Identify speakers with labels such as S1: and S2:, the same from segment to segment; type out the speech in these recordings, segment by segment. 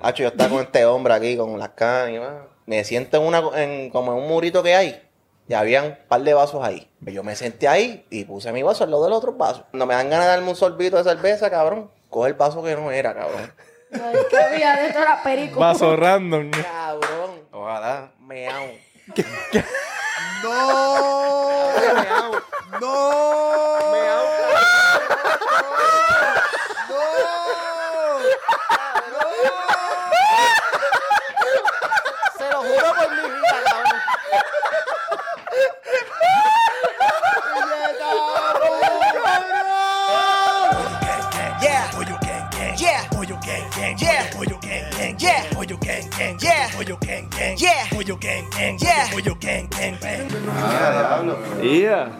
S1: Hacho, yo estaba con este hombre aquí, con las canas y más. Me siento en una, en- como en un murito que hay. Y había un par de vasos ahí. Yo me senté ahí y puse mi vaso al lado del otro vaso. Cuando me dan ganas de darme un sorbito de cerveza, cabrón, coge el vaso que no era, cabrón.
S2: No, es que había de todas las películas.
S3: Vaso random.
S1: Cabrón. Ojalá. Meao.
S4: ¡No!
S1: Meao.
S4: ¡No!
S1: Meao, cabrón.
S4: ¡No!
S1: Se lo juro por mi vida, cabrón.
S5: Yeah. Pollo gang gang. Yeah. Pollo gang gang. Yeah. Pollo gang gang. Yeah. Pollo gang gang. Yeah. Pollo gang gang. Yeah. Pollo gang gang. Yeah. Pollo gang gang. Bang.
S3: Yeah.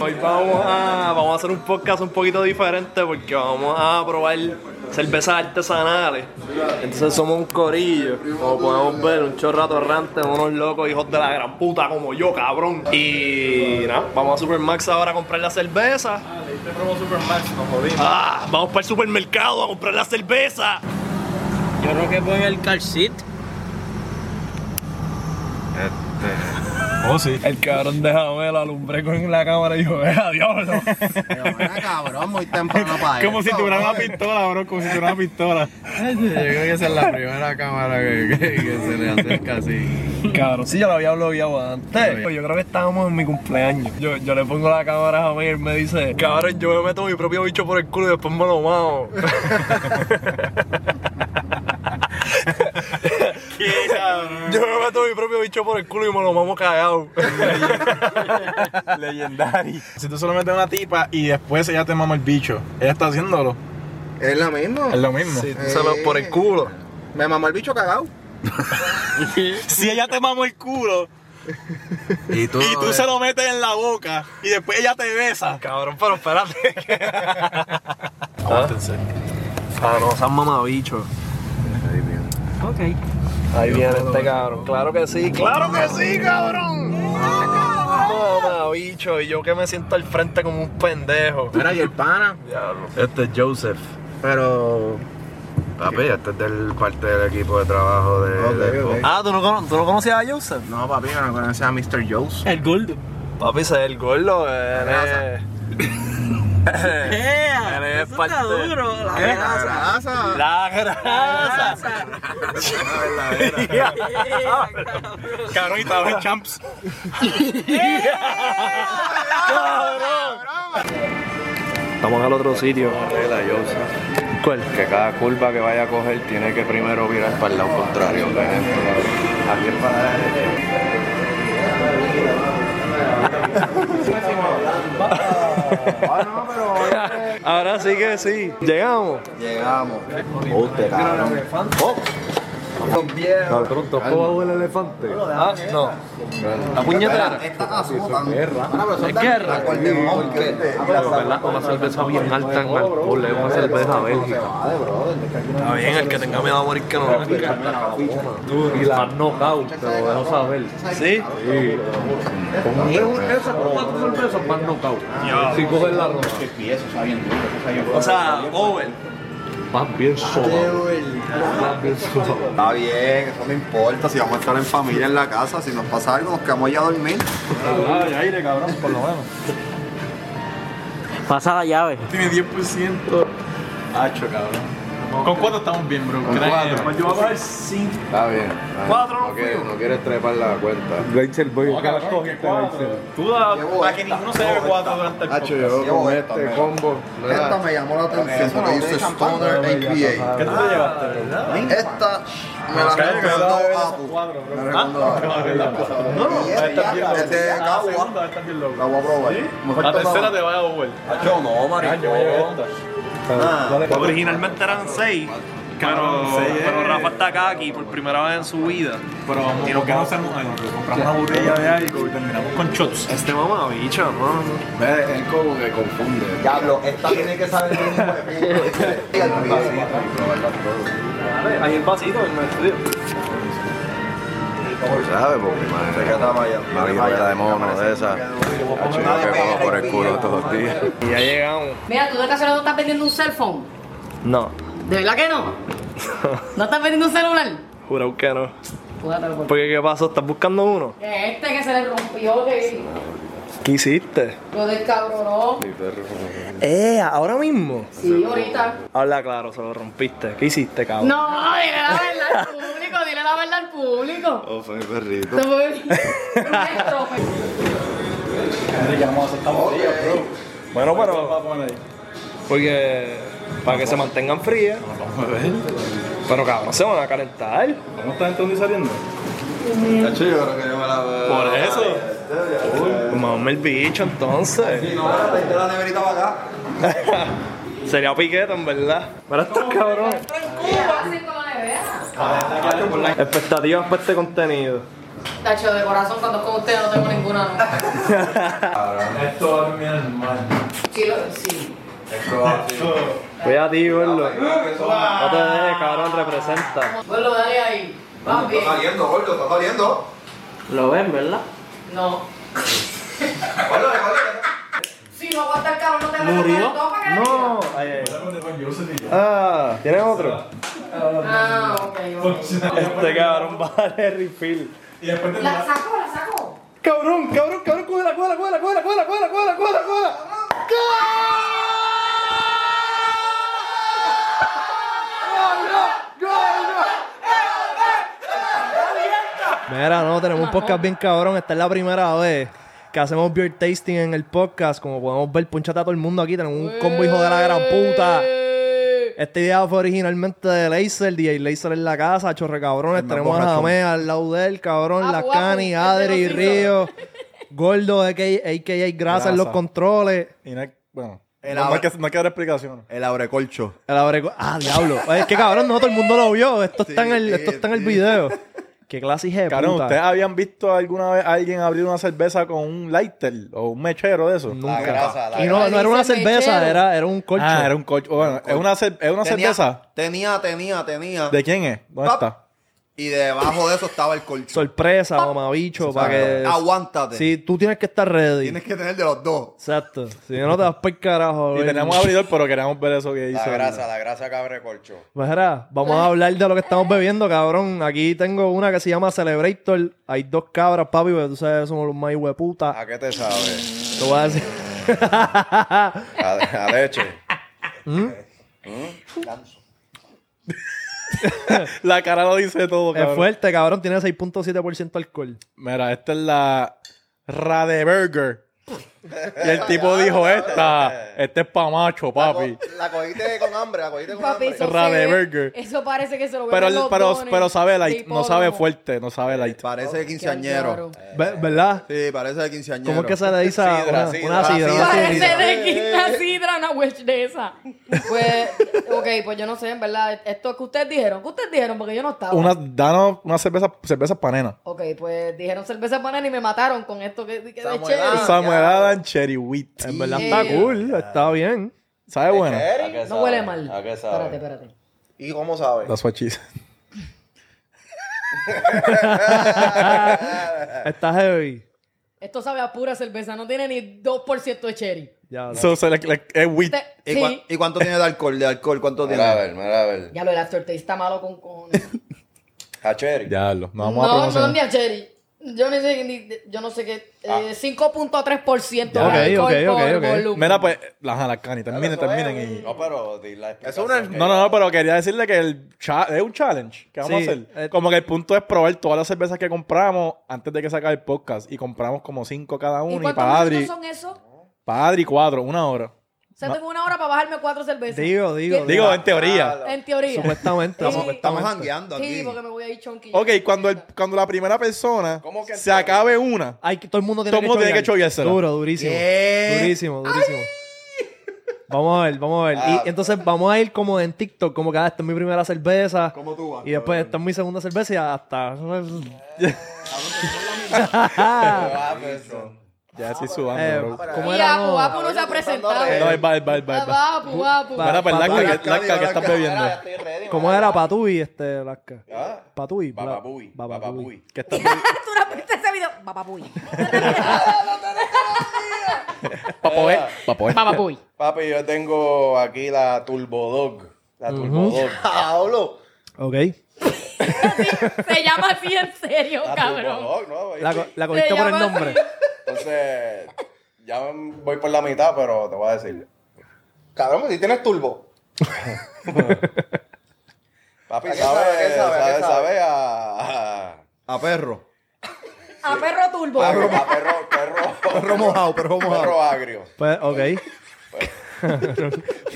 S6: Hoy vamos a, vamos a hacer un podcast un poquito diferente porque vamos a probar cervezas artesanales. Entonces somos un corillo, como podemos ver, un chorrato errante, unos locos hijos de la gran puta como yo, cabrón. Y nada, vamos a Supermax ahora a comprar la cerveza. Ah, Supermax, nos Ah, vamos para el supermercado a comprar la cerveza.
S7: Yo creo que voy al calcit.
S3: Oh, sí. El cabrón de Jamel alumbré con la cámara y dijo, vea, diablo.
S4: Pero mira, cabrón, muy temprano para
S3: como si
S4: eso,
S3: tuviera una
S4: brother.
S3: pistola, bro. Como si tuviera una pistola.
S8: Yo creo que esa es la primera cámara que, que- que se le acerca así.
S3: Cabrón, sí, yo lo había blogueado antes. Pues Yo creo que estábamos en mi cumpleaños. Yo, yo le pongo la cámara a Jamel y él me dice, cabrón, yo me meto mi propio bicho por el culo y después me lo mamo. yo me meto mi propio bicho por el culo y me lo mamo cagado.
S8: Legendario. Si tú solo metes una tipa y después ella te mama el bicho, ella está haciéndolo.
S4: Es lo mismo.
S8: Es lo mismo.
S3: Sí, tú se lo- por el culo.
S4: Me mamó el bicho cagado.
S8: Si ella te mamó el culo
S4: Y tú. eh,
S8: y tú se lo metes en la boca y después ella te besa.
S3: Cabrón, pero espérate.
S8: Aguántense.
S6: Ah, no, seas mamabicho.
S3: Ahí viene este cabrón. Claro que sí,
S6: ¡Claro que sí, cabrón!
S3: Mamabicho, y yo que me siento al frente como un pendejo.
S4: Mira, y el pana.
S8: Este es Joseph.
S4: Pero.
S8: Papi, este es del parte del equipo de trabajo de.
S4: Ok, ok.
S6: Ah, ¿tú no, cono- tú no conocías a Joseph?
S4: No, papi, yo no conocía a Mr. Joe's.
S7: El gordo.
S6: Papi, ese es el gordo, eh. eres...
S7: ¡Eh!
S6: Eres parte-
S7: La
S4: ¿Qué?
S7: grasa.
S4: grasa.
S6: La grasa.
S8: Cabrón, y estaba en Champs.
S6: Estamos al otro sitio. ¿Cuál?
S3: Que cada curva que vaya a coger tiene que primero virar para el lado contrario, por ejemplo. Aquí es para
S6: Ah, Ahora sí que sí. Llegamos.
S4: Llegamos.
S3: Oh,
S4: Usted, cabrón.
S3: Pronto, Oh. ¿puedo el elefante?
S6: Ah, no. La puñetera.
S4: Esta azotan. Bueno, pero son
S6: Es guerra.
S4: tan- la cual de monje.
S6: ¿Verdad? Una cerveza bien alta en alcohol, es una cerveza belga. Está bien, el que tenga miedo a morir que no. Y la has knockout, te lo dejo saber. ¿Sí? Sí. Con un cerveza, con cuatro cervezas, más knockout. Si coges la ropa. O sea, over.
S3: Más bien soba. Más bien soba.
S4: Está bien, eso no importa. Si vamos a estar en familia en la casa, si nos pasa algo, nos quedamos ya a dormir.
S8: aire, cabrón, por lo menos.
S7: Pasa la llave.
S8: Tiene 10%. Hacho, cabrón. Con cuatro estamos bien, bro. Con cuatro. Yo voy a coger cinco.
S9: Está bien. Cuatro
S6: Ah,
S9: no, quieres, no quieres trepar la cuenta.
S3: Rachel Boy.
S8: Tú da.
S4: Llevo
S8: Para que
S4: esta. Ah,
S8: ninguno se bebe cuatro durante el
S9: Hacho,
S8: podcast.
S9: yo
S4: Llevo
S9: con
S4: esta,
S9: este
S4: me-
S9: combo. no era-
S4: Esta me llamó la atención porque dice Stoner APA.
S8: ¿Qué tú te llevaste,
S6: Ah,
S8: verdad?
S4: Esta me la
S8: Cállate, que me acabo de ver
S4: recomendó
S8: esas
S4: Apu.
S8: cuatro, bro.
S4: Me la recomendó
S8: Ah,
S4: Apu.
S8: no, que la- No, no,
S4: Y
S8: estás
S4: esta,
S8: bien
S4: es de
S8: loco. Ah,
S4: Cagua.
S8: segunda, estás bien loco.
S4: La voy a probar.
S8: ¿Sí?
S4: Mejor
S8: La
S4: toma
S8: tercera
S4: una.
S8: te va a Uber.
S4: Yo no, maricón.
S6: Originalmente eran seis. Pero, pero Rafa está acá aquí por primera vez en su vida.
S8: Pero vamos, ¿por qué no hacemos algo? Compramos una botella de algo y terminamos con shots.
S6: Este mamabicho, hermano.
S9: Ve, Es como que confunde.
S4: Diablo, esta tiene que saber el mismo de pinche.
S6: Ahí el vasito, el
S4: Tú sabes, porque imagínate. Marihuana de mono, de esa. Hacho, yo que como por el culo todos los días.
S6: Y ya llegamos.
S2: Mira, tú de casualidad no estás vendiendo un cell phone.
S6: No,
S2: ¿De verdad que no? ¿No estás vendiendo un celular?
S6: juro que no.
S2: Júratelo por
S6: Porque qué pasó, estás buscando uno.
S2: Que Este que se le rompió, que
S6: ¿Qué hiciste?
S2: lo del cabronó.
S6: Eh, ahora mismo.
S2: Sí, ahorita.
S6: Habla claro, se lo rompiste. ¿Qué hiciste, cabrón?
S2: No, dile la verdad al público, dile la verdad al público.
S4: Oh, fue mi perrito.
S2: No fue- Nuestro, pues.
S6: Bueno, pero. Porque. Para que se mantengan frías. Pero cabrón, se van a calentar.
S8: ¿Cómo está entrando y saliendo?
S4: Hacho, yo creo que yo me la veo.
S6: Por eso. Mame el bicho entonces.
S10: No, ahora te la neverita para acá.
S6: Sería piquete, en verdad. Para estos cabrones.
S2: Fácil como le veas.
S6: Expectativas para este contenido.
S2: Tacho, de corazón, cuando es con ustedes no tengo ninguna. ¿no?
S8: Esto va a terminar normal.
S2: Sí, lo- sí.
S6: Voy a ti, gordo. No te dejes, cabrón, representa.
S2: Vuelvo, dale ahí. Vas bien.
S10: Está saliendo, gordo, está saliendo.
S11: Lo ven, ¿verdad?
S2: No.
S10: Gordo, gordo.
S2: Si no aguanta el cabrón, no te metas
S11: ¿Murió?
S2: en el topa, que le diga.
S6: No. Ay, ay. Ah, ¿tienes otro?
S2: Ah, ok, ok.
S6: Este cabrón vale refill.
S2: La saco, la saco.
S6: Cabrón, cabrón, cabrón, cógela, cógela, cógela, cógela, cógela, cógela, cógela, cógela, cógela. Mira, no, tenemos un podcast bien cabrón. Esta es la primera vez que hacemos beer tasting en el podcast. Como podemos ver, punchata a todo el mundo aquí. Tenemos un combo hijo de la gran puta. Esta idea fue originalmente de Laser, DJ Laser en la casa, chorre cabrones. Tenemos a Jamé al lado de él, cabrón,
S2: Apu,
S6: las
S2: apu,
S6: Cani,
S2: el
S6: Adri,
S2: peloncito.
S6: Río, Gordo, AKA, AKA Grasa en los
S8: Grasa.
S6: controles.
S8: Y no hay, bueno,
S6: El
S8: no, hay
S6: abra-
S8: que, no hay que dar explicaciones.
S4: El abrecolcho.
S6: El abreco- Ah, diablo. Oye, Es que cabrón, no todo el mundo lo vio. Esto está en el, esto está en el video. Qué clase hija de
S8: Cabrón,
S6: puta.
S8: ¿ustedes habían visto alguna vez a alguien abrir una cerveza con un lighter o un mechero de eso?
S6: Nunca.
S1: grasa, la
S6: y no,
S2: grasa.
S6: no era una
S2: Dice
S6: cerveza,
S2: mechero.
S6: era, era un colcho.
S8: Ah, era un colcho. Bueno, es una, cer- es una cerveza.
S4: Tenía, tenía, tenía.
S8: ¿De quién es? ¿Dónde
S4: Pap.
S8: está?
S4: Y debajo de eso estaba el colcho.
S6: Sorpresa, mamabicho, para
S4: Eh,
S6: que... Ah,
S4: Aguántate.
S6: Sí, tú tienes que estar ready.
S4: Tienes que tener de los dos.
S6: Exacto. Si no, no te vas para el carajo.
S8: Y
S6: güey.
S8: tenemos abridor, pero queríamos ver eso que hizo.
S1: La grasa, la grasa cabre corcho.
S6: Majera, vamos a hablar de lo que estamos bebiendo, cabrón. Aquí tengo una que se llama Celebrator. Hay dos cabras, papi, pero tú sabes, somos los más hueputas.
S4: ¿A qué te sabes?
S6: Te voy a decir.
S4: A, a leche.
S8: La cara lo dice todo,
S6: es
S8: cabrón.
S6: fuerte, cabrón. Tiene 6.7% alcohol.
S8: Mira, esta es la Radeberger. Y el tipo dijo, esta, esta es pa' macho, papi.
S1: La cogiste con hambre, la cogiste con
S2: Papi,
S1: hambre.
S2: eso se ve-
S8: Rade Burger.
S2: Eso parece que se lo
S8: Pero,
S2: venden los
S8: pero,
S2: dones
S8: pero sabe light,
S2: de
S8: no sabe
S2: hipódromo.
S8: fuerte, no
S2: Eh,
S8: sabe light.
S4: Parece de
S2: Qué bárbaro.
S4: quinceañero.
S6: Ve- ¿Verdad?
S4: Sí, parece de quinceañero.
S6: ¿Cómo es que se le dice a
S4: Sidra,
S6: una,
S4: sidra,
S6: una sidra?
S4: sidra.
S6: una sidra?
S2: Parece de quinta sidra una witch de esa. Pues, ok, pues yo no sé, en verdad. Esto que ustedes dijeron, que ustedes dijeron, porque yo no estaba.
S8: Una, danos una cerveza, cerveza panena.
S2: Ok, pues dijeron cerveza panera y me mataron con esto que, que de
S1: Samuel,
S2: chévere.
S8: Samuelada en cherry wheat.
S6: En verdad
S2: Ah, Sí.
S6: está cool, está bien.
S8: ¿Sabe bueno?
S1: Eric,
S2: No huele mal. Espérate, espérate.
S1: ¿Y cómo sabes?
S8: That's what she said.
S6: Ah, Está heavy.
S2: Esto sabe a pura cerveza, no tiene ni 2% de cherry.
S6: Ya, lo-
S8: So, so, like, like, es wheat.
S2: Te-
S4: ¿Y,
S2: sí.
S4: cuán- y cuánto tiene de alcohol? ¿De alcohol cuánto tiene?
S10: Mira a ver, mira a ver.
S2: Ya lo del aftertaste está malo con cojones.
S1: Hacho Eric.
S8: Diablo, no vamos a
S2: No, no,
S8: promocionar.
S2: ni a cherry. Yo no sé, ni- yo no sé qué. eh,
S8: Ah.
S2: 5.3% de
S6: Ya, ok,
S2: alcohol
S6: ok, ok,
S2: por
S6: ok.
S2: volumen.
S8: Mira, pues, las la cani, terminen, terminen. Y...
S10: No, pero di la
S4: Es una-
S10: explicación.
S8: No, no, no, pero quería decirle que el cha- es un challenge que vamos
S6: Sí,
S8: a hacer.
S6: eh.
S8: como que el punto es probar todas las cervezas que compramos antes de que sacar el podcast. Y compramos como cinco cada
S2: ¿Y
S8: una. Y,
S2: cuántos
S8: para Adri,
S2: minutos son esos? O
S8: para Adri cuatro, una hora.
S2: sea, tengo una hora para bajarme cuatro cervezas.
S6: Digo, digo,
S8: Digo, en
S6: Ah,
S8: teoría.
S2: En teoría.
S6: Supuestamente.
S2: Sí.
S4: Estamos
S6: supuestamente.
S4: jangueando aquí.
S2: Sí, porque me voy a ir chonky.
S8: Ok, cuando, el, cuando la primera persona se acabe una,
S6: Hay que- todo el mundo tiene
S8: Todo el mundo
S6: que
S8: tiene que
S6: choviárselo.
S8: choviársela.
S6: Duro, durísimo. Durísimo, durísimo. Vamos a ver, vamos a ver. y entonces vamos a ir como en TikTok, como que ah, esta es mi primera cerveza.
S4: ¿Cómo tú vas?
S6: Y después esta es mi segunda cerveza y hasta.
S8: ya estoy subando,
S6: Eh,
S8: bro.
S2: Y
S6: ¿Cómo era?
S2: Apu,
S6: No?
S2: Apu no se ha presentado.
S8: No, bye, bye, bye, bye.
S2: Apu, Apu.
S8: Mira, pues,
S6: pa-
S8: Laca,
S6: pa-
S8: que- Laca, que estás bebiendo?
S1: estoy ready,
S6: ¿Cómo era Patui, este, Alaska?
S12: Ah.
S6: Patui. bla-
S12: Babapuy,
S6: Babapuy.
S12: babapuy.
S6: Que está
S2: Tú no viste ese video. Papapuy.
S8: Papo, eh. Papo, eh.
S2: Papapuy.
S12: Papi, yo tengo aquí la Turbo Dog. La Turbo Dog.
S1: Pablo.
S6: Ok.
S2: Se llama así en serio,
S12: La
S2: Ah,
S12: Turbo
S2: cabrón.
S12: Dog, ¿no?
S6: La, co- la
S2: Se
S6: cogiste por el
S2: llama-
S6: nombre.
S12: Entonces, ya voy por la mitad, pero te voy a decir.
S1: Cabrón, si tienes turbo.
S12: Papi,
S1: ¿A qué sabe?
S12: sabe,
S1: ¿A qué
S12: sabe,
S1: sabe? ¿A qué
S12: sabe,
S1: sabe?
S12: a, a-
S4: A perro.
S2: A perro turbo.
S12: a perro, perro,
S4: Perro mojado, perro mojado.
S12: perro agrio.
S6: Pues, ok.
S12: Y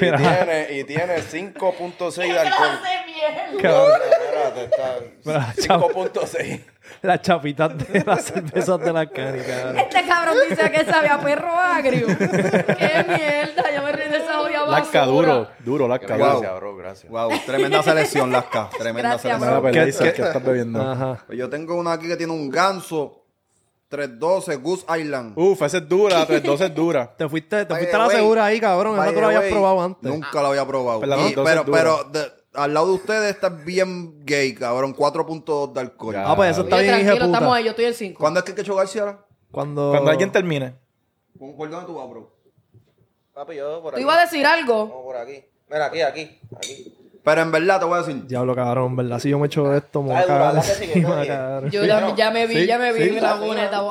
S6: Mira.
S12: tiene, y tiene 5.6 de
S2: ¿Qué
S12: alcohol.
S2: hace mierda?
S6: Cabrón.
S12: Espérate, está-
S6: Mira,
S12: 5.6
S6: Las chapitas de las cervezas de la canica.
S2: Este cabrón dice que sabe a perro agrio. Qué mierda, yo me reí de esa jodida basura.
S8: Lasca duro, duro, lasca
S4: Wow.
S8: duro.
S12: Gracias, bro, gracias.
S4: Wow, tremenda selección, Lasca. Tremenda
S2: Gracias,
S4: selección. Pues
S8: Mala
S2: bro.
S8: pelea, Isaac,
S6: qué-
S8: pues, ¿qué estás bebiendo?
S6: Ajá.
S4: Yo tengo una aquí que tiene un ganso. 312, Goose
S6: Uh,
S4: Island.
S8: Uf, esa es dura, 312 es dura.
S6: Te fuiste, te
S4: By
S6: fuiste
S4: the
S6: a la
S4: way,
S6: segura ahí, cabrón. Esa
S4: By
S6: tú la
S4: the
S6: habías
S4: way,
S6: probado antes.
S4: Nunca la había probado.
S8: Pero la
S4: Y-
S8: dos
S4: pero
S8: es dura.
S4: pero de- al lado de ustedes está bien gay, cabrón. 4.2 de alcohol.
S8: Ya.
S6: Ah, pues eso
S2: Oye,
S6: está bien, hija de
S2: tranquilo, estamos
S6: puta.
S2: ahí, yo estoy el 5.
S4: ¿Cuándo es que hay que chocarse ahora?
S6: Cuando...
S2: Oh.
S8: Cuando alguien termine.
S4: ¿Con cuál dónde tú vas, bro?
S1: Papi, yo por
S2: Tú
S1: aquí.
S2: ibas a decir algo.
S1: No, por aquí. Mira, aquí, aquí, aquí.
S4: Pero en verdad te voy a decir.
S6: Diablo, cabrón, ¿verdad? Si yo me
S4: Ah,
S6: echo esto, me voy a
S1: Ay,
S6: cagar
S1: dura, la que sigue,
S6: encima,
S1: coge.
S6: cabrón.
S2: Yo la- ya me vi,
S8: sí,
S2: ya me vi
S8: sí.
S2: la boneta.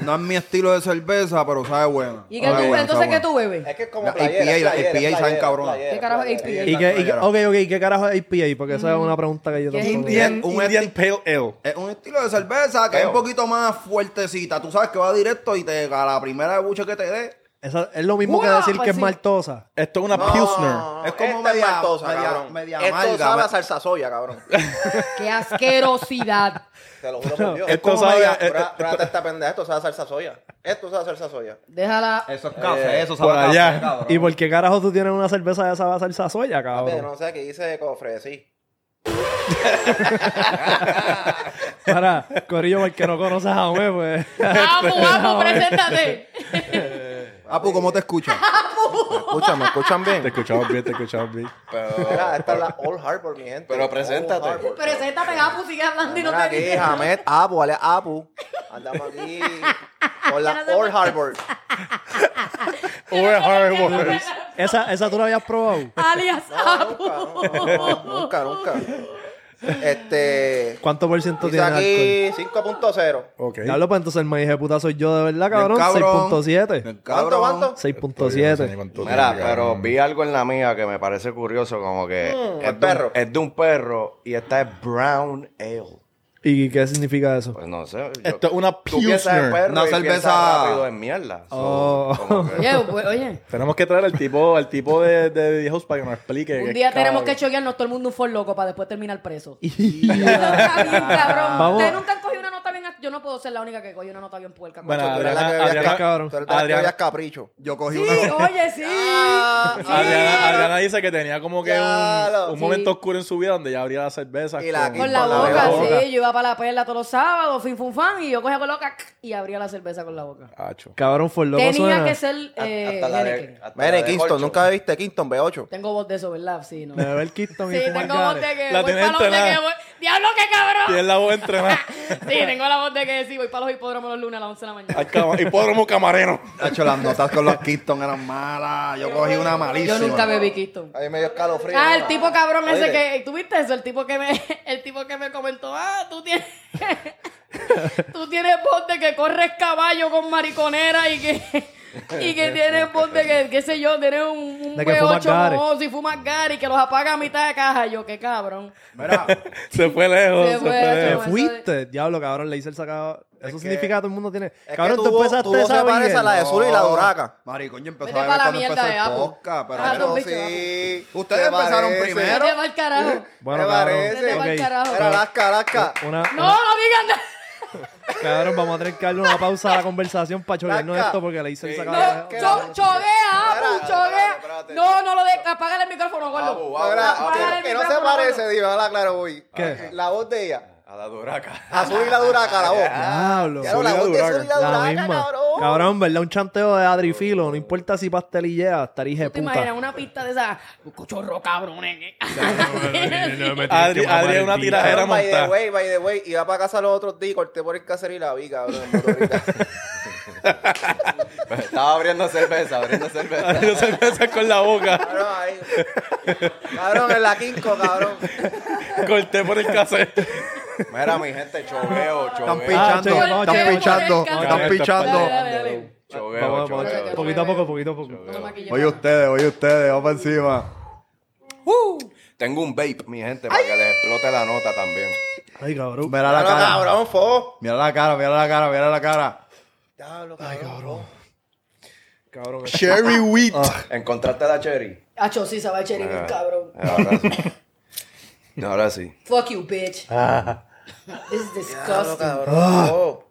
S4: No es mi estilo de cerveza, pero sabe buena.
S2: ¿Y qué
S4: Sabe
S2: tú-
S4: buena,
S2: entonces
S4: sabe
S2: qué tú bebes?
S1: Es que es como
S4: La
S1: playera.
S4: IPA y la
S1: es playera,
S4: IPA y
S1: es
S4: saben
S1: playera,
S4: cabrón.
S1: playera,
S2: ¿Qué carajo es
S1: playera.
S2: IPA?
S6: ¿Y qué, y, qué-
S4: Caballero.
S6: ok, ok, ¿qué carajo es IPA? Porque esa es una pregunta que yo
S2: Mm. ¿Qué es
S6: tampoco...
S2: IPA?
S8: Indian,
S4: Un
S8: Indian
S4: esti-
S8: Pale Ale.
S4: buena. Es un estilo de cerveza que es un poquito más fuertecita. Tú sabes que va directo y te, a la primera buche que te dé.
S6: Esa- es lo mismo que
S2: Guau,
S6: decir
S2: pues
S6: que es
S2: sí.
S6: maltosa.
S8: Esto es una Pilsner.
S4: Es como
S1: esta
S4: media-
S1: maltosa,
S4: media-
S1: cabrón.
S4: media
S1: Esto
S4: amarga,
S1: sabe a
S4: me-
S1: salsa soya, cabrón.
S2: ¡Qué asquerosidad!
S1: Te lo juro por Dios.
S8: Es
S1: Esto
S8: como
S1: sabe...
S8: media-
S1: Prueba-
S8: eh, eh,
S1: pruébate esta pendeja. Esto sabe a salsa soya. Esto sabe a salsa soya.
S2: Déjala.
S4: Eso es café, eso
S8: por
S4: a
S8: allá.
S4: cabrón.
S6: ¿Y por qué carajo tú tienes una cerveza de esa salsa soya,
S1: Papi, yo
S6: cabrón?
S1: no sé qué hice de cofre, sí.
S6: Para, Corillo, para el que no conoces a Jaume, pues...
S2: ¡Vamos, vamos, preséntate!
S4: Apu, ¿cómo te escuchas?
S1: Escúchame, escuchan
S8: Te escuchamos bien, te escuchamos bien.
S1: Mira, esta es la All Harbor, mi gente.
S12: Pero preséntate.
S1: All Harbor.
S2: Preséntate, Apu, sigue hablando y no
S1: Mira
S2: te
S1: aquí,
S2: dices.
S1: Hamed, Apu, alias Apu. Andamos aquí con la
S2: Ya no sé
S1: All
S2: por-
S1: Harbor.
S8: Over Harbor.
S6: Esa, esa tú la habías probado.
S2: Alias Apu.
S1: Nunca, nunca. Este.
S6: ¿Cuánto por ciento
S1: Dice
S6: tiene alcohol?
S1: aquí 5.0.
S8: Ok.
S6: Diablo, pues entonces el maíz de puta soy yo de verdad, cabrón.
S4: Bien, cabrón. Bien,
S6: 6.7.
S1: ¿Cuánto,
S4: cabrón.
S1: cuánto?
S6: 6.7.
S12: Mira, pero vi algo en la mía que me parece curioso, como que es,
S1: Mm, el
S12: de un-
S1: perro.
S12: es de un perro y esta es brown ale.
S6: ¿Y qué significa eso?
S12: Pues no sé. yo-
S8: Esto es una
S12: tú pues, piensas en
S8: Pilsner.
S12: perro
S4: Una
S12: y piensas
S4: cerveza-
S12: rápido en mierda. So,
S6: Oh.
S12: como que-
S2: Oye, pues, oye,
S8: Tenemos que traer al tipo, al tipo de, de The House para que nos explique.
S2: un
S8: qué
S2: día tenemos
S8: cabrón.
S2: que choquearnos todo el mundo un for loco para después terminar preso. Está bien, cabrón.
S6: Vamos.
S2: Ustedes nunca han cogido una nota bien... Yo no puedo ser la única que coge una nota bien puerca.
S8: Bueno,
S1: Tú eres
S8: Adriana,
S1: la que bebías
S8: Adriana,
S1: ca-
S6: cabrón.
S1: tú eres la que
S8: Adriana.
S1: bebías capricho.
S4: Yo cogí
S2: Sí,
S4: una.
S2: oye, sí.
S1: Ah,
S8: Adriana, Adriana dice que tenía como que
S1: Claro.
S8: un, un
S2: Sí.
S8: momento oscuro en su vida donde ya abría las cervezas.
S1: Y la
S8: con-
S1: quitó.
S2: Con la
S1: Con la
S2: boca,
S8: boca.
S2: sí. Yo iba para la perla todos los sábados, fin, fun, fan, y yo cogía con loca y abría la cerveza con la boca.
S8: Acho.
S6: Cabrón, for loco
S2: Tenía
S6: suena.
S2: que ser eh,
S12: hasta la de-
S2: Heineken.
S12: hasta la
S1: Mene,
S12: de
S1: Kingston,
S12: corcho.
S1: nunca bebiste Kingston B8.
S2: Tengo voz de eso, ¿verdad? Sí, no.
S6: Beber Kingston y
S2: Sí,
S6: fumar
S2: tengo voz
S6: Gare.
S2: de que
S8: La
S2: voy
S8: tenés
S2: para los de que
S8: entrenada.
S2: voy. ¡Diablo, qué cabrón!
S8: Tiene la voz entrenada.
S2: Sí, tengo la voz de que sí, voy para los hipódromos los lunes a las 11 de la mañana.
S8: Al cama- Hipódromo camarero.
S4: De hecho, las notas con los Kingston eran malas. Yo cogí una malísima.
S2: Yo nunca bebí Kingston.
S1: Ahí medio escalofrío.
S2: Ah,
S1: ¿no?
S2: el tipo cabrón ese
S1: Oye.
S2: que... ¿Tú viste eso? El tipo que me, el tipo que me comentó, ah, tú tienes... tú tienes voz de que corres caballo con mariconera y que... Y que tienes voz de que, qué sé yo, tienes un, un
S6: De que fumas
S2: V8
S6: Gare.
S2: mojoso y fumas gari que los apaga a mitad de caja. Yo, qué cabrón.
S4: Mira,
S8: Se fue lejos.
S2: Se
S8: Se
S2: fue,
S8: fue
S6: Te
S2: chaval.
S8: lejos.
S2: eso
S6: fuiste. Diablo, cabrón, le hice el sacado. Eso significa que todo el mundo tiene...
S1: que
S6: Cabrón,
S1: tu
S6: tú
S1: voz- tu
S6: empezaste
S1: voz
S6: esa
S1: se parece
S6: virgen.
S1: a la de Zula y la de Uraca.
S4: maricón, yo empecé
S2: Vete pa'
S4: a beber
S2: la
S4: cuando
S2: mierda
S4: empezó
S2: de
S4: el
S2: Apu.
S4: podcast. Pero
S2: Ah,
S4: pero
S2: tú, bicho,
S4: sí.
S1: Apu.
S4: Ustedes
S1: ¿Te
S4: empezaron
S1: parece?
S4: primero.
S2: Vete va el carajo.
S6: Bueno,
S1: Me
S6: cabrón.
S1: parece.
S2: Vete pa'l
S6: ok.
S2: carajo.
S1: Era Alaska, Alaska.
S6: Una,
S2: No, no digan nada.
S6: una- cabrón, vamos a tener que darle una pausa a la conversación para chocarnos
S1: Laca.
S6: esto porque le hice el sacado.
S2: No,
S6: de-
S2: cho- choguea, Apu,
S12: espérate,
S2: choguea.
S12: espérate.
S2: No, no lo dejes. Apágale el micrófono,
S12: Apu,
S2: gordo.
S12: Apu,
S1: Ahora,
S2: Apaga
S1: que-
S2: el
S1: que no se
S2: micrófono,
S1: parece, digo, habla claro hoy.
S6: ¿Qué?
S1: La voz de ella.
S12: A la duraca.
S1: Azul y la duraca, la voz.
S6: Diablo.
S1: Ya, la voz de Azul y la duraca, cabrón.
S6: Cabrón, ¿verdad? Un chanteo de Adri Filo. No importa si pastelillea, hasta hija de
S2: ¿Te imaginas
S6: puta.
S2: una pista de esa? Cochorro eh, cabrones.
S8: Adri, Adri es una tirajera
S1: Cabrón, by the
S8: montada.
S1: way, by the way, iba para casa los otros días y corté por el casero y la vi, cabrón. en motorita.
S12: Estaba abriendo cerveza, abriendo cerveza.
S8: Adri se pesa con la boca.
S1: cabrón, ahí. Cabrón, en la quinco, cabrón.
S8: Corté por el cassette.
S12: Mira, mi gente, choveo,
S4: Están
S12: choveo.
S4: pinchando,
S2: che,
S4: están
S2: che,
S4: pinchando,
S2: che,
S4: están
S8: che,
S4: pinchando.
S2: Dale, dale, dale.
S12: Choveo,
S6: Vamos, vamos,
S12: choveo.
S6: Poquito a poco, poquito a poco.
S2: No te maquilles.
S6: Oye ustedes, oye ustedes, vamos encima.
S12: Tengo un vape, mi gente, para que les explote la nota también.
S6: Ay, cabrón.
S4: Mira la
S1: Cabrón,
S4: cara,
S1: cabrón, fo.
S4: mira la cara, mira la cara, mira la cara.
S1: Diablo, cabrón.
S6: Cabrón.
S4: Cherry Wheat.
S12: Ah. ¿Encontraste la cherry?
S2: Acho, sí, se va el cherry,
S12: Ah,
S2: cabrón.
S12: Ahora sí. Ahora sí.
S2: Fuck you, bitch. This is
S1: Diablo,
S2: disgusting.
S1: cabrón. fo.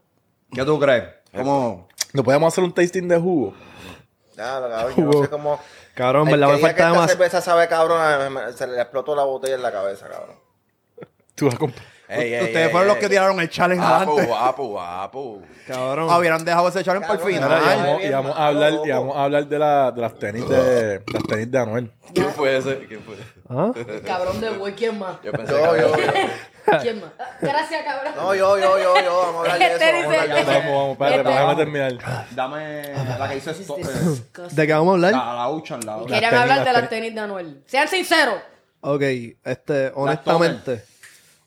S4: ¿Qué tú crees? ¿Cómo?
S8: ¿No podemos hacer un tasting de jugo?
S1: Diablo, cabrón. Yo no sé cómo.
S6: Cabrón,
S1: El
S6: ¿verdad?
S1: que
S6: Me
S1: diga que
S6: falta
S1: esta
S6: más.
S1: cerveza sabe, cabrón, se le explotó la botella en la cabeza, cabrón.
S8: Tú vas a comprar.
S12: Ey, ey,
S4: Ustedes
S12: ey,
S4: fueron los
S12: ey.
S4: que tiraron el challenge
S12: Guapo,
S4: adelante.
S12: guapo, guapo.
S6: Cabrón.
S4: Ah, Hubieran dejado ese challenge para el
S1: Cabrón,
S4: final.
S8: Mira,
S1: Ay,
S8: y vamos,
S1: bien,
S8: y vamos
S1: mano,
S8: a hablar,
S1: loco.
S8: y vamos a hablar de, la, de las tenis de las tenis de Anuel.
S12: ¿Quién fue ese? ¿Quién fue?
S6: ¿Ah?
S2: Cabrón de güey, ¿quién más?
S12: Yo pensé
S1: Yo,
S12: que
S1: yo,
S12: era-
S1: yo.
S2: ¿Quién más? Ah, Gracias, cabrón.
S1: No, yo, yo, yo, yo. Vamos a hablar de
S2: Este
S1: eso. Vamos a hablar de
S2: dice-
S1: eso.
S8: Vamos, vamos, espérate,
S2: Epa.
S8: déjame terminar.
S4: Dame la que hizo
S2: This is
S12: eh,
S2: disgusting.
S6: ¿De qué vamos a hablar?
S4: la Uchan, la
S2: Querían
S8: tenis,
S2: hablar de
S8: las
S2: las tenis de Anuel. Sean sinceros.
S6: Ok, este, honestamente.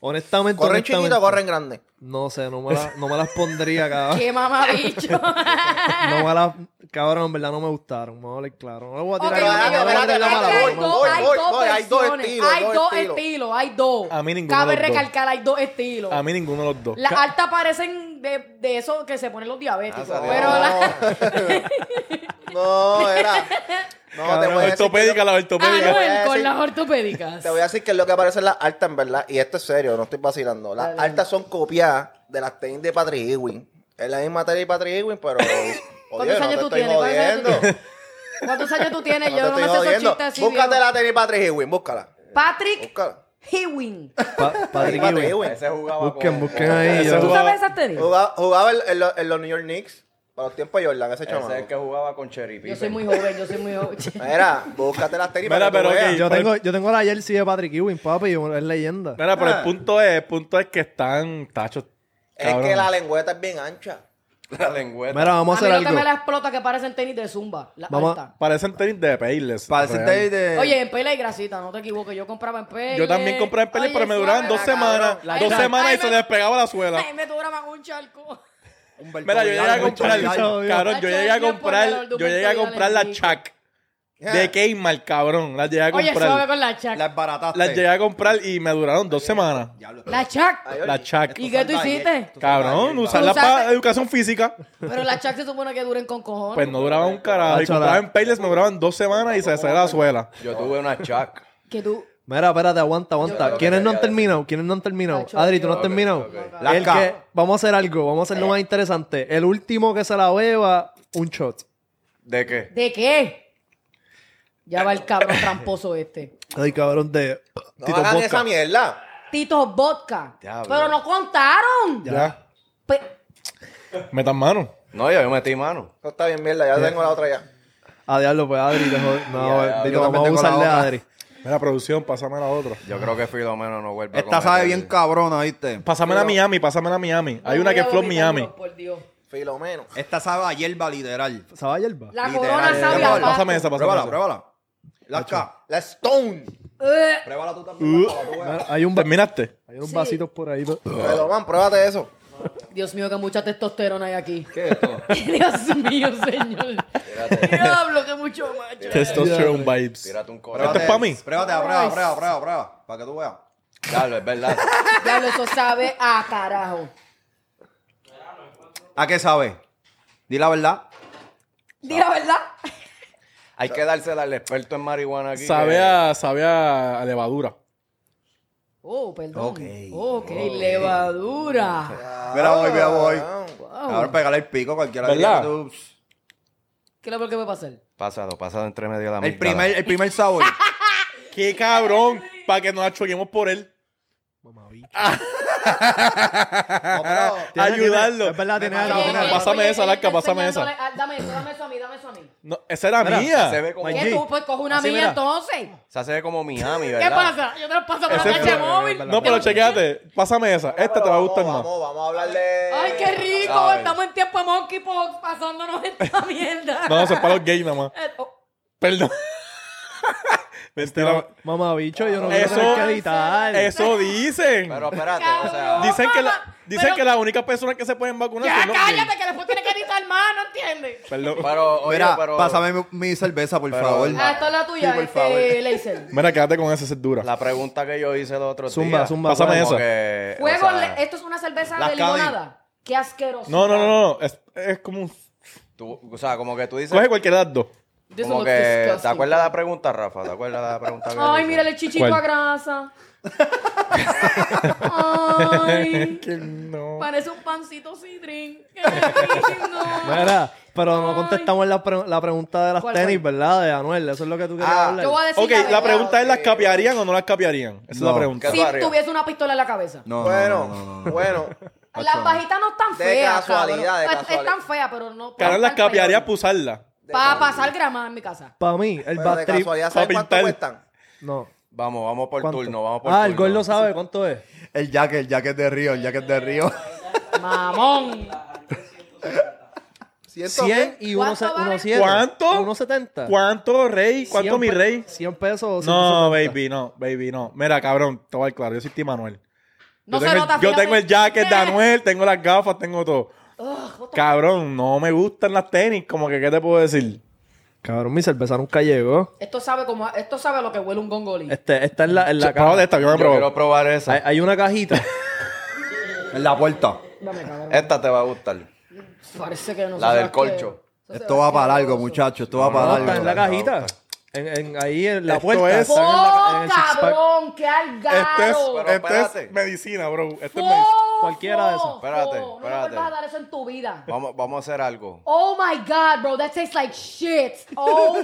S6: Honestamente,
S1: ¿Corren
S6: honestamente.
S1: chiquito o corren grande?
S6: No sé, no me, la- no me las pondría, cabrón.
S2: Qué mamabicho.
S6: Ah. No me las. Cabrón, en verdad no me gustaron. Vamos a hablar claro. No lo voy a
S2: Ok,
S6: tirar.
S1: pero espérate,
S6: no le voy a tirar la
S1: espérate,
S6: mala
S1: espérate,
S2: hay
S6: bola, no.
S2: dos- hay
S1: Voy, voy,
S2: dos
S1: voy, hay dos
S2: versiones,
S1: estilos,
S2: Hay
S1: dos
S2: dos
S1: estilos.
S2: estilos, hay dos.
S8: A mí ninguno
S2: Cabe
S8: de los dos.
S2: recalcar, hay dos estilos.
S8: A mí ninguno de los dos.
S2: Las
S8: Ca-
S2: altas parecen de, de eso que se ponen los diabéticos.
S12: Ah,
S2: pero la-
S1: No, era. No, te voy a
S8: la
S1: decir. que
S8: ortopédica, la ortopédica.
S1: voy a
S2: Anuel con
S1: decir-
S2: las ortopédicas.
S1: Te voy a decir que es lo que aparece en las altas, en verdad. Y esto es serio, no estoy vacilando. Las altas son copiadas de las tenis de Patrick Ewing. Es la misma tenis de Patrick Ewing, pero. Oye,
S2: ¿Cuántos
S1: no
S2: años
S1: te
S2: tú
S1: estoy
S2: tienes? ¿Cuántos años tú
S1: jodiendo.
S2: tienes? ¿Cuántos años tú tienes?
S1: No
S2: Yo no
S1: te
S2: me
S1: estoy
S2: sé esos
S1: jodiendo.
S2: chistes así.
S1: Búscate
S2: viejo.
S1: la tenis Patrick Ewing, búscala.
S2: Patrick
S1: Búscala.
S2: Ewing.
S6: Pa- Patrick
S1: Patrick
S6: Ewing.
S1: Ewing.
S12: Ese jugaba
S6: Busquen,
S12: con-
S6: busquen ahí.
S8: Ese
S6: yo-
S2: ¿Tú
S8: jugaba-
S2: sabes esas tenis?
S1: Jugaba, jugaba en, en los- en los New York Knicks para los tiempos de Jordan, ese
S12: Ese es
S1: chamaco.
S12: el que jugaba con Cherry
S2: Yo
S12: Pippen.
S2: soy muy joven, yo soy muy joven.
S1: Mira, búscate las tenis para
S8: Mira,
S1: que tú
S8: pero
S1: veas.
S8: ok,
S6: Yo tengo, yo tengo la jersey de Patrick Ewing, papi. yo- Es
S1: Ah.
S6: leyenda.
S8: Mira, pero el punto es, el punto es que están tachos.
S1: Es que
S8: cabrón.
S1: la lengüeta es bien ancha.
S12: La lengüeta.
S6: Mira, vamos a
S2: A mí
S6: hacer
S2: lo que me
S6: algo.
S2: la explota que parecen tenis de zumba. Las
S6: Vamos-
S2: altas.
S8: Parecen tenis de Payless.
S4: Parecen
S8: real.
S4: de- de...
S2: Oye, en Pele y grasita, no te equivoques. Yo compraba en Pele.
S8: Yo también compré en Payless,
S2: Oye,
S8: pero me
S2: suave,
S8: duraban dos
S2: la
S8: semanas.
S2: cabrón.
S8: Dos
S2: Ay,
S8: semanas
S2: ay,
S8: y se
S2: me-
S8: les pegaba la suela.
S2: Ay, me duraban un charco.
S4: Humberto
S8: Mira, yo llegué a
S4: Vidal, Humberto
S8: comprar,
S4: Vidal.
S8: cabrón, yo
S2: Nacho,
S8: llegué a
S2: el tiempo de
S8: comprar,
S2: Lord
S8: yo llegué a
S2: Humberto
S8: comprar
S2: Vidal
S8: la
S2: en sí.
S8: Chuck de Kmart, cabrón. La llegué a
S2: Oye, suave
S8: comprar.
S2: con la chac. La,
S4: Las barataste.
S8: Las llegué a comprar y me duraron dos semanas.
S2: chac.
S8: La Chuck.
S2: ¿Y qué tú hiciste?
S8: Cabrón, usarla
S2: Usaste-
S8: para educación física.
S2: Pero la chac se supone que duren con cojones.
S8: Pues no duraba un carajo. Y
S6: Nacho, la-
S8: compraba en Payless, me duraban dos semanas y se salía la suela.
S12: Yo tuve una chac.
S2: Que tú.
S6: Mira, espérate, aguanta, aguanta.
S12: Yo-
S6: ¿Quiénes no
S12: yo-
S6: han terminado? ¿Quiénes no han terminado?
S2: Nacho,
S6: Adri, ¿tú no
S2: yo-
S6: has terminado?
S12: ok.
S6: El
S4: Lasca.
S6: que, vamos a hacer algo, vamos a hacerlo más interesante. El último que se la beba, un shot.
S12: ¿De qué?
S2: ¿De qué? Ya va el cabrón tramposo este.
S6: Ay, cabrón, de
S1: No
S6: Tito
S1: hagan
S6: Vodka.
S1: esa mierda.
S2: Tito Vodka.
S12: Diablo.
S2: Pero no contaron. Pues,
S8: Ya.
S2: Pe-
S8: Metan mano.
S12: No, yo me metí mano.
S1: No está bien mierda, ya tengo la otra ya.
S6: Ah, diablo, pues Adri, te jod- No,
S12: Ya,
S6: Tito,
S4: yo
S6: vamos a
S4: también tengo la
S6: usarle a
S4: otra.
S6: Adri.
S8: Mira, producción, pásame la otra.
S12: Yo creo que Filomeno no vuelve
S4: Esta
S12: a
S4: sabe
S12: cometer-
S4: bien cabrona, ¿viste?
S8: Pásame la Miami, pásame la Miami. Hay una
S2: Voy
S8: que
S2: a
S8: es Flow
S2: vomitar,
S8: Miami.
S2: Por Dios.
S1: Filomeno.
S4: Esta sabe a hierba literal.
S6: ¿Sabes hierba?
S2: La
S4: Literal.
S2: corona
S4: Eh,
S2: sabe a
S4: pásame
S2: pasto.
S8: Pásame esa, pásame
S4: Pruébala,
S8: esa.
S4: pruébala. Lasca.
S1: La Stone.
S2: Eh,
S4: Pruébala tú también.
S12: Uh,
S4: Lasca, para que tú veas.
S6: Mira, Hay un, va-
S8: ¿Terminaste?
S6: hay unos
S2: Sí.
S6: vasitos por ahí. ¿no?
S1: Filomán, pruébate eso.
S2: Dios mío, que mucha testosterona hay aquí. ¿Qué Dios mío, señor. Diablo, que mucho macho.
S8: Testosterone vibes.
S12: Tírate un corazón.
S8: Esto es para mí.
S4: Pruébate, prueba, prueba, prueba, prueba. Para que tú veas.
S12: Claro, es verdad.
S2: Diablo, eso sabe a carajo.
S4: ¿A qué sabe? Di la verdad.
S2: Di la verdad.
S12: Hay que dársela al experto en marihuana aquí.
S8: Sabe
S12: que-
S8: a, sabe a, a levadura.
S2: Oh, perdón.
S4: Ok.
S2: Ok, levadura.
S4: Mira, voy, mira, voy.
S2: Wow.
S4: Ahora pégale el pico cualquiera
S8: ¿Verdad?
S4: que tú-
S2: ¿Qué es lo peor que puede pasar?
S12: Pásalo, pásalo entre medio de la
S4: El
S12: amígdala.
S4: primer, el primer sabor.
S8: ¡Qué cabrón! Para que nos achoguemos por él. Ayudarlo.
S6: Es verdad, tiene algo. tiene algo.
S8: Pásame esa, Larca, pásame esa.
S2: Enseñándole- ah, Dame eso, dame eso a mí, dame eso a mí.
S8: No, esa era
S13: Mira,
S8: mía.
S13: se ve como-
S2: ¿Qué tú? Pues coge una
S13: Así,
S2: mía
S13: mira.
S2: entonces.
S13: Se hace como Miami, ¿verdad?
S2: ¿Qué pasa? Yo te lo paso por
S8: Ese
S2: la
S8: fue-
S2: leche móvil.
S8: No, pero chequéate. Pásame esa. Esta te va a gustar más.
S2: Ay, qué rico.
S8: Ay.
S2: Estamos en tiempo de Monkey Pox pasándonos esta mierda.
S8: No, no, se para los gays nada más.
S2: Eh, oh,
S8: Perdón.
S6: Este
S8: Mentira.
S6: Mamá bicho, yo no voy a tener que
S8: Eso,
S6: editar.
S8: eso dicen.
S13: Pero espérate, o sea.
S8: Dicen que la, dicen que las únicas personas que se pueden vacunar
S2: Ya,
S8: son los gays.
S2: cállate, que después tiene que editar más, ¿no entiendes?
S8: Perdón.
S13: Pero, oye,
S4: Oh, Mira,
S13: pero.
S4: pásame mi, mi cerveza, por favor.
S2: Ah, esta es la tuya,
S4: Sí, por
S2: este, Leisel.
S8: Mira, quédate con esa, esa es dura.
S13: La pregunta que yo hice el otro
S8: Zumba,
S13: día.
S8: zumba,
S6: pues.
S8: Pásame
S13: como
S8: esa.
S12: eh,
S13: que, o
S2: Fuego,
S13: sea,
S2: le- esto es una cerveza
S13: las
S2: de
S13: Cádiz.
S2: limonada. Qué asqueroso.
S8: No, no, no, no. Es, es como un...
S13: tú- o sea, como que tú dices.
S8: Coge cualquier de las dos.
S2: This
S13: Como
S2: looks
S13: que, ¿Te
S2: disgusting.
S13: acuerdas de la pregunta, Rafa? ¿Te acuerdas de la pregunta? que
S2: Ay,
S13: hice?
S2: mira el chichito
S13: ¿Cuál?
S2: a grasa. Ay,
S8: Que no.
S2: parece un pancito sidrín.
S6: Mira, pero no contestamos la, pre- la pregunta de las
S2: ¿Cuál,
S6: tenis,
S2: cuál?
S6: ¿verdad? De Anuel, eso es lo que tú querías hablar.
S2: yo voy a decir
S8: Ok,
S2: la
S8: la
S2: verdad.
S8: pregunta es: ¿las capearían o no las capearían? Esa es
S6: No.
S8: la pregunta.
S2: Si tuviese una pistola en la cabeza.
S1: bueno, bueno.
S2: Las bajitas no están
S1: De
S2: feas.
S1: casualidad,
S2: cabrón.
S1: de
S2: Es-
S1: casualidad.
S2: Están feas, pero no.
S8: Cabrón, las capearías para usarlas.
S2: Para pasar grama en mi casa.
S6: Para mí, el
S1: Pero
S6: back
S1: de
S6: trip.
S1: casualidad, ¿sabes
S8: pa'
S1: cuánto
S8: pintar.
S1: cuestan?
S6: No.
S13: Vamos, vamos por
S6: ¿Cuánto?
S13: turno, vamos por
S6: Ah, el
S13: turno.
S6: gol lo sabe, ¿cuánto es?
S4: El jacket, el jacket de río, el jacket de río.
S2: Mamón.
S6: 100 y uno se-
S2: ¿Cuánto vale?
S6: uno siete.
S8: ¿Cuánto?
S6: Uno setenta.
S8: ¿Cuánto, rey? ¿Cuánto,
S6: Cien
S8: mi
S6: pe-
S8: rey?
S6: 100 pesos o
S8: No,
S6: 170.
S8: baby, no, baby, no. Mira, cabrón, te voy a dar claro, yo soy Tim Manuel.
S2: No
S8: yo
S2: se
S8: tengo, el,
S2: nota,
S8: yo
S2: fíjate.
S8: tengo el jacket de Anuel, tengo las gafas, tengo todo.
S2: Ugh,
S8: Cabrón, no me gustan las tenis, como que, ¿qué te puedo decir?
S6: Cabrón, mi cerveza nunca llegó.
S2: esto sabe como esto sabe a lo que huele un gongolí.
S6: Este, esta es la, en la
S8: Che, prueba de esta, yo me
S13: Yo
S8: probo.
S13: quiero probar esa.
S6: Hay, hay una cajita.
S4: En la puerta.
S2: Dame, cabrón.
S13: Esta te va a gustar.
S2: Parece que no
S13: La
S2: se
S13: del
S2: sabe
S13: colcho.
S2: qué- eso se
S4: Esto
S2: sabe
S4: va
S2: qué-
S4: para largo, muchachos. Esto va para
S6: No,
S4: largo.
S6: está en la cajita. En, en- ahí en la
S8: Esto
S6: puerta.
S8: es-
S6: Está en la- en
S2: ¡Oh,
S6: el six-pack.
S2: cabrón! ¡Qué
S8: Este es,
S2: algaro!
S13: Pero
S8: este
S13: espérate.
S8: es medicina, bro. Este es medicina.
S2: ¡Fofo!
S6: Cualquiera de esos.
S13: Espérate,
S2: No me
S13: espérate.
S2: vuelvas a dar eso en tu vida.
S13: Vamos, vamos a hacer algo.
S2: Oh my God, bro, that tastes like shit. Oh.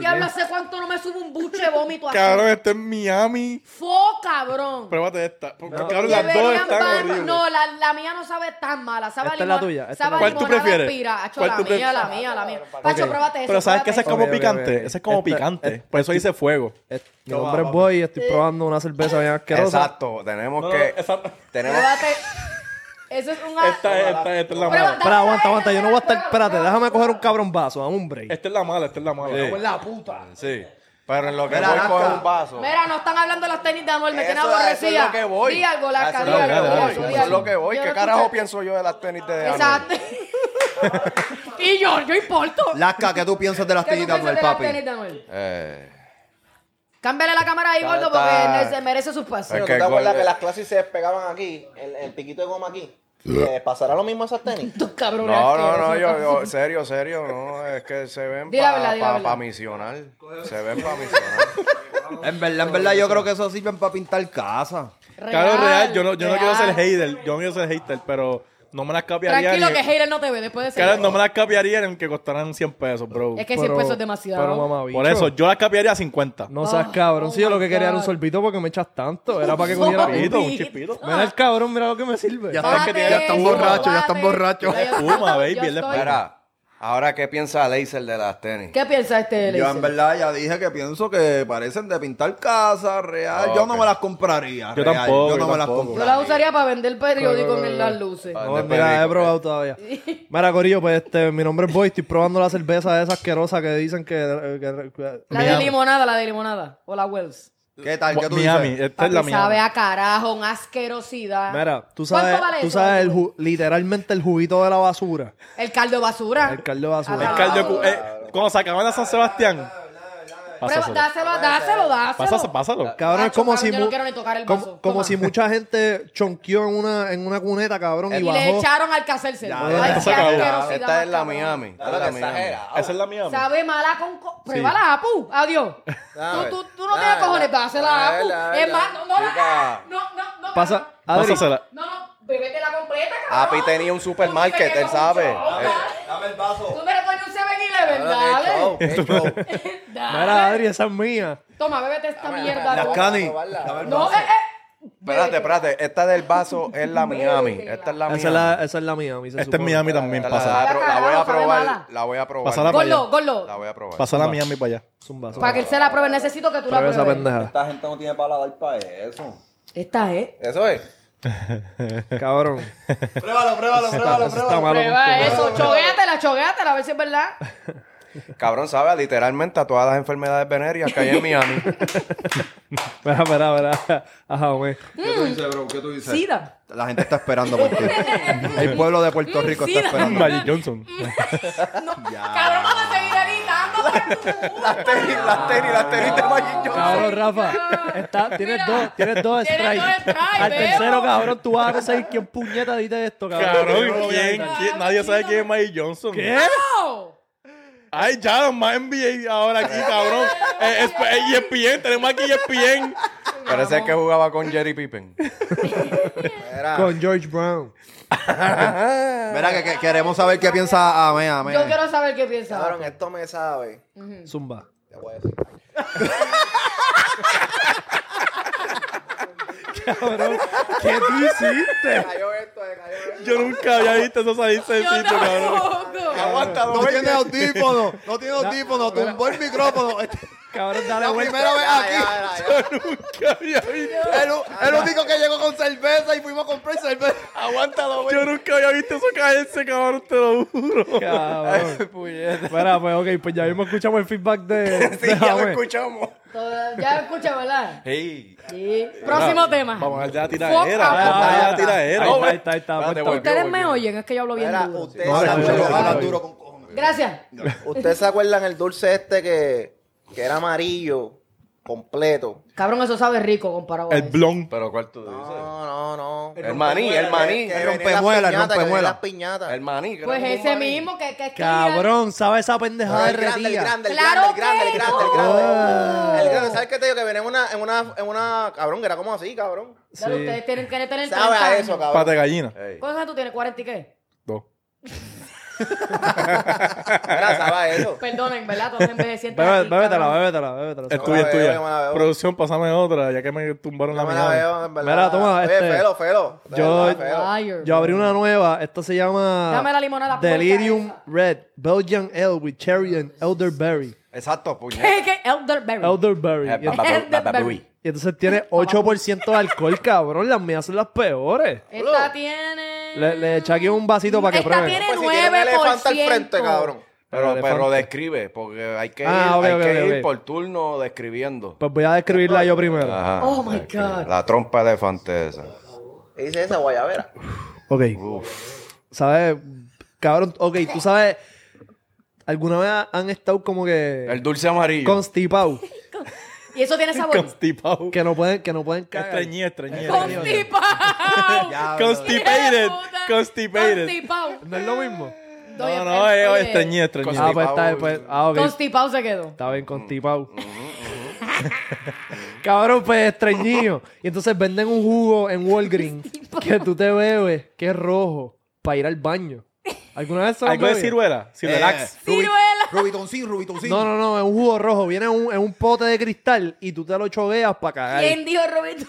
S2: Diablo, hace cuánto no me subo un buche de vómito así.
S8: Cabrón, este es Miami.
S2: Fo, cabrón.
S8: Pruébate esta. Porque, cabrón, las dos
S2: Deberían
S8: están
S2: bar-
S8: horribles.
S2: No, la, la mía no sabe tan mala. Sabe a
S6: Esta es la
S2: limón-
S6: tuya, esta
S2: Sabe
S8: es la
S2: a
S8: tuya. ¿Cuál tú
S2: limonada
S8: prefieres?
S2: aspira. Acho,
S8: ¿Cuál
S2: la
S8: tú
S2: mía,
S8: prefieres?
S2: la mía, la mía. Pacho, pruébate eso.
S8: Pero sabes que esa es
S2: pruébate
S8: como
S6: Ok, ok,
S8: picante.
S6: ok.
S8: Esa es como
S6: Este-
S8: picante.
S6: este-
S8: Por eso dice fuego.
S6: Eh, Mi nombre es Boy y estoy probando una cerveza bien asquerosa.
S13: Exacto, tenemos
S8: No, no,
S13: que.
S8: esa-
S13: Tenemos
S2: Pruébate. Eso es un...
S8: Esta, esta, esta es la
S2: Prueba-
S8: mala.
S6: Espera, aguanta, aguanta. Yo no voy a estar.
S2: Prueba,
S6: Espérate,
S2: prueba,
S6: déjame coger un cabrón vaso. Dame un break.
S8: Esta es la mala, esta es la mala.
S13: Sí.
S2: La puta.
S13: Sí. Pero en lo que
S4: Mira,
S13: voy con
S4: Alaska.
S13: un vaso.
S2: Mira, no están hablando de las tenis de Anuel, me tiene
S13: Eso-
S2: aborrecida.
S13: eso es lo que voy.
S2: Di algo, la
S13: Eso es
S2: cara,
S13: lo que-
S2: di algo,
S13: eso
S2: di
S13: es
S2: algo.
S13: lo que voy.
S2: Yo
S13: ¿Qué
S2: no
S13: carajo
S2: escuché.
S13: pienso yo de las tenis de Anuel?
S2: Exacto. y yo, yo importo.
S4: Lasca, ¿qué tú piensas de las
S2: ¿Qué tú
S4: tenis de
S2: piensas
S4: Anuel,
S2: de las
S4: papi?
S2: tenis de Anuel?
S13: Eh,
S2: Cámbiale la cámara ahí,
S13: Está-
S2: gordo,
S13: está-
S2: porque se merece sus pasos.
S13: Es
S1: Pero
S13: que
S1: ¿Tú te acuerdas
S13: gol-
S1: que las clases se despegaban aquí, el, el piquito de goma aquí? ¿Les pasará lo mismo a esas tenis?
S2: Estos cabrones
S13: No, no,
S2: asquerosos,
S13: no, yo,
S2: estos-
S13: yo, serio, serio, no, es que se ven
S2: Di la
S13: para
S2: verdad, di la verdad.
S13: misionar, se ven para misionar.
S4: En verdad, en verdad, yo creo que eso sirven para pintar casa.
S8: Claro, real, yo no, yo no quiero ser
S2: real.
S8: hater, yo no quiero ser hater, pero no me las capearía.
S2: Tranquilo
S8: ni-
S2: que Hater no te ve después de ser.
S8: Claro, no me las capearía ni aunque costaran 100 pesos, bro.
S2: Es que 100 pesos es demasiado.
S6: Pero mamá,
S8: Por eso, yo las capearía a 50.
S6: No seas cabrón.
S2: oh
S6: Si yo lo
S2: my
S6: que quería era un
S2: God.
S6: sorbito porque me echas tanto. Era para que comiera.
S8: sorbito.
S6: pito.
S8: un chispito.
S6: Mira el cabrón, mira lo que me sirve. Ah,
S4: Ya
S2: Bájate,
S4: están, ya están
S2: hijo,
S4: borrachos, ya están
S2: bájate.
S4: borrachos.
S2: Ya yo-
S8: Fuma, baby,
S2: yo
S8: él
S2: estoy-
S13: Mira, ahora, ¿qué piensa Leisel de las tenis?
S2: ¿Qué piensa este
S4: Yo
S2: Leisel?
S4: en verdad ya dije que pienso que parecen de pintar casa, real.
S13: Ah,
S4: Yo no
S13: ok.
S4: me las compraría.
S8: Yo
S4: real.
S8: tampoco,
S4: Yo no
S8: yo
S4: me las
S8: tampoco.
S2: Yo
S4: compraría.
S2: la usaría para vender periódicos en las luces.
S13: Ah,
S6: No,
S13: de
S6: mira,
S13: perico,
S6: he probado todavía. Mira, Corillo, pues este, mi nombre es Boy. Estoy probando la cerveza esa asquerosa que dicen que. eh, que- que-
S2: La de limonada, la de limonada. O la Wells.
S4: ¿Qué tal? ¿Qué tú
S8: Miami,
S4: dices?
S8: esta es la
S2: Papi, sabe
S8: mía.
S2: a carajo, una asquerosidad.
S6: Mira, tú
S2: ¿Cuánto
S6: sabes,
S2: vale
S6: tú
S2: eso,
S6: sabes el
S2: Raúl?
S6: ju- literalmente el juguito de la basura.
S2: El caldo de basura.
S6: El caldo de basura.
S8: El
S2: Ah,
S8: cardio-
S2: bueno.
S8: eh, cuando se acaban a San Sebastián.
S2: Prueba,
S8: Pásaselo.
S2: dáselo, dáselo, dáselo.
S8: Pásaselo, pásalo.
S6: Cabrón, es
S2: Macho,
S6: como
S2: cabrón,
S6: si
S2: yo no
S6: mu-
S2: quiero ni tocar el
S6: como,
S2: vaso.
S6: como
S2: Toma.
S6: si mucha gente chonqueó en una, en una cuneta, cabrón, y
S2: Y
S6: bajó.
S2: le echaron al cacerse.
S8: ya, se acabó.
S13: Esta es la Miami. Esta es la Miami.
S8: Esa es la mía. mi.
S2: Sabe mala con... co- Pruébala, Apu. Adiós. Tú, tú, tú no tienes cojones, pásela, Apu. Es más, no, no la... No, no, no.
S6: Pasa, Adri,
S8: Pásasela.
S2: No, no, bebete la completa, cabrón.
S13: Api tenía un
S2: Tú
S13: supermarket,
S2: te
S13: él sabe. Eh.
S2: quedas con chavo,
S4: Dame el vaso.
S2: Tú me lo pones un 7-Eleven,
S13: Show,
S1: Oh,
S2: dale.
S13: show.
S2: Dale.
S6: Mira, Adri, esa es mía.
S2: Toma, bébete esta mierda.
S4: Las
S2: loco.
S4: canis.
S2: No, eh, eh.
S13: Espérate, espérate. Esta del vaso es la Miami. Esta es la Miami.
S6: Esa es la, esa es la Miami.
S13: Esta
S8: Este es Miami también,
S13: Esta
S8: pasa.
S13: La, la, la voy a
S2: Sabe
S13: probar.
S2: mala.
S13: La voy a probar.
S8: Pásala para
S2: Gordo, gordo.
S13: La voy a probar.
S8: Pasa la Miami para allá.
S2: Para que él se la pruebe, necesito que tú la pruebes.
S14: Esta gente no tiene paladar para eso.
S2: Esta es.
S1: Eso es.
S6: Cabrón.
S1: Pruébalo, pruébalo,
S6: Eso
S1: pruébalo,
S6: eso
S1: pruébalo.
S6: malo.
S2: Prueba eso, choguéatela, choguéatela, a ver si es verdad.
S13: Cabrón, sabe literalmente a todas las enfermedades venéreas que hay en Miami.
S6: Espera, espera, espera. Ajá, hombre.
S4: ¿Qué tú dices, bro? ¿Qué tú dices?
S2: Sida.
S4: La gente está esperando por ti. El pueblo de Puerto
S2: Mm,
S4: Rico
S2: sida.
S4: está esperando.
S8: Magic Johnson.
S2: Cabrón, vamos a seguir editando. Las tenis, las tenis, las tenis de Magic
S6: Cabrón, Rafa. Está, tienes, dos, tienes dos
S2: Tienes
S6: strikes.
S2: dos strikes,
S6: Al
S2: veo.
S6: tercero, cabrón, tú vas a conseguir quién puñeta dice esto, cabrón.
S8: Cabrón,
S6: Yo no lo voy a
S8: ¿quién?
S6: editar.
S8: quién? Nadie sabe quién es Magic Johnson.
S6: ¿Qué?
S8: Ay, ya, más NBA ahora aquí, cabrón. Eh, esp- eh, ESPN, tenemos aquí ESPN.
S13: Parece que jugaba con Jerry Pippen.
S6: Con George Brown.
S4: Mira, que, que queremos saber qué piensa Amén, Amén.
S2: Yo quiero saber qué piensa.
S1: Cabrón, esto me sabe.
S2: Ujú.
S6: Mm. Zumba.
S8: Cabrón, ¿qué tú hiciste? Yo nunca había visto eso salirse del sitio, cabrón.
S4: Aguanta, no tiene audífono, no tiene audífono, tumbó el micrófono. Este,
S6: Cabrón, dale
S4: La
S6: vuelta.
S4: primera vez aquí.
S8: Nunca había visto.
S4: El, u- el único que llegó con cerveza y fuimos a comprar cerveza.
S8: Aguántalo, güey. Yo nunca había visto eso caerse, cabrón, te lo juro.
S6: Cabrón. Espera, pues, ok, pues ya mismo escuchamos el feedback de. sí,
S13: ya lo escuchamos.
S2: Toda- Ya escucha, ¿verdad?
S13: Hey.
S2: Sí. Próximo tema.
S8: Vamos a la
S2: Fuck
S8: tiradera.
S2: up.
S8: Vamos a la tiradera.
S6: Ah, Ahí está, ahí está, ahí está.
S13: Espérate,
S6: pues,
S13: volvió,
S2: Ustedes
S13: volvió.
S2: me oyen, es que yo hablo bien duro. Gracias.
S1: ¿Ustedes se acuerdan el dulce este que, que era amarillo, completo?
S2: Cabrón, eso sabe rico comparado a
S8: El
S2: eso.
S8: blon.
S13: Pero ¿cuál tú dices?
S1: No, no, no.
S13: El maní, el maní.
S1: Que
S13: El
S1: venía
S13: rompemuela,
S1: las
S13: el
S1: piñatas, que venía
S13: rompemuela.
S1: las piñatas.
S13: El maní. creo
S2: Pues
S13: que es un
S2: ese
S13: maní.
S2: mismo que, que, que
S6: Cabrón, ¿sabe esa pendejada de
S1: El grande, el
S6: retía?
S1: grande, el
S2: Claro
S1: grande, el grande, el
S2: que
S1: grande, el
S2: no.
S13: Ah.
S1: grande. El grande, ¿sabes qué te digo? Que venía en una, en una, en una, cabrón, que era como así, cabrón.
S2: Claro, ustedes tienen que tener 30
S1: Sabe a eso,
S2: años.
S1: cabrón.
S8: Pata de gallina.
S2: ¿Cuántos años tú tienes? ¿40 y qué?
S8: Dos.
S1: Mira, sabe a eso.
S2: Perdonen, ¿verdad? Todos envejecientes
S6: Bebe-
S2: aquí,
S6: Bébetela,
S2: cabrón.
S6: bébetela, bébetela.
S8: Es tuya, es
S1: veo,
S8: tuya.
S1: yo me la veo.
S8: Producción, pásame otra, ya que me tumbaron la
S1: No me la
S8: mirada.
S1: veo, en verdad.
S6: Mira, toma,
S1: Oye,
S6: este-
S1: felo, felo. De
S6: Yo-
S1: verdad, felo.
S2: Liar.
S6: Yo abrí una nueva, esta se llama
S2: Dame la limonada puerca
S6: Delirium
S2: esa.
S6: Red Belgian Ale with Cherry and Elderberry.
S13: Exacto, puñet.
S2: ¿Qué? ¿Qué? Elderberry.
S6: Elderberry. Y ent-
S2: Elderberry.
S6: y entonces tiene 8% de alcohol, cabrón. Las mías son las peores.
S2: Esta tiene...
S6: Le, le eché aquí un vasito para que
S2: Esta
S6: prueben.
S2: tiene
S1: Pues si tiene un elefante al
S2: 9%.
S1: frente, cabrón.
S13: Pero,
S6: Elefante.
S13: pero describe, porque hay que ir,
S6: Ah, ok,
S13: hay
S6: ok,
S13: que
S6: ok.
S13: ir por turno describiendo.
S6: Pues voy a describirla yo primero.
S13: Ajá.
S2: Oh, my God.
S13: La trompa elefante esa.
S1: Dice esa guayabera.
S6: Ok. ¿Sabes? Cabrón, ok, tú sabes... ¿Alguna vez han estado como que...
S13: El dulce amarillo.
S6: constipados?
S2: Y eso tiene sabor.
S8: Constipado.
S6: Que no pueden, que no pueden cagar.
S8: Estreñí, estreñí.
S2: Constipado.
S8: Constipated. Constipated.
S2: Constipado.
S6: ¿No es lo mismo?
S8: No, no, eh, estreñí, estreñí.
S6: Ah, pues está después. Ah, ok.
S2: Constipado se quedó.
S6: Está
S4: Mm,
S6: bien constipado. Cabrón,
S4: mm,
S6: pues estreñido. Y entonces venden un jugo en Walgreens que tú te bebes, que es rojo, para ir al baño. ¿Alguna vez se lo han
S8: Algo de
S6: bebido?
S8: ciruela.
S4: Eh,
S8: Ciruelax.
S2: Ciruela.
S4: Rubitoncín, Rubitoncín.
S6: No, no, no, es un jugo rojo. Viene en un, en un pote de cristal y tú te lo chogueas para cagar.
S2: ¿Quién dijo Roberto?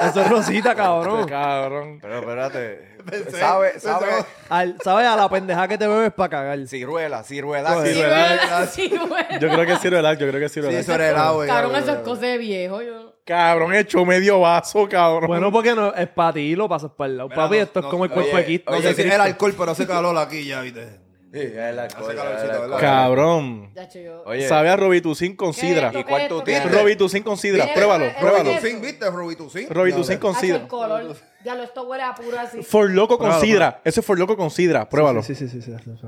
S6: Eso es rosita, cabrón.
S8: Este Cabrón.
S13: Pero espérate. sabe, sabe.
S6: Al- ¿Sabes? A la pendeja que te bebes para cagar.
S13: Ciruela, ciruela.
S8: Sí,
S13: ciruela.
S2: Ciruela. Ciruela.
S8: Yo creo que es ciruelax, yo creo que es
S4: Sí,
S8: ciruelax.
S4: eso era el agua.
S2: Cabrón, eso es cosa de viejo. Yo...
S8: Cabrón, hecho medio vaso, cabrón.
S6: Bueno, porque no, es para ti y lo pasas para el lado. Papi, esto es como el cuerpo de Cristo.
S4: No
S6: de
S4: sé si
S6: Cristo.
S4: era alcohol, pero hace calor aquí ya, ¿viste?
S13: Sí, es la cosa,
S4: Hace calorcito,
S13: es la
S4: ¿verdad?
S13: cosa.
S8: cabrón.
S2: Ya, yo...
S13: Oye,
S8: Sabe a Robitussin con sidra.
S2: ¿Qué es esto?
S13: cuál
S2: ¿Qué es
S13: tú
S2: esto? ¿Qué es
S13: tienes?
S2: esto?
S8: Robitussin con sidra.
S2: Mira,
S8: pruébalo,
S2: mira,
S8: pruébalo.
S2: mira.
S4: Rubitoncín, ¿viste? Rubitoncín.
S8: Robitussin con
S2: Hace el
S8: sidra.
S2: color. Ya lo esto huele a puro así.
S8: For loco con
S6: Pruébalo,
S8: sidra. Eso es for loco con sidra. Pruébalo.
S6: Sí, sí, sí, sí, sí, sí.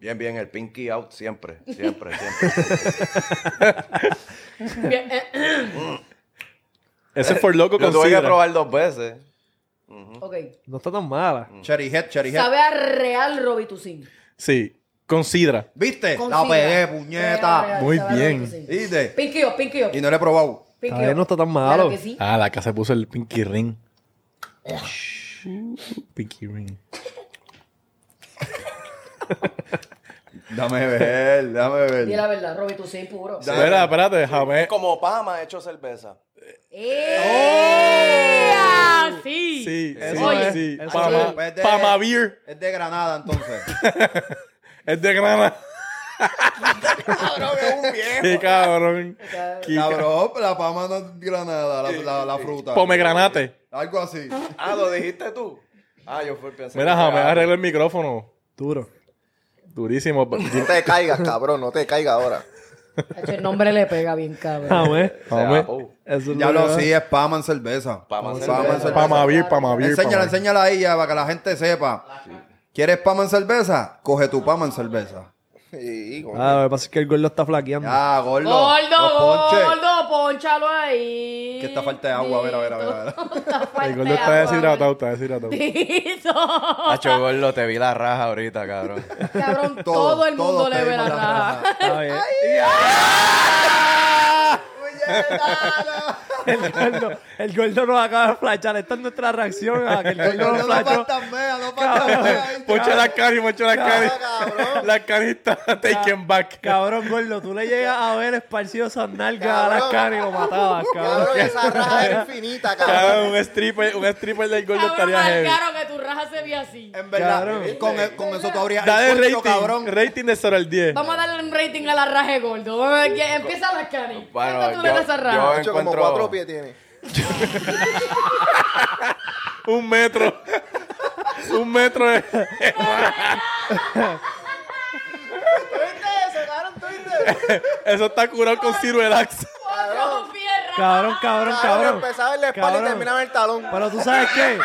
S13: Bien, bien, el pinky out siempre, siempre, siempre.
S2: Bien, eh, eh,
S8: Ese es for loco
S13: Lo
S8: con
S13: tuve que
S8: sidra.
S13: probar dos veces.
S2: ok.
S6: No está tan mala.
S4: Cherry head, cherry head.
S2: Sabe a real Robitussin.
S8: Sí, con sidra.
S4: ¿Viste?
S2: Con
S4: La
S2: sidra.
S4: pegué,
S2: Real,
S4: puñeta.
S2: real,
S8: Muy
S2: sabe a
S8: bien.
S2: Robitussin.
S4: ¿Viste?
S2: Pinky up, pinky up.
S4: Y no le he probado.
S2: pinky
S6: Está bien,
S2: up.
S6: no está tan malo.
S2: Claro que sí.
S8: Ah, la casa puso el pinky ring. Pinky ring.
S4: Dame ver, dame
S2: Di
S4: ver.
S2: la verdad, Robitussin puro.
S13: Eh.
S8: Espera, espérate, déjame.
S13: Como Pama hecho cerveza.
S2: ¡Eh! Así.
S8: Sí,
S4: Eso
S8: sí,
S4: es.
S8: sí.
S4: Eso
S8: Pama,
S4: es. Pues de-
S8: Pama Beer.
S4: Es de Granada, entonces.
S8: Es de grana. Qué cabrón. Qué
S4: Cabrón, la pama no es Granada, la, la, la fruta.
S8: Pomegranate.
S4: Algo así.
S13: Ah, ¿lo dijiste tú? Ah, yo fui pensando.
S8: Mira, Jame, arregla el micrófono.
S6: Duro.
S8: Durísimo.
S1: No te caigas, cabrón, no te caigas ahora.
S2: Hacho, El nombre le pega bien, cabrón.
S6: Ah,
S8: Ah,
S6: pues.
S8: Jame.
S13: ah, uh,
S4: Ya
S6: ¿eh?
S4: lo sí, es Pama en cerveza. Pama
S8: en cerveza. Pama beer, pama beer,
S4: Enséñala,
S8: pama.
S4: enséñala ahí ya, para que la gente sepa. ¿Quieres Pama en cerveza? Coge tu Pama en cerveza.
S6: Ah, lo que pasa es que el gordo está flaqueando.
S4: Ah, gordo.
S2: Gordo,
S4: Los ponches.
S2: gordo, ponchalo ahí.
S4: Que está falta de agua, a ver, a ver, a ver. a ver.
S8: El gordo está deshidratado, está deshidratado.
S2: Tito.
S13: Hacho, gordo, te vi la raja ahorita, cabrón.
S2: Cabrón, todo, el mundo le ve la raja.
S6: Ah. El gordo, el gordo nos acaba de flashar. Esta es nuestra reacción a que el gordo nos flashó.
S8: Poncha las caras, poncha las caras. Las caritas, taken back.
S6: Cabrón, gordo, tú le llegas a ver esparcido esas nalgas a las caras y lo matabas, cabrón.
S1: esa raja era infinita,
S8: Cabrón, un stripper, un stripper del gordo
S2: Cabrón,
S8: estaría heavy.
S2: marcaron que tu raja se veía así.
S4: En verdad, con, el- con eso tú abrías
S8: Dale
S4: el
S8: rating,
S4: poncho, cabrón.
S8: rating de 0 al 10.
S2: Vamos a darle un rating a la raja de gordo. Vamos a ver quién- Empieza las caras.
S13: Bueno,
S2: tú le das esa raja?
S13: yo
S1: Ocho, como
S13: encuentro-
S1: cuatro pies tiene.
S8: Un metro. un metro de. Eso está curado con ciruelax.
S2: Cabrón,
S6: Cabrón, cabrón, cabrón.
S1: Empezaba en la espalda
S6: Cabrón.
S1: y terminaba en el talón.
S6: Pero tú sabes qué?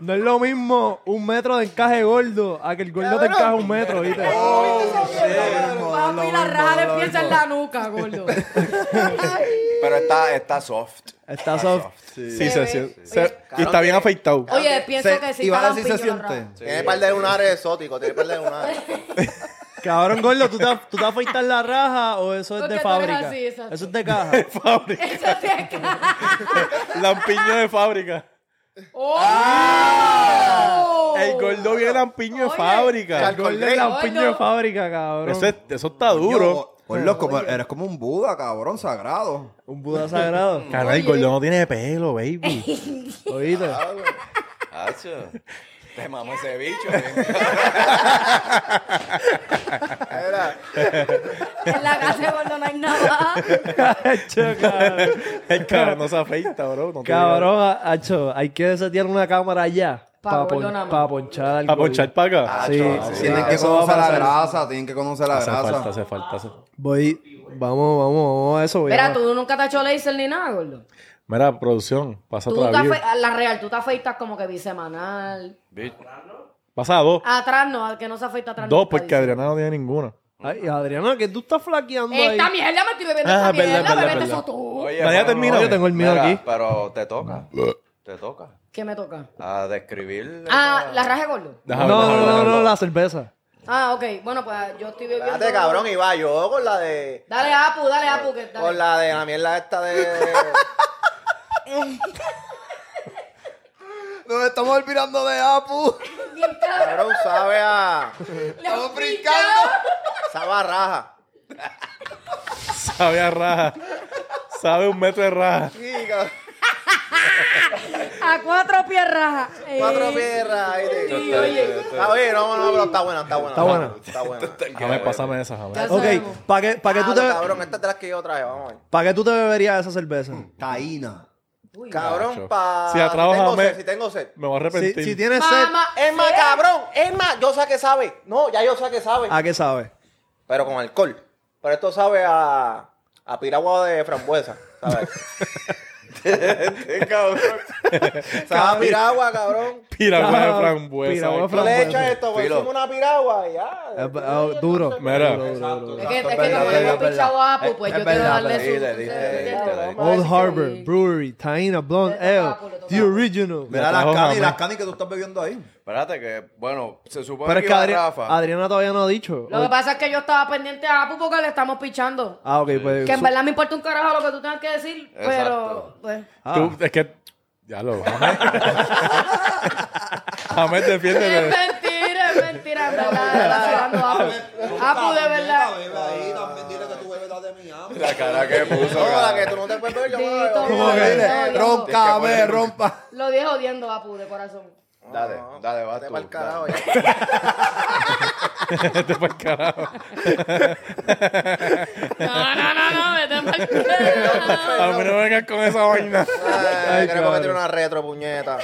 S6: No es lo mismo un metro de encaje gordo a que el gordo te encaje un metro, ¿viste?
S2: Papi, la raja le empieza en la nuca, gordo.
S13: Pero está, está soft.
S6: Está soft.
S8: Ah, Sí,
S2: Se
S8: se
S2: ve.
S8: siente.
S2: Oye,
S8: Se- y está bien afeitado.
S2: Oye, pienso
S4: Se-
S2: que sí.
S4: y van a
S2: cada
S4: decir se
S2: pillo la raja.
S4: siente.
S1: Tiene par de lunares exóticos, tiene par de lunares.
S6: Cabrón, gordo, ¿tú te, tú te afeitas la raja o eso es
S2: Porque
S6: de
S2: tú eres
S6: fábrica?
S2: así, exacto.
S6: eso es de caja. De
S8: fábrica.
S2: Eso sí es ca-
S8: Lampiño de fábrica.
S13: Ah,
S2: ¡Oh!
S8: El gordo viene lampiño de fábrica.
S6: El gordo es lampiño de fábrica, cabrón.
S8: Eso, es- eso está duro.
S4: Gordo, como- pues, eres como un Buda, cabrón, sagrado.
S6: Un Buda sagrado.
S4: Ah,
S8: Caray, el gordo no tiene pelo, baby.
S6: ¿Oíste?
S13: Hacho, te mamó ese bicho. bien.
S2: En la casa de gordo no hay nada.
S8: el cabrón no se afeita, bro. No tiene-
S6: Cabrón, a- acho, hay que setear una cámara allá.
S2: Pa'
S6: Para
S2: gordo nada más.
S6: ponchar al
S8: Para
S6: gordo.
S8: ponchar para acá.
S6: Sí, sí.
S4: Tienen que
S6: Eso va a
S4: conocer la
S6: pasar.
S4: grasa, tienen que conocer la
S8: Hace falta,
S4: grasa.
S8: hace falta. hace-
S6: Voy, vamos, vamos, vamos a eso. voy
S2: Espera,
S6: a-
S2: tú nunca te has hecho laser ni nada, gordo.
S8: Mira, producción, pasa
S2: Tú te
S8: otra vez.
S2: afe- la real, tú te afeitas como que bisemanal.
S8: Pasa a dos.
S2: Atrás no, al que Ah, no se afeita atrás.
S8: Dos,
S2: nunca,
S8: porque
S2: dice.
S8: Adriana no tiene ninguna.
S6: Ay, Adriana, que tú estás flaqueando
S2: Esta
S6: ahí.
S2: mierda me estoy bebiendo
S8: Ah,
S2: esta
S8: verdad,
S2: mierda,
S8: verdad,
S2: bebete
S8: verdad.
S2: eso tú.
S13: Oye,
S8: Vale, ya
S13: mano,
S8: terminó.
S6: Yo tengo el mío
S13: mira,
S6: aquí.
S13: Pero te toca. Te toca.
S2: ¿Qué me toca?
S13: A describir.
S2: Ah, la raja de gordo.
S6: No, no, no, no, la cerveza.
S2: Ah, ok. Bueno, pues yo estoy bebiendo.
S1: Espérate, cabrón, y va yo con la de.
S2: Dale, Apu, dale, Apu. Que dale.
S1: Con la de la mierda esta de.
S4: Nos estamos olvidando de Apu.
S2: Bien, cabrón.
S1: Cabrón, sabe a.
S2: Estamos brincando.
S1: Sabe a raja.
S8: Sabe a raja. Sabe un metro de raja.
S1: Sí, cabrón.
S2: A cuatro pies raja. Eh, Ey.
S1: Cuatro piernas. ahí te-
S2: Sí, oye.
S1: Está bien, no, no, pero está buena, está buena.
S6: Está buena.
S1: Está buena.
S8: Jame, pásame esa, Jame.
S2: Ya
S6: Ok,
S2: sabemos.
S6: ¿para qué, pa' qué
S1: Ah,
S6: tú te,
S1: cabrón, esta es de las que yo traje, vamos a ver.
S6: pa' qué tú te beberías esa cerveza?
S4: Mm. Taína.
S2: Uy.
S1: Cabrón,
S8: Nacho.
S1: pa...
S8: Si atrás,
S1: tengo
S8: bájame.
S1: sed, si tengo sed.
S8: Me voy a
S6: Si,
S8: arrepentir.
S6: si tienes sed,
S2: Mamá,
S1: Es más,
S2: ¿sí?
S1: cabrón, es más, yo sé que sabe. No, ya yo sé que sabe.
S6: ¿a qué sabes?
S1: Pero con alcohol. Pero esto sabe a... A piragua de frambuesa, ¿sabes? sabe a piragua, cabrón.
S8: Piragua de
S6: Ah,
S8: frambuesa.
S6: piragua de
S1: Tú le
S6: Frambuesa.
S1: echas esto, pues,
S13: Filo.
S1: encima una piragua y ya.
S6: Eh, ah, duro.
S8: Mira.
S6: Duro, duro, duro.
S2: Es que, es que
S4: Es verdad,
S2: como le
S4: es
S2: hemos
S4: verdad.
S2: pinchado a Apu, pues
S4: Es
S2: yo quiero
S4: verdad,
S2: darle
S13: le
S2: su.
S13: diste, le diste,
S2: ¿entiendes?
S13: le diste, le diste.
S6: Old Harbor, Brewery, Taina, Blonde
S2: Le toca
S6: Ale,
S2: a Apu, le toca
S6: The
S2: a Apu.
S6: Original.
S4: Mira las
S8: trajo
S4: canis,
S8: Jamé.
S4: las canis que tú estás bebiendo ahí.
S13: Espérate que, bueno, se supone
S6: Pero es
S13: que
S6: que
S13: iba
S6: Adri-
S13: Rafa.
S6: Adriana todavía no ha dicho.
S2: Lo que pasa es que yo estaba pendiente a Apu porque le estamos pichando.
S6: Ah, ok, pues.
S2: Que en
S6: su-
S2: verdad me importa un carajo lo que tú tengas que decir, pero.
S13: Exacto.
S2: Pues,
S6: Ah.
S8: Tú, es que. Ya lo. Jame. Jame,
S2: es
S8: defiéndeme.
S2: mentira, es mentira, en verdad. relacionando a Apu. Apu, de verdad.
S4: Ahí también dile que tú bebes la de mi
S12: La cara que puso.
S1: No, la
S12: cara.
S1: que tú no te puedes ver, yo
S2: Sí, todo
S12: ¿Cómo
S2: bien,
S12: que?
S2: todo bien.
S12: Róncame, Tienes que poner-
S4: rompa.
S2: Lo dije odiando, Apu, de corazón.
S12: Dale, dale, vas tú.
S1: pa'l carajo,
S12: dale.
S8: Vete pa'l Este carajo.
S2: No, no, no, no, vete pa'l
S8: A mí no me vengas con esa vaina.
S1: Ay, creo que
S8: cabrón.
S1: tiene una retro, puñeta.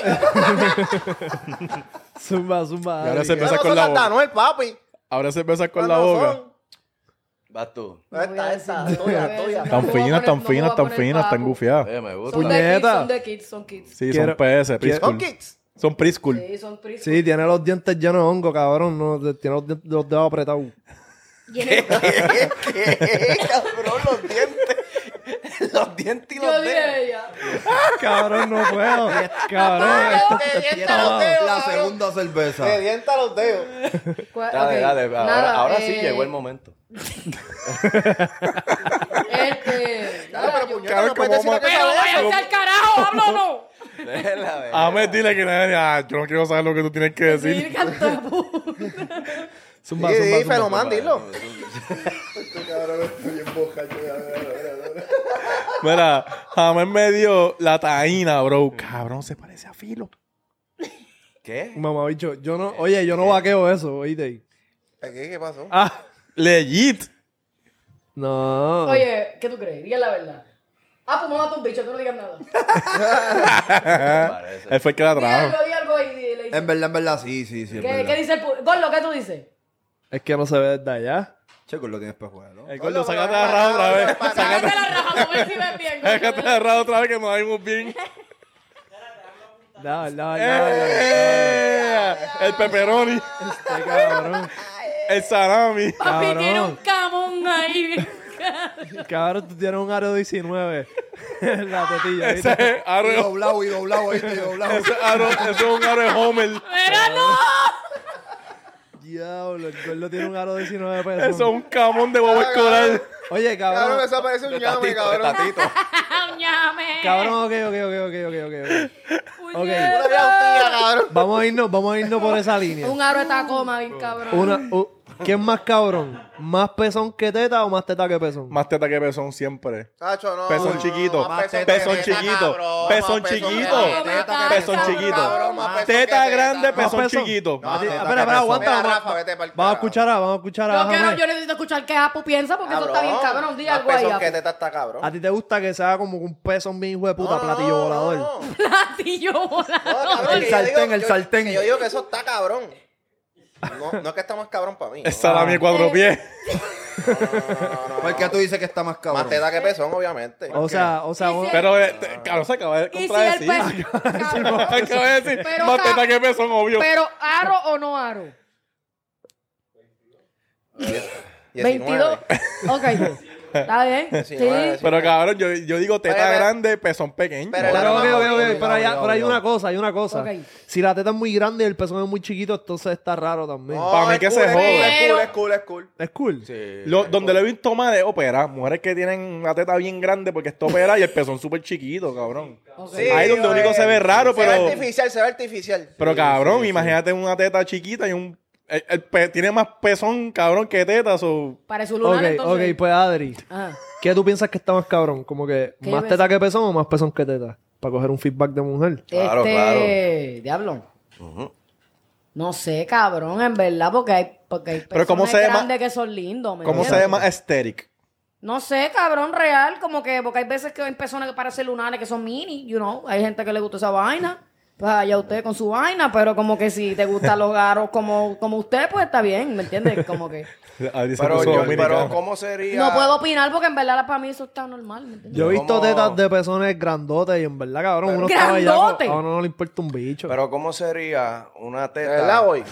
S6: Zumba, zumba.
S8: Y ahora
S6: dale.
S8: se empieza con la boca.
S1: Anuel, papi.
S8: Ahora se empieza con la boca.
S12: Vas tú.
S1: Esta, esta, tuya, tuya.
S8: Tan finas, tan finas, tan finas, tan gufiadas.
S12: Eh, me gusta.
S2: Son de kids, son de kids, son kids.
S8: Sí,
S6: Quiero-
S8: son PS, preschool.
S6: Son
S1: kids.
S8: Son preschool.
S2: Sí, son priscos.
S6: Sí, tiene los dientes llenos de hongo, cabrón. No, de- tiene los, dientes- los dedos apretados.
S1: ¿Qué, cabrón? Los
S12: dientes. Los dientes y los
S2: Yo
S12: dedos.
S2: dije ella.
S6: cabrón, no puedo.
S12: Ah,
S6: cabrón, esto,
S1: Te
S6: esto
S1: dienta
S6: está-
S1: los dedos,
S4: La
S1: cabrón.
S4: segunda cerveza.
S1: Te dienta los dedos.
S2: ¿Cuál-
S12: Dale,
S2: ok,
S12: dale. Ahora,
S2: nada,
S12: ahora sí
S2: eh,
S12: llegó el momento.
S2: Este.
S1: Claro, pero puñeta,
S8: Cabrón,
S1: no puedes
S8: ¿cómo
S1: decir que
S2: Pero
S1: sabes eso.
S2: váyanse al carajo, hablo o no.
S8: Ahmed, dile que nadie. Ah, yo no quiero saber lo que tú tienes que
S2: Sí,
S8: decir.
S2: canto de puta.
S6: Zumba,
S1: Sí,
S6: zumba,
S1: sí,
S6: zumba,
S1: Fenomán,
S6: zumba.
S1: dilo.
S8: Mira, Ahmed me dio la taína, bro. Cabrón, se parece a Filo.
S12: ¿Qué?
S6: Mamá, bicho, yo no, oye, yo no vaqueo eso, oíste.
S1: ¿Qué, qué pasó?
S6: Ah,
S8: legit.
S6: No.
S2: Oye, ¿qué tú crees? Diga la verdad. Ah, pues mamá, tú un bicho, tú no digas nada.
S8: Ah, Él fue el que la
S2: Di
S8: trajo.
S2: algo, di algo ahí, di- le dice.
S4: En verdad, en verdad, sí, sí, sí. es
S2: ¿Qué,
S4: verdad.
S2: ¿Qué dice el público? Gordo, ¿qué tú dices?
S6: Es que no se ve desde allá.
S4: Checo, lo tienes pejuelo.
S8: El gordo, sácate la raja otra vez.
S2: Sácate la raja, a ver si ves bien. gordo.
S8: Ah, Sácate la raja otra vez que nos vimos bien.
S6: No, no, no.
S8: ¡Eh! El pepperoni.
S6: Este cabrón.
S8: El salami.
S2: Papi, tiene un
S6: Cabrón.
S2: camón ahí.
S6: Cabrón, tú tienes un aro 19 en la tetilla.
S8: Ese
S6: ¿viste?
S8: es aro.
S4: Y doblado, y doblado, ahí, y doblado.
S8: Ese es aro. Ese es un aro de Homer.
S2: ¡Pero no!
S6: Diablo, el gordo tiene un aro 19
S8: Eso es
S6: pesos.
S8: un camón de bobo escolar.
S6: Oye,
S1: Cabrón,
S6: cabrón.
S1: eso parece un llame,
S12: Tatito, de
S1: cabrón.
S12: tatito.
S2: ¡Ñame!
S6: Cabrón, ok, ok, ok, ok, ok, ok, ok.
S2: Puñeta.
S6: Ok. Vamos a irnos, vamos a irnos por esa línea.
S2: Un aro de tacoma, bien cabrón.
S6: Una, u- ¿Quién más cabrón? ¿Más pezón que teta o más teta que pezón?
S8: Más teta que pezón siempre.
S1: Tacho, no.
S8: Pezón
S1: no,
S8: chiquito.
S1: más peso
S8: Pezón
S1: que teta,
S8: chiquito.
S1: cabrón,
S8: Pezón
S1: más peso que
S8: chiquito.
S1: teta, que
S8: Pezón
S1: cabrón, cabrón, más
S8: chiquito.
S1: peso que
S8: Teta grande,
S6: Más
S8: pezón
S6: pezón.
S8: chiquito.
S6: Más teta
S1: teta
S6: espera,
S1: que
S6: espera,
S1: pezón.
S6: aguanta.
S1: Mira,
S6: vamos a-
S1: Rafa, vete pa'l
S6: Vamos a
S1: carajo.
S6: escuchar, a- vamos a escuchar. a
S2: Yo, quiero,
S6: Jamel.
S2: yo necesito escuchar qué Apu piensa porque eso está bien cabrón. Di
S1: Más
S2: algo ahí,
S1: peso que
S2: Apu.
S1: teta está cabrón.
S6: A ti te gusta que sea como un pezón bien hijo de puta, platillo volador.
S2: Platillo volador.
S1: No, cabrón,
S6: El
S1: que yo
S6: sartén,
S1: digo-
S6: el
S1: yo-
S6: sartén.
S1: que Yo digo que eso está cabrón. No, no es que está más cabrón para mí.
S8: El salami de cuatro pies.
S4: ¿Por qué tú dices que está más
S1: Más
S4: cabrón?
S1: teta que pezón, obviamente.
S6: O sea, o sea, vos-
S8: Pero, eh, te- cabrón, se acaba de
S2: Y si el
S8: contradecir.
S2: pez-
S8: Acaba de decir,
S2: Pero,
S8: más
S2: ca-
S8: teta que pezón, obvio.
S2: Pero aro o no aro.
S1: 19.
S2: 22. Ok. Está bien. Sí.
S1: 19,
S8: Pero, cabrón, yo, yo digo teta
S1: Pero-
S8: grande, pezón pequeño.
S1: Pero-
S6: Pero,
S1: no,
S6: ok,
S1: no,
S6: ok,
S1: no,
S6: ok,
S1: no,
S6: pero hay-
S1: no,
S6: pero hay
S1: no.
S6: una cosa, hay una cosa.
S2: Ok.
S6: Si la teta es muy grande y el pezón es muy chiquito, entonces está raro también.
S1: No,
S8: Para mí
S1: es
S8: que
S1: cool,
S8: se
S1: es
S8: jode.
S1: cool, Es cool, es cool, es cool.
S6: ¿Es cool?
S8: Lo- donde lo he visto más de ópera, mujeres que tienen una teta bien grande porque es ópera y el pezón súper chiquito, cabrón.
S1: Sí,
S8: Ahí donde
S1: oye,
S8: único se ve raro,
S1: Se ve
S8: pero.
S1: artificial, se ve artificial.
S8: Pero cabrón, imagínate una teta chiquita y un. el- el pe- tiene más pezón, cabrón, que tetas o.
S2: Para su lunar,
S6: Ok,
S2: entonces.
S6: ok, pues Adri,
S2: Ajá.
S6: ¿qué tú piensas que está más cabrón? ¿Como que
S2: ¿Qué
S6: más
S2: ves?
S6: teta que pezón o más pezón que teta? Para coger un feedback de mujer.
S12: Claro,
S2: este,
S12: claro.
S2: diablo. No sé, cabrón, en verdad, porque hay, porque hay
S8: Pero ¿cómo
S2: personas
S8: se llama-
S2: grandes que son lindos. ¿me
S8: ¿Cómo se
S2: entiendes?
S8: llama? Aesthetic.
S2: No sé, cabrón, real, como que, porque hay veces que hay personas que parecen lunares que son mini, you know, hay gente que le gusta esa vaina, pues allá usted con su vaina, pero como que si te gustan los garos como, como usted, pues está bien, ¿me entiendes? Como que
S8: Adri se
S12: Pero,
S8: puso
S12: yo-
S8: dominicano.
S12: pero ¿cómo sería?
S2: no puedo opinar porque en verdad para mí eso está normal, ¿me entiendes?
S6: Yo he visto
S12: ¿Cómo?
S6: tetas de pezones grandotes y en verdad, cabrón, uno estaba ya.
S2: ¡Grandote!
S6: A uno no le importa un bicho.
S12: Pero ¿cómo sería una
S1: ¿De verdad,
S12: teta?
S1: voy?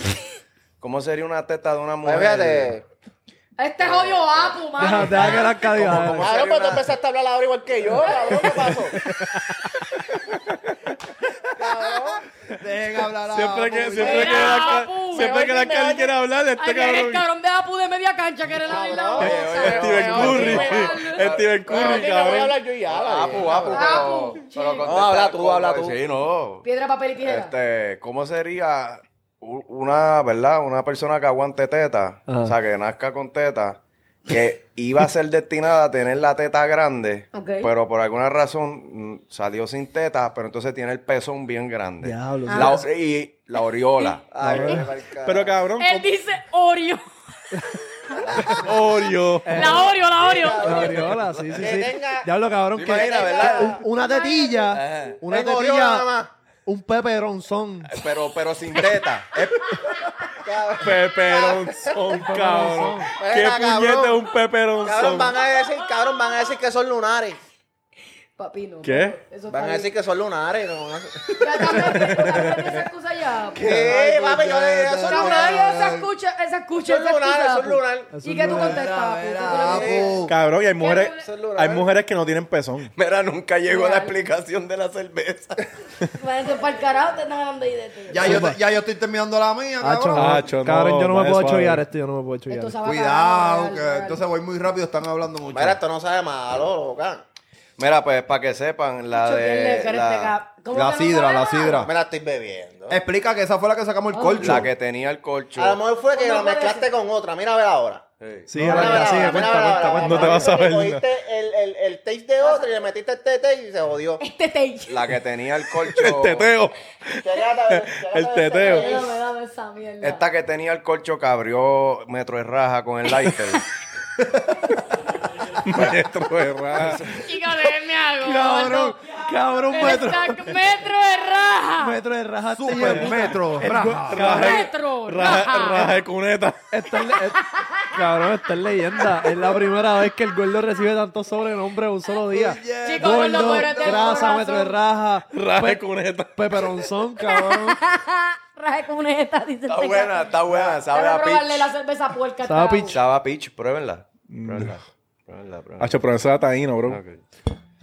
S12: ¿Cómo sería una teta de una
S1: Pues
S12: mujer?
S1: fíjate.
S2: Este joyo apu,
S6: Deja,
S2: mano.
S6: deja que las
S12: ¿Cómo-
S6: cavidades.
S12: cómo
S1: Claro,
S12: sería
S1: pero tú
S12: una-
S1: empezaste a hablar ahora igual que yo, cabrón, ¿qué pasó?
S4: Dejen hablar a
S8: Siempre que,
S4: Bobby.
S8: siempre que
S2: Mira,
S8: la,
S2: Apu,
S8: siempre que la
S1: me
S8: Cali
S1: oyen.
S8: quiere hablar,
S2: Ay,
S8: este
S2: mira, el
S8: cabrón.
S2: cabrón de apu de media cancha que era la la
S1: Oye,
S2: bolsa.
S1: oye,
S8: Steven
S1: oye,
S8: Curry.
S1: oye, oye.
S8: Steven
S1: Oye, que
S8: Curry,
S1: voy a
S8: cabrón.
S1: hablar yo y habla.
S12: Apu,
S1: bien,
S12: apu,
S1: cabrón.
S2: Apu,
S12: pero,
S2: sí.
S12: pero contestar
S1: No, habla tú,
S12: cómo-
S1: habla tú.
S12: Sí, no.
S2: Piedra, papel y tijera.
S12: Este, ¿cómo sería u- una, verdad, una persona que aguante teta,
S6: Ajá.
S12: o sea, que nazca con teta
S13: que iba a ser destinada a tener la teta grande,
S2: Ok.
S13: pero por alguna razón mm, salió sin teta, pero entonces tiene el pezón bien grande.
S6: Diablo,
S2: Ah.
S13: La
S6: diablo.
S13: o- y la oriola.
S6: Ay,
S13: La oriola.
S8: Pero cabrón,
S2: Él dice Oreo.
S8: Oreo.
S2: La Oreo, la Oreo.
S6: La Eh, oriola, sí, sí, sí.
S1: tenga-
S6: Diablo, cabrón, que,
S13: imaginas,
S6: que
S13: verdad?
S6: un- una
S2: Ah.
S6: tetilla,
S13: Ajá.
S6: una
S13: Tengo oriola nada más.
S6: tetilla, un peperonzón.
S13: Pero, pero sin teta. Eh, Es-
S8: Peperonzón, cabrón. ¿Qué puñete es un
S1: Cabrón,
S8: peperonzón?
S1: van a decir, cabrón, van a decir que son lunares.
S2: Papi, no.
S8: ¿Qué?
S2: Eso está
S1: Van a
S2: bien.
S1: decir que son lunares. no van a-
S2: Esa excusa ya.
S1: ¿Qué? Papi,
S8: pues
S1: yo le dije, son
S2: Cabrón, esa
S1: lunares.
S2: escucha, esa escucha,
S1: Son
S2: esa
S1: lunares,
S2: excusa.
S1: son lunares.
S2: ¿Y qué tú contestas, papu? ¿Tú
S4: Ah,
S2: crees que-
S4: pues,
S8: Cabrón, y hay mujeres,
S1: Son lunares.
S8: hay mujeres que no tienen pezón.
S13: Mira, nunca llegó la explicación de la cerveza.
S2: Váyanse para el carajo, te están dando ahí de ti.
S4: Ya yo, te- ya yo estoy terminando la mía,
S6: Acho, Ah,
S4: cabrón.
S6: no,
S8: Acho, no,
S6: cabrón, yo no me
S8: vaya
S6: puedo
S8: suave.
S6: chollar esto, yo no me puedo chollar.
S2: Esto se va a acabar,
S4: Cuidado,
S2: se
S4: que
S2: va a acabar.
S4: entonces voy muy rápido, están hablando mucho.
S1: Mira, esto no sabe malo, loca.
S13: Mira, pues para que sepan, la
S2: Mucho que este le
S13: de.
S2: querés
S13: La,
S2: pegar. ¿Cómo
S13: la
S2: que no
S13: sidra, la
S2: sabe malo?
S8: Ah.
S13: sidra.
S1: Me la estoy bebiendo.
S4: Explica que esa fue la que
S2: Oh,
S4: sacamos el colcho.
S13: La que tenía el colcho.
S1: A lo mejor fue que
S2: No
S1: la
S2: puede
S1: mezclaste con otra. Mira a ver ahora.
S8: Sí,
S1: Mira, mira,
S8: arranca,
S1: mira,
S8: sigue,
S1: mira,
S8: cuenta,
S1: mira,
S8: cuenta,
S1: mira,
S8: cuenta. No te
S1: mira,
S8: vas a
S1: mira,
S8: ver.
S1: Cogiste el, el, el taste de otro y le metiste este taste y se jodió.
S2: Este te.
S13: La que tenía el
S8: El
S13: colcho.
S8: teteo.
S1: Checate, checate
S8: El teteo.
S2: Dame, dame esa mierda.
S13: Esta que tenía el colcho que abrió Metro de Raja con el lighter.
S8: Maestro de raza.
S2: Chica, déjeme algo.
S6: Cabrón, cabrón, metro.
S2: Está metro de raja.
S6: Metro de raja. te lleva-
S4: Super metro.
S8: Eh,
S6: El
S4: raja.
S6: gua-
S2: Metro.
S8: Raja, raja de cuneta.
S6: Esta es le- es- Cabrón, esta es leyenda. Es la primera vez que el gordo recibe tantos sobrenombres en un solo día.
S2: Chicos, gordo,
S6: Gordo,
S2: muérete del
S6: grasa,
S2: corazón.
S6: metro de raja,
S8: Raja de
S6: pe-
S8: cuneta.
S6: peperonzón, cabrón.
S2: Raja con esta, dice
S13: está buena, está buena. Sabe
S2: Dame
S13: a
S2: probarle la
S13: pitch.
S2: cerveza puerca. este
S6: Sabe a
S2: trago.
S6: pitch.
S13: Sabe a pitch. Pruébenla. Pruébenla. Pruébenla, pruébenla.
S8: Hacho, pero eso era taíno, bro.
S13: Ok.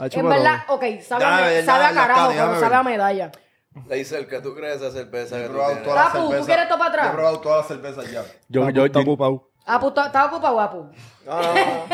S6: Ah, chupa,
S2: En verdad, ok, sabe, a-
S4: Dame,
S2: sabe a
S4: dame,
S2: carajo,
S4: Arcadia,
S2: pero
S4: dame.
S2: sabe a medalla.
S13: Le dice el que tú crees esa cerveza.
S4: He
S13: que tú
S4: probado
S13: tienes.
S4: todas las
S2: Papu, ¿tú
S4: cervezas.
S2: quieres esto para atrás?
S4: He probado todas las cervezas ya.
S8: Yo, yo, yo,
S2: Apu, Ah, pues, ¿está- ¿estás ocupado, guapo?
S1: No, no, no.
S4: Claro,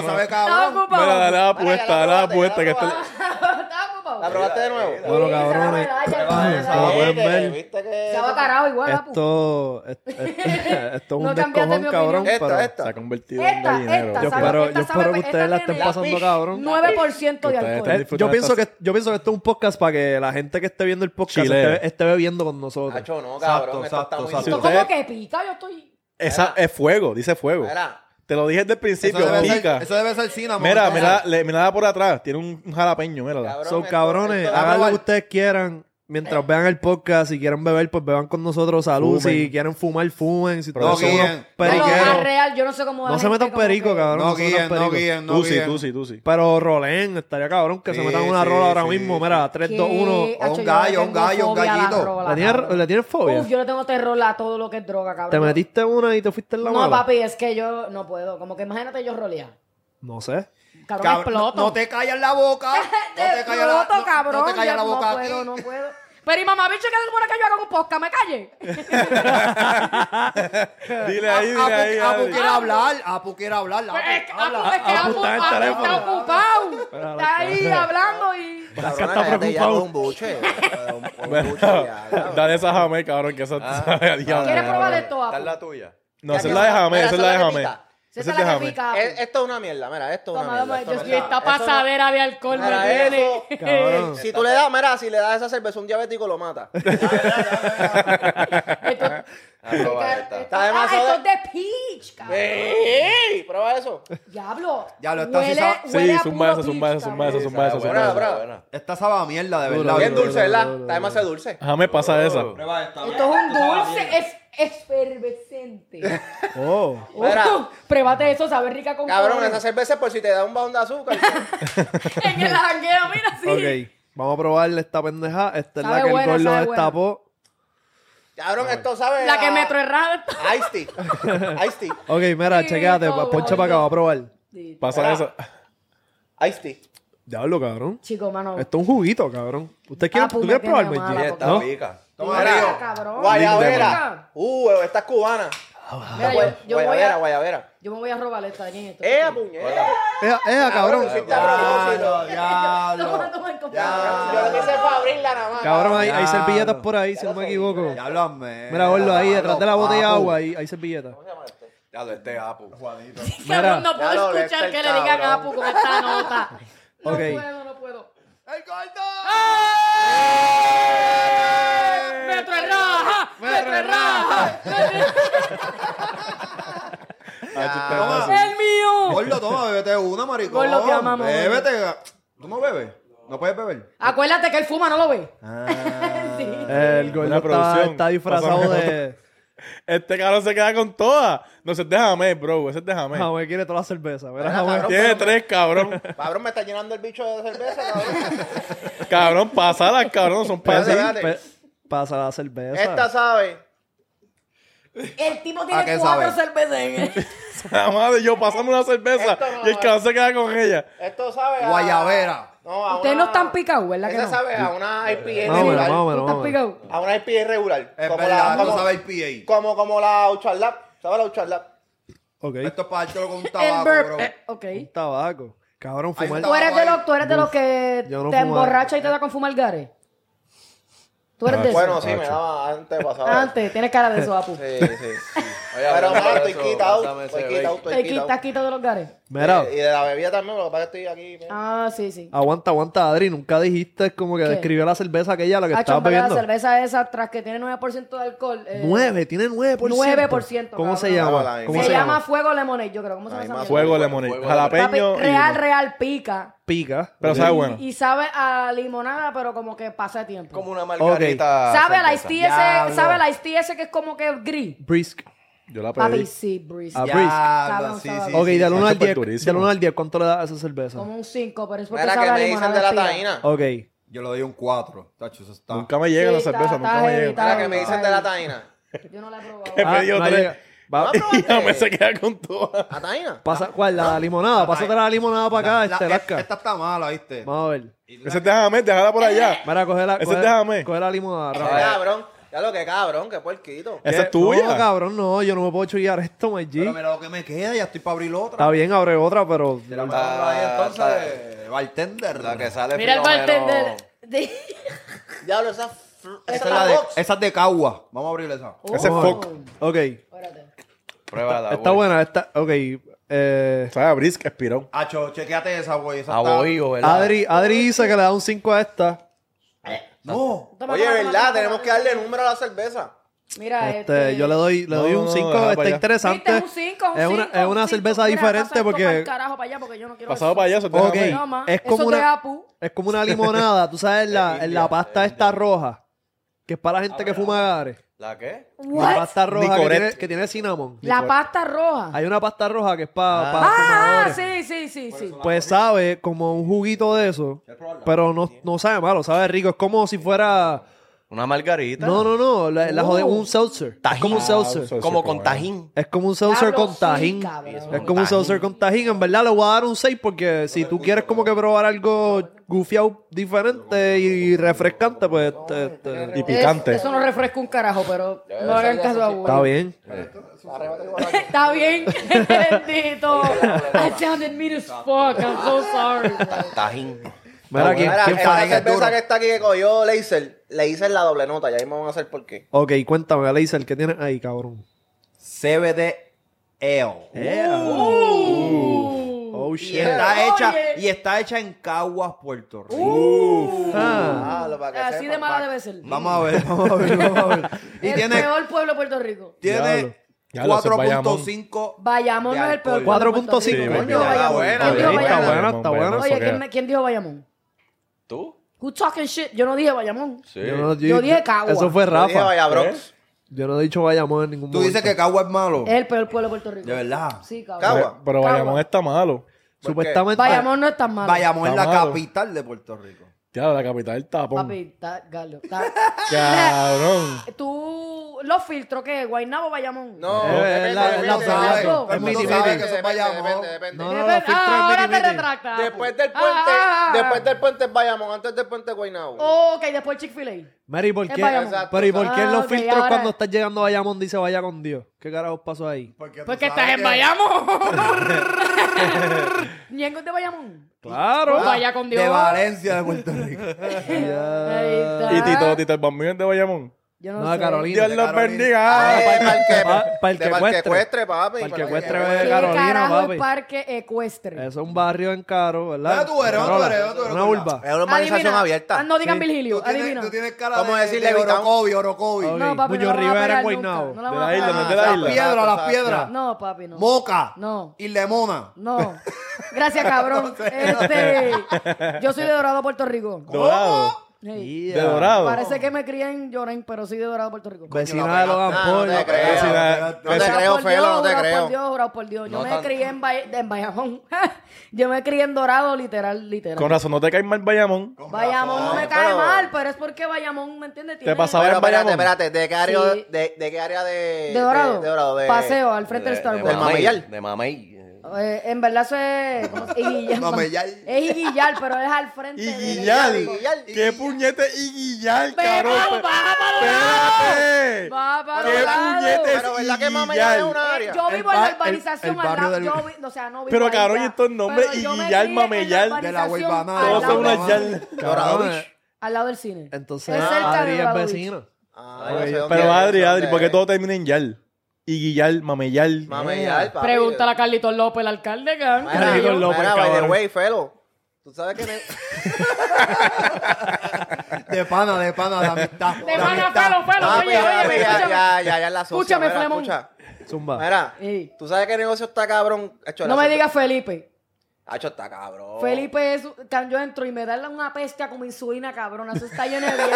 S4: tú sabes,
S2: ¿Estás
S4: cabrón.
S2: ocupado?
S8: Mira, dale la
S1: Vale, ya
S8: apuesta,
S1: la
S8: dale la
S1: probaste,
S8: apuesta.
S1: ya
S8: Que este
S1: la
S8: está...
S2: ¿Estás ocupado?
S1: ¿La probaste de nuevo?
S6: Bueno,
S2: Sí, sabe a
S6: cabrones,
S2: medalla,
S8: Ah, pues
S6: como
S2: sabe-
S6: pueden
S1: Ah, Viste que-
S6: ver,
S1: viste que-
S2: Sabe a carajo igual, Apu.
S6: Esto, es- es- esto es
S2: No
S6: un
S2: cambiaste mi
S6: descojón,
S2: opinión.
S6: cabrón.
S1: Esta,
S6: pero
S1: esta.
S8: Se ha convertido en
S2: Esta,
S8: gallinero.
S2: esta,
S6: Yo
S2: sabe-
S6: espero,
S2: esta
S6: yo espero
S2: sabe-
S6: que
S2: esta
S6: ustedes la estén
S2: tiene-
S6: pasando, cabrón.
S2: 9% de
S8: Ustedes
S2: alcohol.
S8: están
S6: Eh, yo
S8: disfrutando
S6: pienso
S8: esta-
S6: que yo pienso que esto es un podcast para que la gente que esté viendo el podcast
S8: Chilea.
S6: esté, esté bebiendo con nosotros.
S1: Hacho, no, cabrón. esto está muy
S2: Esto
S8: ustedes-
S2: como que pica, yo estoy...
S8: Esa es fuego, dice fuego.
S1: Mira,
S8: Te lo dije desde el
S4: Eso
S2: pues,
S8: principio,
S4: debe,
S8: pica.
S4: ser, eso debe ser cinnamon.
S8: Mira,
S4: entonces.
S8: mira, le- mírala por atrás. Tiene un un jalapeño, mírala.
S1: Cabrón,
S6: Son
S1: esto-
S6: cabrones,
S1: esto-
S6: hagan lo
S4: probar.
S6: que ustedes quieran. Mientras
S1: Eh.
S6: vean el podcast, si quieren beber, pues beban con nosotros. Salud.
S8: Fumen.
S6: Si quieren fumar, fumen. Si
S4: No
S6: ustedes son unos
S4: guíen, no
S2: No,
S6: periqueros.
S2: más real, yo no sé cómo... la
S6: No se
S2: gente
S6: metan
S2: como
S6: perico,
S2: que-
S6: cabrón.
S4: No
S6: se metan
S4: guíen, no
S6: perico.
S4: guíen, no
S8: Tú sí,
S4: guíen.
S8: tú sí, tú sí.
S6: Pero rolen, estaría cabrón que se
S4: Sí,
S6: metan una
S4: sí,
S6: rola ahora
S4: sí.
S6: mismo. Mira, 3, 2, 1.
S2: ¿Qué?
S4: un
S2: Hacho, yo
S4: gallo, un
S2: tengo
S4: gallo, un
S2: fobia a la
S4: gallito.
S2: rola,
S6: ¿Le tienes,
S2: cabrón.
S6: ¿Le tienes fobia?
S2: Uf, yo le tengo terror a todo lo que es droga, cabrón.
S6: ¿Te metiste una y te fuiste en la
S2: No,
S6: mala?
S2: papi, es que yo no puedo. Como que imagínate yo rolear.
S6: No sé.
S2: Cabrón,
S4: Cabrón, no,
S2: exploto.
S4: no te callas la boca. No te callas la,
S2: Exploto,
S4: no-
S2: cabrón.
S4: no te callas
S2: yo
S4: la boca
S2: No
S4: aquí.
S2: puedo, no puedo. Pero y mamá, bicho, que se supone que yo haga un podcast, me calle.
S8: Dile
S1: Ah,
S8: ahí, dile
S4: Apu,
S8: ahí.
S4: Apu
S8: dale.
S4: quiere hablar. Apu quiere hablar. Apu,
S2: Pues es que Apu-
S4: habla.
S2: es que
S6: Apu
S2: Apu-
S6: está en
S2: Apu
S6: teléfono.
S2: está ocupado. Está ahí hablando y.
S1: cabrón,
S6: está
S1: cállate ya
S6: preocupado.
S1: con un buche. Un, un buche ya,
S8: Mira,
S1: cabrón. Ah.
S8: Dale esa jamé, cabrón, que esa te sabe a diablo.
S2: ¿Quieres probar esto,
S13: Esta es
S2: Apu?
S13: la tuya.
S8: No, esa es la de jamé,
S1: Mira,
S8: esa es la de
S1: que
S8: jamé.
S1: pica.
S2: Esa
S8: Esa
S2: es
S8: es
S2: la
S8: de
S2: que
S8: jamé.
S2: pica. Apu.
S1: Es- Esto es una mierda, mira, esto es una
S2: Toma,
S1: mierda.
S2: dame,
S1: esto no
S2: Dios
S1: es
S2: mío,
S1: nada.
S2: pues, esta
S1: Esto no-
S2: pasadera de alcohol me
S1: Mira,
S2: tiene.
S1: eso- Si tú le das, mira, si le das esa cerveza a un diabético lo mata.
S13: A
S2: Esto-
S13: probar
S2: esto-
S13: esta.
S1: Está demasiado-
S2: Ah, esto es de peach, cabrón.
S1: ¡Ey! Prueba eso.
S2: Diablo.
S4: Diablo, esto sí
S2: huele,
S4: sabe-
S2: huele
S8: Sí,
S2: a
S8: zumba
S2: puro
S8: esa, zumba esa,
S2: peach,
S8: zumba esa,
S2: cabrón.
S8: zumba
S13: Está
S8: esa, zumba esa.
S13: buena,
S1: brava.
S13: está buena.
S4: Esta sabe a mierda, de
S6: Duro,
S4: verdad.
S1: Bien
S6: duro,
S1: dulce, ¿verdad? Está demasiado dulce.
S8: Jamé, pasa esa.
S14: Prueba esta.
S2: Esto es un dulce es efervescente.
S6: Oh.
S2: Oh,
S1: Mira.
S2: pruébate eso, sabe rica con
S1: Cabrón,
S2: colores.
S1: esa cerveza por si te da un bajón de azúcar.
S2: En el jangueo, mira, sí.
S6: Ok. Vamos a probarle esta pendeja. Esta es
S2: Sabe
S6: la que
S2: buena,
S6: el gordo
S2: sabe
S6: destapó.
S1: Cabrón, esto sabe.
S2: La que
S1: a-
S2: me errada.
S1: Ice tea. Ice tea.
S6: Ok, mira,
S2: Sí,
S6: chequéate.
S2: todo
S6: pa- Poncha
S2: gordo.
S6: para acá, va a probar.
S8: Pasa esa.
S1: Ah, Ice tea.
S6: Diablo, cabrón.
S2: Chico, mano.
S6: Esto es un juguito, cabrón. ¿Usted quiere,
S2: Papu,
S6: ¿Tú quieres
S2: me
S6: probar,
S2: tiene
S6: Benji?
S2: mala.
S13: Y
S2: porque-
S13: esta
S6: ¿No?
S13: pica.
S1: Toma,
S2: Mira,
S1: Río.
S2: cabrón.
S1: Guayabera. Uh, esta es cubana.
S2: Mira, yo, yo voy
S1: guayabera,
S2: a,
S1: guayabera.
S2: yo me voy a robar esta. ¿Quién es esto?
S1: ¡Eh, puñeta!
S6: Ea, ea, cabrón.
S1: Cabrón,
S4: Diablo,
S2: Toma,
S4: diablo.
S2: toma, compadre.
S1: Yo lo que hice fue abrirla nada más.
S6: Cabrón, hay, hay
S4: Diablo.
S6: servilletas por ahí, si no me
S1: Diablo,
S6: equivoco.
S4: Diablo, amén.
S6: Mira, gordo, ahí detrás de la botella de
S4: Papu.
S6: agua hay, hay servilletas.
S1: ¿Cómo se llama este?
S13: Ya lo este Apu.
S14: Juanito.
S2: Cabrón, no puedo escuchar que le digan a Apu con esta nota. No
S6: Ok.
S2: puedo, no puedo.
S5: ¡El gordo!
S1: Eh,
S2: ¡Me trae raja! ¡Me trae raja!
S5: ¡El mío!
S4: Gordo, toma, bébete una, maricón.
S2: Gordo, te amamos, gordo.
S4: Bébete. ¿Tú no bebes? ¿No puedes beber?
S2: Acuérdate que él fuma, no lo ve. Ah.
S6: El gordo
S8: Una
S6: está,
S8: producción.
S6: está disfrazado
S8: Pásame
S6: de.
S8: Este cabrón se queda con todas. No, ese es de Jamés, bro. Ese es de Jamés.
S6: Jamé quiere toda la cerveza. ¿verdad,
S8: Tiene
S6: Jamé?
S8: tres, cabrón.
S1: Cabrón, me está llenando el bicho de cerveza, cabrón.
S8: cabrón, pasadas, cabrón. Son
S6: Pe-
S8: pasadas.
S6: pe- Pasa la cerveza.
S1: Esta sabe.
S2: El tipo
S1: Ah,
S8: tiene ¿A qué cuatro sabe?
S2: cervezas en él.
S8: La madre, yo, pásame una cerveza. y el cabrón se queda con ella.
S1: Esto sabe a...
S4: Guayabera.
S1: No, a
S2: Ustedes
S1: una-
S2: no están picados, ¿verdad que
S1: Esa
S2: no?
S1: sabe a una IPA
S2: eh,
S6: Más o menos,
S1: regular.
S6: más o menos,
S2: ¿Tú
S6: más o
S2: estás picado?
S1: A una IPA regular.
S4: Es verdad, no sabe
S1: Como, como la Ucharlap. ¿Sabes la Ucharlap?
S6: Ok.
S4: Esto es para echártelo con un
S2: El
S4: tabaco,
S2: burp.
S4: bro.
S2: eh, ok.
S6: Un tabaco. Cabrón,
S4: Hay
S6: fumar.
S4: un
S2: Tú eres de los, tú eres de los
S6: Uf,
S2: que
S6: yo no
S2: te
S6: fumaba.
S2: emborracha y te da con fumar gare. Tú
S6: Ah,
S2: eres de
S1: Bueno,
S2: esos.
S1: sí, me daba antes pasado.
S2: Antes, tienes cara de eso, Apu.
S1: Sí, sí. Pero,
S2: hablando
S1: mano,
S2: de
S1: estoy
S2: eso,
S1: quitado.
S2: pásame
S1: Estoy
S2: ese
S1: quitado,
S2: Te
S1: estoy
S2: quitas
S1: quitado.
S2: quitado de los gares.
S6: Mira.
S1: Eh, Y de la bebida también, lo que pasa es que estoy aquí.
S2: Ah, sí, sí.
S6: Aguanta, aguanta, Adri. Nunca dijiste como que
S2: ¿Qué?
S6: describió la cerveza aquella, la que
S2: Ha hecho
S6: estabas bebiendo.
S2: la cerveza esa, tras que tiene 9% de alcohol. eh,
S6: 9, tiene 9%.
S2: 9%,
S6: ¿Cómo se
S2: cabrón.
S6: llama? ¿Cómo
S2: se, llama Fuego Lemonade, yo creo. ¿Cómo se
S6: Ah,
S2: llama? esa
S8: Fuego,
S2: mierda?
S8: lemonade,
S2: Papi,
S8: jalapeño. y
S2: real,
S8: limón.
S2: real, pica.
S6: Pica.
S8: Pero sabe bueno.
S2: Y sabe a limonada, pero como que pasa de tiempo.
S13: Como una
S6: Ah,
S8: margarita
S2: Sabe a la
S8: cerveza.
S2: ese,
S8: Diablo.
S2: sabe a la ese que es como que gris.
S6: Brisk.
S8: Yo la
S2: Papi, sí, brisk.
S6: Pues Ah,
S2: Ya,
S6: brisk.
S2: cabrón, sabe a
S6: ok,
S2: brisk.
S6: del 1 al
S8: Está
S6: 10,
S8: durísimo.
S6: del 1 al 10, ¿cuánto le das a esa cerveza?
S2: Como un 5, pero es porque
S1: Mira
S2: sabe
S1: que
S2: a
S1: me dicen
S2: pues limonada
S1: de la
S2: fría.
S1: taína.
S6: Ok.
S4: Yo le doy un 4. Tacho, eso está.
S8: Nunca me llega
S2: Sí,
S8: la cerveza,
S2: está-
S8: nunca
S2: está
S8: me
S2: heavy,
S8: llega.
S2: está
S1: Mira que me dicen de la taína.
S2: Yo no la he probado.
S8: Que me dio
S6: no
S8: tres.
S6: llega. Ah, Va-
S8: Y Jamé se queda con todas.
S1: ¿La taína?
S6: Pasa, ¿Cuál? La limonada. Pásate la limonada para acá, este, Lasca.
S4: Esta está mala, ¿viste?
S6: Vamos a ver.
S8: Ese es de Jamés, déjala por allá.
S6: Mira, coge la,
S8: Ese
S6: coge,
S8: es de Jamé. Ah,
S6: coge la limonada.
S1: Qué
S6: rápido.
S1: cabrón. Ya lo que cabrón, qué puerquito.
S8: Esa es
S6: ¿Qué?
S8: tuya.
S6: No, cabrón, no. Yo no me puedo chullar esto, my G.
S4: Pero mira lo que me queda, ya estoy para abrir otra.
S6: Está bien, abre otra, pero...
S4: entonces, bartender.
S13: La que sale
S2: Mira el
S13: filomeno.
S2: bartender.
S1: Diablo, esa, fr- esa
S4: Esa
S1: es
S4: es, la
S1: la
S4: de,
S1: box.
S4: esa es de Cagua. Vamos a abrir esa.
S8: Ese es
S6: Oh.
S8: fuck.
S6: Ok.
S13: Pruébala.
S6: Está buena, está... Ok. Eh,
S8: Sabe a brisk, espirón.
S4: Acho, chequeate esa, güey. Esa
S8: Ah,
S13: A
S4: está-
S13: bohío, ¿verdad?
S6: Adri, Adri dice que le da un 5 a esta.
S4: No.
S2: Toma,
S1: Oye,
S2: toma, toma,
S1: ¿verdad?
S2: toma,
S1: Tenemos
S2: toma.
S1: que darle número a la cerveza.
S2: Mira, este,
S6: Este, yo le doy, le doy
S8: No,
S6: un
S8: no,
S6: 5.
S8: deja para
S6: está
S8: allá.
S6: interesante.
S2: Viste, un 5, un
S6: es una,
S2: 5,
S6: es una
S2: un 5.
S6: cerveza
S2: Mira,
S6: diferente
S2: pasa esto pa'l
S6: porque...
S2: carajo, para allá, porque yo no quiero
S8: Pasado
S2: eso.
S8: para allá, eso es de
S6: Ok.
S8: Jamés.
S2: No, ma,
S6: Es como
S2: eso te
S6: una-
S2: da pu.
S6: Es como una limonada, tú sabes, en la, en la pasta esta roja, que es para la gente que fuma agares.
S13: ¿La qué?
S6: La
S2: What?
S6: pasta roja que
S8: Nicorette.
S6: tiene, que tiene cinnamon.
S2: La pasta roja.
S6: Hay una pasta roja que es para
S2: Ah, sí, sí, sí, sí.
S6: Pues sabe como un juguito de eso, pero no, no sabe malo, sabe rico. Es como si fuera...
S13: Una margarita.
S6: No, no, no, la, la
S2: Oh.
S6: jode- un seltzer. Es como un seltzer.
S13: Como con tajín.
S6: Es como un seltzer
S2: Diablo,
S6: con
S2: sí,
S6: tajín.
S2: cabrón.
S6: Es como un seltzer con tajín. En verdad le voy a dar un 6 porque si tú quieres como que probar algo gufiado, diferente y refrescante, pues... te- te-
S8: Y
S2: Es-
S8: picante.
S2: Eso no refresca un carajo, pero no hagan caso a
S6: Está
S2: Google.
S6: bien.
S2: Está bien. Bendito. I sounded mean as fuck. I'm so sorry.
S13: Tajín.
S6: Mira, ¿quién,
S1: Mira,
S6: quién
S1: esa
S6: fue?
S1: cerveza que está aquí que cogió Leiser, le hice la doble nota. Ya mismo van a hacer por qué.
S6: Ok, cuéntame, Aleisa, el que tienes ahí, cabrón.
S4: CBD Ale.
S2: Uh.
S6: Oh,
S4: Y
S6: shit.
S4: está,
S2: Oye. Uh.
S4: hecha, y está hecha en Caguas, Puerto Rico.
S6: Ah,
S1: Ah, lo para que
S2: Así
S1: sepa.
S2: de mala debe ser.
S4: Vamos a ver, vamos a ver, vamos a ver. Y
S2: el
S4: tiene,
S2: peor pueblo de Puerto Rico.
S8: Diablo.
S4: tiene
S8: Diablo, eso es Bayamón.
S4: 4.5.
S2: Bayamón
S4: De
S2: no es el peor
S4: alcohol.
S2: pueblo. de Puerto
S6: 4.5.
S2: Rico. ¿Quién
S8: Sí,
S2: dijo
S8: está
S2: Bayamón?
S1: buena,
S2: ¿Quién dijo
S1: está
S6: está
S2: Bayamón?
S6: bueno, está bueno.
S2: Oye, ¿quién, me- quién dijo Bayamón?
S13: ¿Tú?
S2: Who talking shit? Yo no dije Bayamón.
S6: Yo, no-
S2: Yo dije Cagua.
S6: Eso fue
S1: Lo dije,
S6: Rafa.
S1: vaya, Brox.
S6: Yo no he dicho Bayamón en ningún
S4: Tú
S6: momento.
S4: dices que Caguas es malo.
S2: Es el peor pueblo de Puerto Rico.
S4: De verdad.
S2: Eh. Sí,
S1: Cagua.
S2: cabrón.
S8: Pero- Pero
S2: Cagua.
S8: Bayamón está malo.
S6: Supuestamente...
S2: Bayamón no es tan malo.
S4: Bayamón es la
S8: Está malo.
S4: capital de Puerto Rico.
S8: Tío, la capital del tapón.
S2: Papi, está galo. está-
S8: Cabrón.
S2: Tú, los filtros, ¿qué? Guaynabo, Bayamón.
S1: No,
S6: Eh,
S1: depende, depende,
S6: la- la
S1: depende, depende,
S6: zona, es
S1: depende,
S6: mini,
S1: depende,
S6: mini.
S1: depende,
S4: Bayamón.
S1: depende, depende.
S6: No,
S2: Depende-
S6: no, los filtros es
S2: ah, ahora
S6: mini,
S2: te
S6: mini.
S2: retractas.
S1: Después del
S2: Ah,
S1: puente,
S2: ah, Oh. ah.
S1: después del puente es Bayamón, antes del puente es Guaynabo.
S2: Ok, después Chick-fil-A.
S6: Mary, ¿por
S2: Es
S6: qué?
S2: Bayamón.
S1: Exacto,
S6: Pero ¿y por qué en
S2: Ah,
S6: los
S2: ok,
S6: filtros
S2: ahora-
S6: cuando estás llegando a Bayamón dice vaya con Dios? ¿Qué carajos pasó ahí?
S4: Porque, tú
S2: Porque estás
S4: sabes
S2: en
S4: que-
S2: Bayamón. Ñengo es de Bayamón.
S6: Claro.
S2: Vaya con Dios.
S4: De Valencia, de Puerto Rico.
S2: Ahí está.
S8: ¿Y Tito, Tito el Bambino es de Bayamón?
S2: Yo no,
S6: No,
S2: sé.
S6: Carolina.
S8: Dios los bendiga.
S6: Ah,
S8: Eh,
S6: para el que-
S8: pa-
S6: para el
S8: de
S6: que
S8: parque
S6: ecuestre.
S8: ecuestre, papi,
S6: Para el que
S8: para el que
S6: ecuestre
S8: ecuestre.
S6: de
S2: ¿Qué
S6: Carolina,
S2: carajo
S6: papi.
S2: es parque ecuestre?
S6: Eso es un barrio en Caro, ¿verdad?
S4: Ah, tú eres, tú
S6: Carola.
S4: eres, tú eres,
S6: Una
S4: tú eres.
S6: urba.
S4: Es una urbanización
S2: Adivina.
S4: abierta.
S2: Ah, no digan
S6: Sí.
S2: Virgilio, adivina.
S4: cara
S1: ¿Cómo
S4: de,
S1: decirle,
S4: de
S1: Vitao?
S4: Orocovi, Orocovi.
S6: Ok.
S2: No, papi, no
S6: Muñoz
S2: la van a
S6: Rivera
S2: pegar
S6: en
S2: nunca.
S6: Guaynabo.
S2: No la
S6: de
S2: van a
S6: la isla,
S2: pegar.
S6: no es de la
S4: Las
S6: isla.
S4: piedras, las piedras.
S2: No, papi, no.
S4: Moca.
S2: No,
S4: Y Lemona.
S2: no. Gracias, cabrón. Este, yo soy de Dorado, Puerto Rico.
S8: Dorado.
S2: Sí.
S8: De Dorado.
S2: Parece que me crié en Llorén, pero soy de Dorado, Puerto Rico.
S6: Vecina de Logan Paul.
S1: No te creo.
S8: Vecina-
S1: No te
S2: Jurado
S1: creo,
S2: por Dios,
S1: Felo, no te
S2: jurado
S1: creo.
S2: por Dios, jurado por Dios. Yo
S1: No
S2: me
S1: tan-
S2: crié en, Bay- en Bayamón. Yo me crié en Dorado, literal, literal.
S8: Con razón, no te caes mal Bayamón.
S2: Bayamón no me
S1: razón,
S2: cae
S1: pero-
S2: mal, pero es porque Bayamón, ¿me entiendes? Tiene-
S8: pasaba
S1: Pero
S8: en
S1: espérate,
S8: Bayamón.
S1: espérate, ¿de qué área,
S2: Sí.
S1: de, de qué área de,
S2: De Dorado.
S1: de- de Dorado, de-
S2: Paseo, al frente del
S1: de
S2: Starbucks.
S1: Mamey. Mameyal.
S13: De mamey.
S2: Eh, en verdad eso es... ¿cómo se- Iguillal.
S13: Mameyal.
S2: Es Iguillal, pero es al frente de- de...
S8: Iguillal. ¿Qué puñete Iguillal, cabrón?
S2: vamos, baja
S8: Espérate.
S2: Va para
S8: ¿Qué
S2: un lado.
S8: puñete es Iguillal?
S2: Eh, Yo vivo en
S8: El
S2: la
S8: ba-
S2: urbanización
S8: el- el
S2: al lado.
S8: barrio del-
S2: Yo vi- o sea, no vivo
S8: Pero
S2: ahí
S8: cabrón,
S2: ya.
S8: y estos nombres,
S2: Pero yo me crié
S8: Iguillal,
S2: en la
S8: Mameyal.
S2: De la urbanización al
S8: Todos son
S2: lado
S8: unas
S2: del-
S8: yal.
S6: Cabrón,
S2: Al lado del cine.
S6: Entonces,
S2: Es
S8: Ah,
S2: cerca de
S6: Adri es
S2: Dorado Beach.
S6: vecino.
S1: Ah, yo sé dónde
S8: Pero
S1: es,
S8: Adri,
S1: dónde
S8: Adri, porque
S1: es.
S8: todo termina en Yal. Iguillal, Mameyal.
S1: Mameyal, papi.
S2: Pregúntale a Carlitos López, el alcalde. que han-
S1: Mira,
S8: Carlitos López,
S1: mira, by the
S8: cabrón.
S1: way, Felo, tú sabes que... me-
S4: eh, De pana, de pana, de amistad.
S2: De pana, pelo, pelo.
S1: Papi,
S2: Oye,
S1: papi,
S2: oye,
S1: ya,
S2: escúchame.
S1: ya, ya, ya la asocia,
S2: Escúchame,
S1: mira,
S2: Flemón.
S1: escucha.
S6: Zumba.
S1: Mira,
S2: Ey.
S1: tú sabes qué negocio está cabrón. Hacho,
S2: No
S1: la Oh.
S2: me
S1: asocia-
S2: digas Felipe.
S1: Hacho, está cabrón.
S2: Felipe es, tan- yo entro y me da una pesca como insulina, cabrón. Eso está lleno de viejo.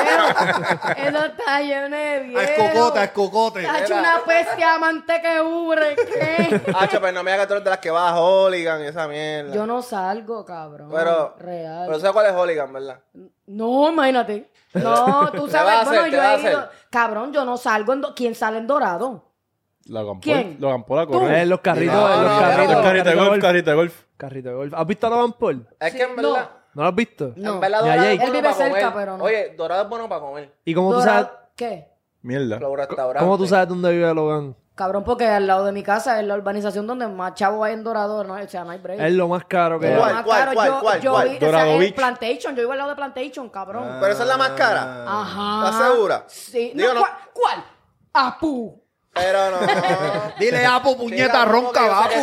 S2: Eso está lleno de viejo.
S4: Es cocote, es cocote.
S2: Ha hecho una pesca a manteca de ubre. ¿qué?
S1: Hacho, pero no me digas que tú eres de las que vas a Holigan y esa mierda.
S2: Yo no salgo, cabrón.
S1: Pero-
S2: Real.
S1: Pero tú sabes cuál es Holigan, ¿verdad?
S2: No, imagínate. No, tú
S1: Te vas a
S2: sabes,
S1: hacer,
S2: bueno,
S1: te vas a
S2: yo he ido.
S1: hacer.
S2: Cabrón, yo no salgo en. do- ¿Quién sale en Dorado?
S8: Logan Paul.
S2: ¿Quién?
S8: Logan Paul la corre.
S6: Eh, los carritos,
S8: No,
S6: eh, los
S8: no,
S6: carritos,
S8: los carritos de golf,
S6: golf.
S8: carritos de golf.
S6: Carrito de golf. ¿Has visto a Logan Paul?
S1: Es que en
S2: no.
S1: verdad...
S6: ¿No lo has visto?
S1: En verdad,
S6: Ni a
S1: dorado es
S6: Jake.
S1: bueno
S2: Él vive
S1: para
S2: cerca,
S1: comer.
S2: pero no.
S1: Oye, dorado es bueno para comer.
S6: ¿Y cómo tú
S2: Dorado-
S6: sabes,
S2: ¿Qué?
S8: Mierda.
S1: Los restaurantes.
S6: cómo tú sabes dónde vive Logan?
S2: Cabrón, porque al lado de mi casa es la urbanización donde más chavo hay en Dorado. No, o sea, no hay break.
S6: Es lo más caro que
S2: Lo
S1: ¿Cuál,
S2: más
S1: cuál,
S2: caro,
S1: cuál,
S2: yo-
S1: cuál,
S2: yo
S1: cuál?
S2: vi- o sea,
S8: Dorado
S2: en
S8: Beach.
S2: Plantation, yo vivo al lado de Plantation, cabrón.
S1: Pero esa es la más cara.
S2: Ajá.
S1: ¿Estás segura?
S2: Sí.
S1: Digo, no-
S2: No, ¿cuál, ¿Cuál? Apu.
S1: Pero no.
S4: Dile, Apo, puñeta,
S1: Llega uno
S4: ronca,
S1: que yo
S4: Apo.
S1: sé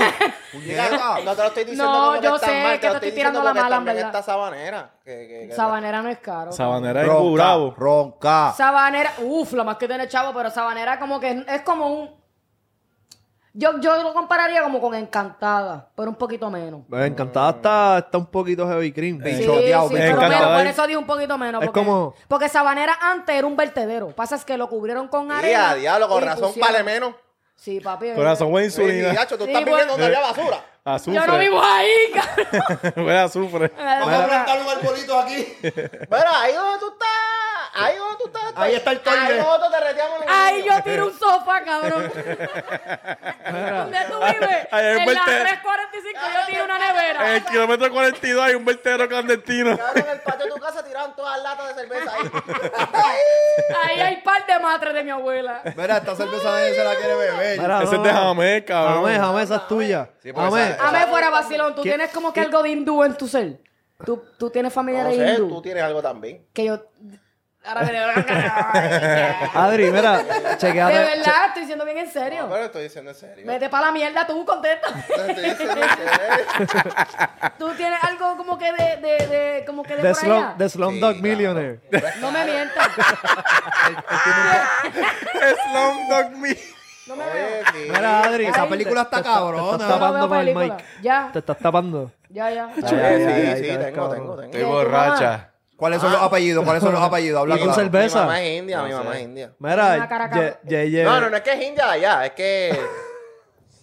S4: Puñeta.
S1: que- No te lo estoy diciendo
S2: No,
S1: como que
S2: yo
S1: estás
S2: sé
S1: mal,
S2: que te estoy tirando
S1: diciendo
S2: la
S1: como que
S2: mala, en
S1: también
S2: verdad.
S1: está sabanera. que- que- que-
S2: Sabanera no es caro.
S8: Sabanera de Cubo
S4: Ronca,
S8: Bravo. Ah.
S4: ronca.
S2: Sabanera, uff, lo más que tiene chavo, pero Sabanera como que es, es como un. Yo, yo lo compararía como con Encantada, pero un poquito menos.
S6: Bueno, encantada está, está un poquito heavy cream.
S2: Sí,
S4: choteado,
S2: sí,
S8: bien
S2: pero
S8: Encantada
S2: menos, por
S8: es-
S2: eso digo un poquito menos.
S6: es
S2: Porque,
S6: como-
S2: porque Sabanera antes era un vertedero. Pasa es que lo cubrieron con
S1: Y
S2: arena.
S1: a diablo, con
S2: y
S1: razón
S2: pusieron-
S1: vale menos.
S2: Sí, papi.
S8: Corazón buena
S1: Y
S8: insulina.
S1: gacho, tú
S2: Sí,
S1: estás
S2: por-
S1: viviendo donde
S4: Eh.
S1: había basura.
S8: Azufre.
S2: Yo no vivo ahí, cabrón.
S8: Huele a azufre.
S1: Vamos a plantar un arbolito aquí. Pero ahí donde tú estás. Ahí donde tú estás.
S4: Ahí está el toile.
S1: Ahí nosotros te reteamos los
S2: Ay,
S1: niños.
S2: yo tiro un sofá, cabrón. ¿Dónde tú vives?
S8: Ay, es
S2: en la
S8: vertedero. Eh,
S2: 345 yo tiro una nevera.
S8: En el kilómetro 42 hay un vertedero clandestino.
S1: Cabrón, en el patio de tu casa tiraron todas las latas de cerveza ahí.
S2: Ahí hay par de matres de mi abuela.
S4: Mira, esta cerveza nadie se la quiere beber.
S6: Mira,
S8: Ese
S6: no,
S8: es de ah,
S6: no.
S8: Jamé, cabrón.
S6: Jamé, jamé, esa es tuya.
S13: porque
S6: Jamé.
S13: esa-
S2: A ver, fuera vacilón, tú
S6: ¿Qué-
S2: tienes como que algo de hindú en tu ser. Tú, tú tienes familia
S1: No
S2: de
S1: sé,
S2: hindú.
S1: tú tienes algo también.
S2: Que yo. Ahora me De
S6: Adri, mira, chequeate. che-
S2: verdad, estoy diciendo bien en serio.
S1: Pero estoy diciendo en serio.
S2: Vete para la mierda tú, contesta.
S1: Estoy diciendo en serio.
S2: Tú tienes algo como que de. de, de como que de,
S6: The
S2: por allá.
S6: Slum, the slum
S1: Sí,
S6: Dog
S1: claro.
S6: Millionaire.
S2: No me mientas.
S8: Slumdog Me.
S2: No me
S1: Oye,
S2: veo.
S1: sí.
S6: Mira, Adri.
S2: Esa
S6: te-
S4: película está
S6: te te
S4: cabrona.
S6: estás
S2: Yo no
S6: tapando
S2: veo
S6: con el
S2: película.
S6: mic.
S2: Ya,
S6: Te estás tapando.
S2: ya, ya.
S1: Sí,
S6: ay,
S1: sí,
S6: ay,
S1: tengo,
S6: cabrón.
S1: tengo, tengo.
S13: Estoy
S2: tu
S13: borracha.
S2: mamá?
S4: ¿Cuáles
S2: Ah.
S4: son los apellidos? ¿Cuáles son los apellidos? Habla
S6: Y con
S4: claro.
S6: cerveza.
S1: Mi mamá es india, mi mamá es india.
S2: Una cara
S6: Mira,
S2: cabra-
S6: Ye- Ye- Ye-
S1: No, no, no es que es india de allá, es que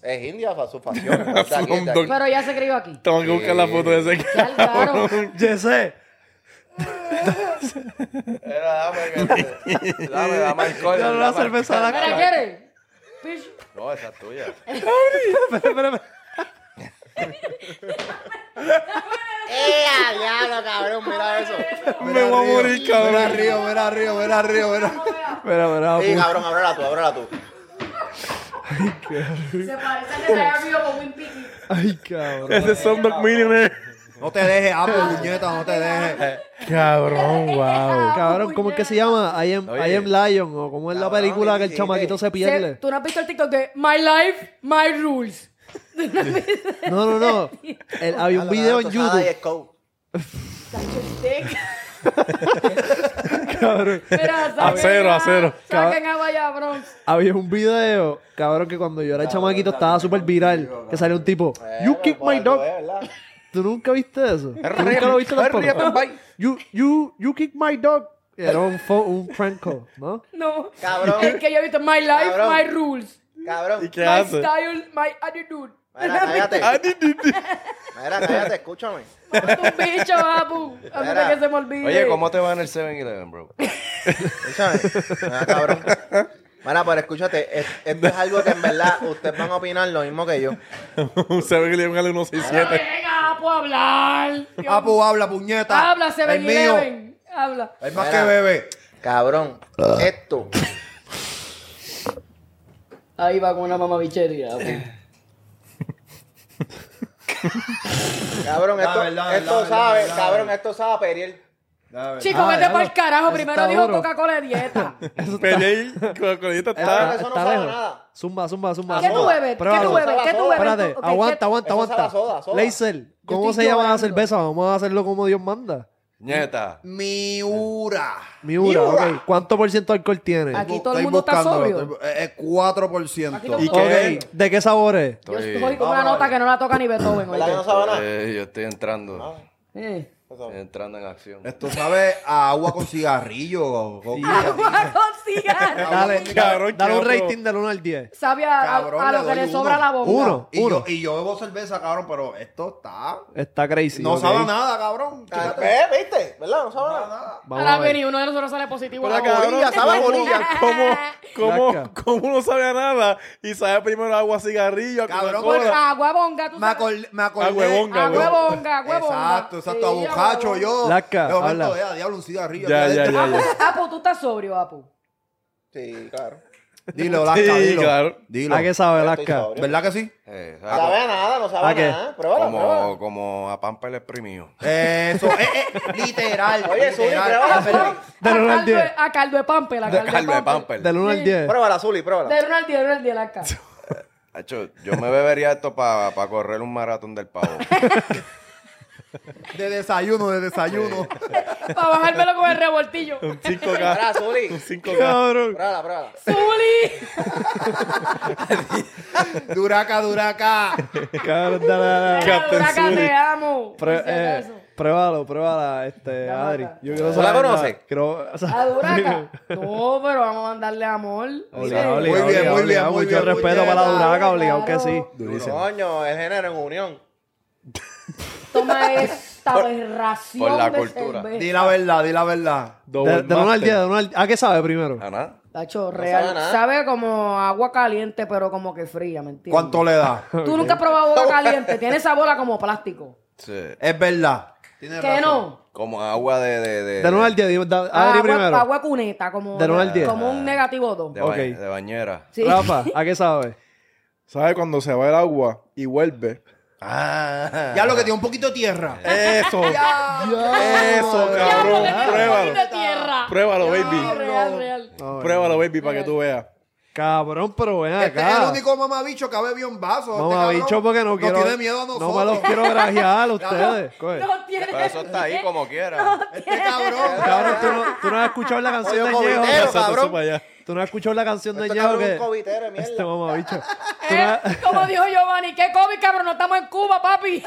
S1: es india para su pasión. de aquí, de aquí.
S2: Pero ya se crió aquí.
S8: Tengo que buscar la foto de ese
S2: Ya, claro.
S6: Yesé.
S1: ah,
S13: Era,
S1: pues,
S13: dame, dame, dame alcohol.
S6: Dame una
S13: dame
S6: cerveza
S13: alcohol.
S6: a la
S2: Mira, ¿quieres? Pish.
S13: No, esa es tuya.
S1: ¡Eh, a diablo, cabrón! Mira eso.
S8: Me voy a morir,
S4: Mira
S8: cabrón.
S4: río, mira río, mira río, mira.
S6: Mira, mira,
S1: Sí,
S6: pu-
S1: cabrón, ábrela tú, ábrela tú.
S2: Se parece que se haya vivo con un piqui.
S6: Ay, cabrón.
S8: Ese es Slumdog Millionaire.
S4: No te dejes, Apo, puñeta, no te dejes.
S6: Cabrón, wow. Cabrón, ¿cómo es que se llama? I am,
S13: Oye.
S6: I am Lion. O cómo es la película que el chamaquito se pierde.
S2: Tú no has visto el TikTok de My Life, My Rules.
S6: No, no, no. El- había un video en YouTube. Cabrón.
S2: Mira, saquen
S6: Acero, acero.
S2: Saquen a Vaya Bronx.
S6: Había un video, cabrón, que cuando yo era chamaquito estaba súper viral. Que salió un tipo, You kick my dog. ¿Tú nunca viste eso? ¿Tú nunca lo viste
S13: Harry,
S6: tampoco?
S13: Harry,
S6: You, you, you kick my dog. Era un, fo- un prank call, ¿no?
S2: No.
S1: Cabrón.
S2: El que yo he visto, My Life,
S1: Cabrón.
S2: My Rules.
S1: Cabrón.
S2: my style, my attitude.
S1: Mira, cállate. Mira, cállate, escúchame.
S2: Un bicho, Apu. Antes de
S1: Mira.
S2: que se me olvide.
S13: Oye, ¿cómo te va en el 7-Eleven, bro?
S1: Escúchame. Mira, cabrón. Mira, pero escúchate, es- esto es algo que en verdad ustedes van a opinar lo mismo que yo.
S8: Un 7-Eleven al
S2: Ay,
S8: 167.
S2: venga, Apu, a hablar. Dios
S4: Apu, habla, puñeta.
S2: Habla, se
S4: El mío.
S2: ven Habla.
S4: Es más
S1: Mira.
S4: que bebé.
S1: Cabrón,
S6: Ah.
S1: esto.
S2: Ahí va con una mamabichería.
S1: Cabrón, esto,
S4: Dame, dame,
S1: esto
S4: dame,
S1: sabe,
S4: dame, dame.
S1: cabrón, esto sabe Periel.
S2: Chico,
S6: Ah,
S2: vete
S6: diablo.
S2: para el carajo.
S6: Eso
S2: Primero
S6: está
S2: dijo
S6: duro.
S2: Coca-Cola de dieta.
S8: Peleé con con esta
S6: Está,
S8: está.
S1: eso no
S6: está
S1: sabe
S6: lejos.
S1: nada.
S6: Zumba, zumba, zumba.
S2: ¿Qué
S6: zumba.
S2: tú bebes? ¿Qué
S6: Pruébalo.
S2: tú bebes? ¿Qué tú bebes?
S6: Espérate,
S2: Ok, ¿qué-
S6: aguanta, aguanta,
S1: Eso sabe a
S6: aguanta.
S1: soda, soda.
S6: Laser, ¿cómo
S2: estoy
S6: se llama la
S2: llorando.
S6: cerveza? Vamos a hacerlo como Dios manda.
S13: Nieta.
S4: Miura.
S6: Miura,
S4: Miura.
S6: ok. ¿Cuánto por ciento de alcohol tiene?
S2: Aquí
S4: Bu-
S2: todo el
S4: estoy
S2: mundo está
S4: buscándolo,
S2: sobrio.
S4: estoy- eh, Es es 4%.
S2: Aquí todo el
S6: Ok,
S2: mundo está sobrio.
S6: ¿de qué sabor es?
S2: Yo
S13: Estoy-
S2: estoy con una nota que no la toca ni Beethoven.
S1: ¿Verdad que no
S2: oíste.
S1: sabe nada?
S13: Eh, yo estoy entrando.
S2: Eh.
S13: Entrando en acción.
S4: Esto sabe a agua con cigarrillo. o- o-
S2: Agua con cigarro.
S6: Dale,
S8: Cabrón,
S6: dale un
S8: cabrón.
S6: rating del 1 al 10.
S2: Sabe a, a-
S4: Cabrón,
S2: a lo
S4: le
S2: que
S4: doy
S2: le
S4: uno.
S2: sobra la bomba.
S6: Uno,
S4: Y,
S6: uno.
S4: Yo, y yo bebo cerveza, cabrón, pero esto está.
S6: Está crazy.
S4: no
S6: ok.
S4: sabe a nada, cabrón.
S1: Ca-
S4: Fíjate.
S1: ¿Ves? Eh, ¿Viste? ¿Verdad? No sabe nada.
S6: Vamos a
S2: Ahora
S6: ver.
S2: viene uno de nosotros sale positivo.
S8: Pero
S2: la bomba.
S8: cabrón,
S1: Bolilla, sabe a bolilla.
S8: ¿Cómo, cómo,
S6: Naca.
S8: cómo no sabe a nada? Y sabe primero agua, cigarrillo,
S4: Cabrón,
S2: Por
S8: Coca-Cola.
S2: agua bonga, tú
S4: Me
S2: sabes.
S4: acordé. Me acordé
S8: A Ah, huevonga,
S2: A
S8: güey.
S2: huevonga, a huevonga.
S4: Exacto, exacto. A
S2: Sí,
S4: bocacho
S2: huevonga.
S4: yo.
S6: Laca,
S4: de momento,
S6: habla.
S4: eh, diablo, un cigarrillo.
S8: Ya,
S4: aquí
S8: ya,
S4: adentro.
S8: ya, ya.
S2: Apu, tú estás sobrio, Apu.
S1: Sí, claro.
S4: Dilo, Laca,
S8: Sí,
S4: dilo.
S8: claro.
S4: Dilo.
S6: ¿A qué sabe, Lasca?
S1: sobrio.
S4: ¿Verdad que sí?
S13: Eh,
S1: No sabe a nada, no sabe
S6: ¿A
S1: a
S6: Ah, qué?
S1: nada. Pruébalo,
S13: como,
S1: pruébalo.
S13: como a Pampa el exprimido.
S4: Eso, eh, eh, literal. Ah,
S1: Oye, Zuli, pruébala, pruébala.
S6: Del
S2: A
S6: uno al
S2: caldo de-
S6: diez.
S2: A caldo de pampel, a caldo de
S13: Calme,
S2: pampel.
S13: Pamper.
S6: Del 1 al 10.
S1: Pruébala, Zuli, pruébala.
S2: Del 1 al 10, del 1 al 10, Lasca.
S13: Hacho, yo me bebería esto para correr un maratón del pavo.
S4: De desayuno, de desayuno.
S2: Para bajármelo con el revoltillo.
S8: Un 5K.
S1: Pruébala, Zuli.
S8: Un 5K.
S1: Pruébala, pruébala.
S2: ¡Zuli!
S4: Duraca, duraca.
S6: Cabrón, dale, dale, dale.
S8: Captain
S2: Huracan,
S8: Zuli.
S2: te amo.
S6: Prue-
S2: Por si
S6: eh,
S2: acaso.
S6: pruébalo, pruébala, este,
S2: La
S6: Adri.
S2: mata.
S6: Yo quiero
S1: ¿Tú la
S6: saber
S1: conoces?
S6: nada. Quiero- o sea,
S2: A Duraca. No, pero vamos a mandarle amor.
S6: Obligado,
S2: Mire.
S6: obligado,
S4: Muy bien, muy
S6: obligado,
S4: bien, muy
S6: Mucho
S4: bien,
S6: respeto
S4: muy
S6: para la
S4: bien.
S6: Duraca,
S2: Claro,
S6: obligado que
S2: claro.
S6: sí.
S1: Coño, es género en unión.
S2: Toma esta aberración
S13: por la
S2: de
S13: cultura.
S2: cerveza.
S4: Di la verdad, di la verdad.
S6: De- Del 1 al 10, del 1 al ¿A qué sabe primero?
S4: Ah,
S13: ¿A nada?
S2: Tacho,
S1: sabe
S2: real.
S1: nada.
S2: Sabe como agua caliente, pero como que fría, ¿me entiendes?
S4: ¿Cuánto le da?
S2: Tú nunca has probado agua caliente. Tiene esa bola como plástico.
S13: Sí.
S4: Es verdad. Tienes
S2: ¿Qué no?
S13: Como agua de... de, de,
S6: Del 1 al
S13: de,
S6: 10, di- da-
S2: agua,
S6: Adri primero.
S2: agua cuneta, como,
S6: Del uno al diez.
S2: como un negativo 2.
S13: ba-
S6: Ok.
S13: Ah. de bañera.
S2: Sí.
S6: Rafa, ¿a qué sabe?
S8: ¿Sabe cuando se va el agua y vuelve?
S4: Ya lo que tiene un poquito de tierra.
S8: Eso.
S2: Ah,
S8: Eso,
S2: Diablo,
S8: cabrón.
S2: que tiene un
S8: Pruébalo.
S2: poquito de tierra.
S8: Pruébalo,
S2: Real,
S8: baby.
S2: real, real.
S8: Pruébalo, baby, para que tú veas.
S6: Cabrón, pero ven
S4: Este es el
S6: acá.
S4: único mamabicho que ha bebido un vaso. este
S6: Mamabicho, porque no quiero.
S4: No tiene miedo a nosotros.
S6: No me los quiero grajear a ustedes. eh, Coge.
S2: No tiene.
S13: Pero eso está ahí como quiera.
S4: Este cabrón.
S6: Cabrón, este- tú no, tú no has escuchado la canción de
S1: Coño,
S6: Ñejo.
S1: cobitero,
S6: Exacto,
S1: cabrón.
S6: eso para allá. Tú no has escuchado la canción de
S1: Este
S6: Ñejo
S1: cabrón es
S6: que.
S1: un cobitero de
S6: Este
S1: mierda.
S6: mamabicho. Tú no
S2: Eh,
S6: has-
S2: como dijo Giovanni, qué COVID, cabrón, no estamos en Cuba, papi.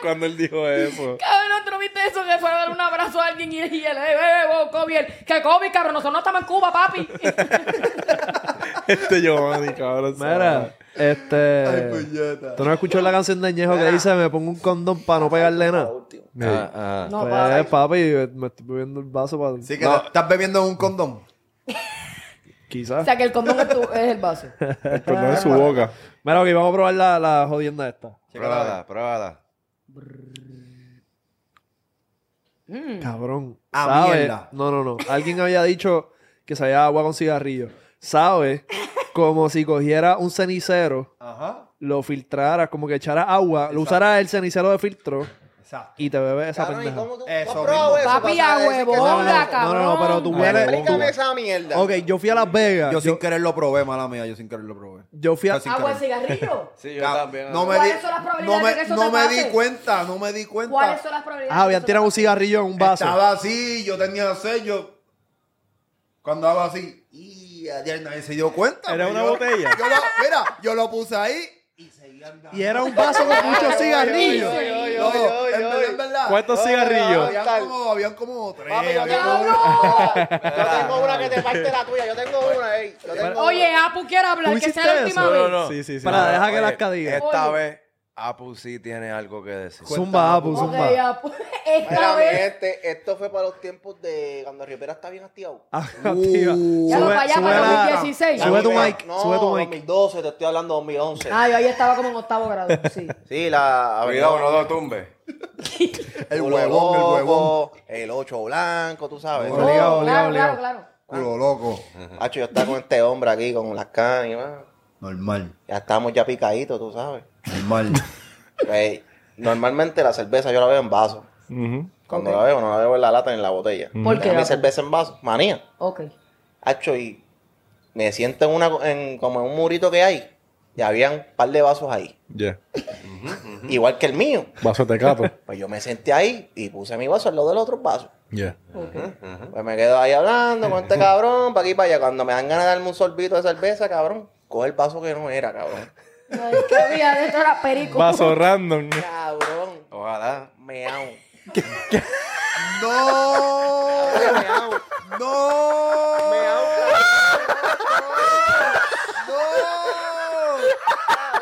S8: Cuando él dijo eso.
S2: cabrón, ¿tú no viste eso? Que fue a dar un abrazo a alguien y, y él, eh, eh, wow, COVID, él, qué COVID, cabrón, nosotros no estamos en Cuba, papi.
S8: Este Giovanni, cabrón.
S6: Mira, este. Tú no has escuchado la canción de Ñejo que dice: Me pongo un condón para no pegarle nada.
S13: Ah, ah.
S2: no,
S6: Pues,
S2: papi.
S6: papi, me estoy bebiendo el vaso para.
S4: Sí que te estás bebiendo un condón.
S2: O
S6: Quizás. pues,
S2: sea, que el condón es, tu- es el vaso. Ah,
S8: El condón en su boca.
S6: Mira, ok, vamos a probar la, la jodienda esta.
S13: Pruébala, pruébala.
S6: Cabrón.
S4: Ah,
S6: ¿sabe?
S4: mierda.
S6: No, no, no. Alguien había dicho que sabía agua con cigarrillo. Sabe como si cogiera un cenicero,
S4: Ajá.
S6: lo filtrara, como que echara agua, lo usara el cenicero de filtro Exacto. Y te bebes esa
S1: Cabrón, ¿y
S6: pendeja.
S1: cómo tú- tú has
S6: Eso
S1: probado
S6: mismo.
S1: eso para
S2: Papi, a
S1: saber decir que
S2: huevón,
S1: sabe?
S2: la ca-
S6: No, no, no, pero tú
S1: Cabrón.
S6: hueles.
S1: Explícame
S6: tú-
S1: esa mierda.
S6: Ok, yo fui a Las Vegas.
S4: Yo sin querer lo probé, mala mía. Yo sin querer lo probé.
S6: Yo fui a-
S4: sin
S2: ¿Agua de
S4: querer.
S2: pues, cigarrillo?
S4: Sí,
S13: yo también. ah.
S4: No me di,
S2: ¿Cuáles son las
S4: no
S2: probabilidades de que
S4: me,
S2: eso
S4: no
S2: te
S4: me
S2: pase?
S4: di cuenta, no me di cuenta.
S2: ¿Cuáles son las probabilidades?
S6: Ah, habían
S2: de que eso
S6: tirado un cigarrillo en un vaso.
S4: Estaba así, yo tenía sed, yo... Cuando hago así, y ayer nadie se dio cuenta.
S8: Era
S4: pues,
S8: una
S4: yo-
S8: botella.
S4: yo lo- mira, yo lo puse ahí.
S6: Y era un vaso con muchos cigarrillos.
S4: Oye, oye,
S6: No,
S4: oye, oye, en verdad, en verdad.
S6: ¿Cuántos
S4: Oye,
S6: cigarrillos?
S4: Habían como, habían como tres.
S1: Papi, yo
S4: habían
S1: tengo
S4: como-
S1: Yo tengo una que te parte la tuya. Yo tengo una, ey. Yo
S2: te pase?
S1: tengo
S2: Oye, Apu quiere hablar, que sea la última vez.
S8: Sí, sí, sí.
S6: Para,
S8: No,
S6: Ah, deja que
S13: Oye,
S6: las cadigas.
S13: Esta
S2: Oye.
S13: vez, Apu sí tiene algo que decir.
S6: Zumba, Apu,
S2: Ok,
S6: zumba.
S2: Apu. Esta
S1: Mira, mi
S2: vez.
S1: gente, esto fue para los tiempos de cuando Rivera está bien activado.
S6: Activa.
S2: Ya lo
S6: Sube-
S2: para allá,
S6: sube
S2: para
S6: la-
S2: 2016.
S6: Sube tu
S1: Rivera-
S6: mic,
S1: no,
S6: sube tu mic.
S1: 2012, te estoy hablando 2011.
S2: Ah, yo ahí estaba como en octavo grado. Sí.
S1: Sí, la
S13: Cuidado, no lo tumbe.
S4: El
S1: Culo
S4: huevón, el
S1: loco,
S4: huevón.
S1: El ocho blanco, tú sabes.
S4: Culo Obligado,
S2: Oh, claro,
S4: obligado,
S2: claro,
S4: obligado.
S2: claro.
S4: Culo loco.
S1: Hacho, yo estaba con este hombre aquí, con las canas y más.
S4: Normal,
S1: Ya estábamos ya picaditos, tú sabes.
S4: normal.
S1: Ey, normalmente la cerveza yo la veo en vaso. Cuando la veo, no la veo en la lata ni en la botella.
S2: ¿Por qué?
S1: Mi cerveza en vaso, manía.
S2: Ok.
S1: Hacho, y me siento en una, en- como en un murito que hay. Y habían un par de vasos ahí.
S8: Yeah.
S1: Igual que el mío.
S8: Vaso de tecato.
S1: Pues yo me senté ahí y puse mi vaso al lado del otro vaso.
S8: Yeah.
S1: Pues me quedo ahí hablando con este cabrón, para aquí para allá. Cuando me dan ganas de darme un sorbito de cerveza, cabrón, coge el vaso que no era, cabrón.
S2: No, es que había de esto era perico.
S8: Vaso random.
S1: Cabrón,
S13: Ojalá.
S1: meao.
S4: ¡No!
S1: Meao,
S4: ¡No!
S1: meao, cabrón.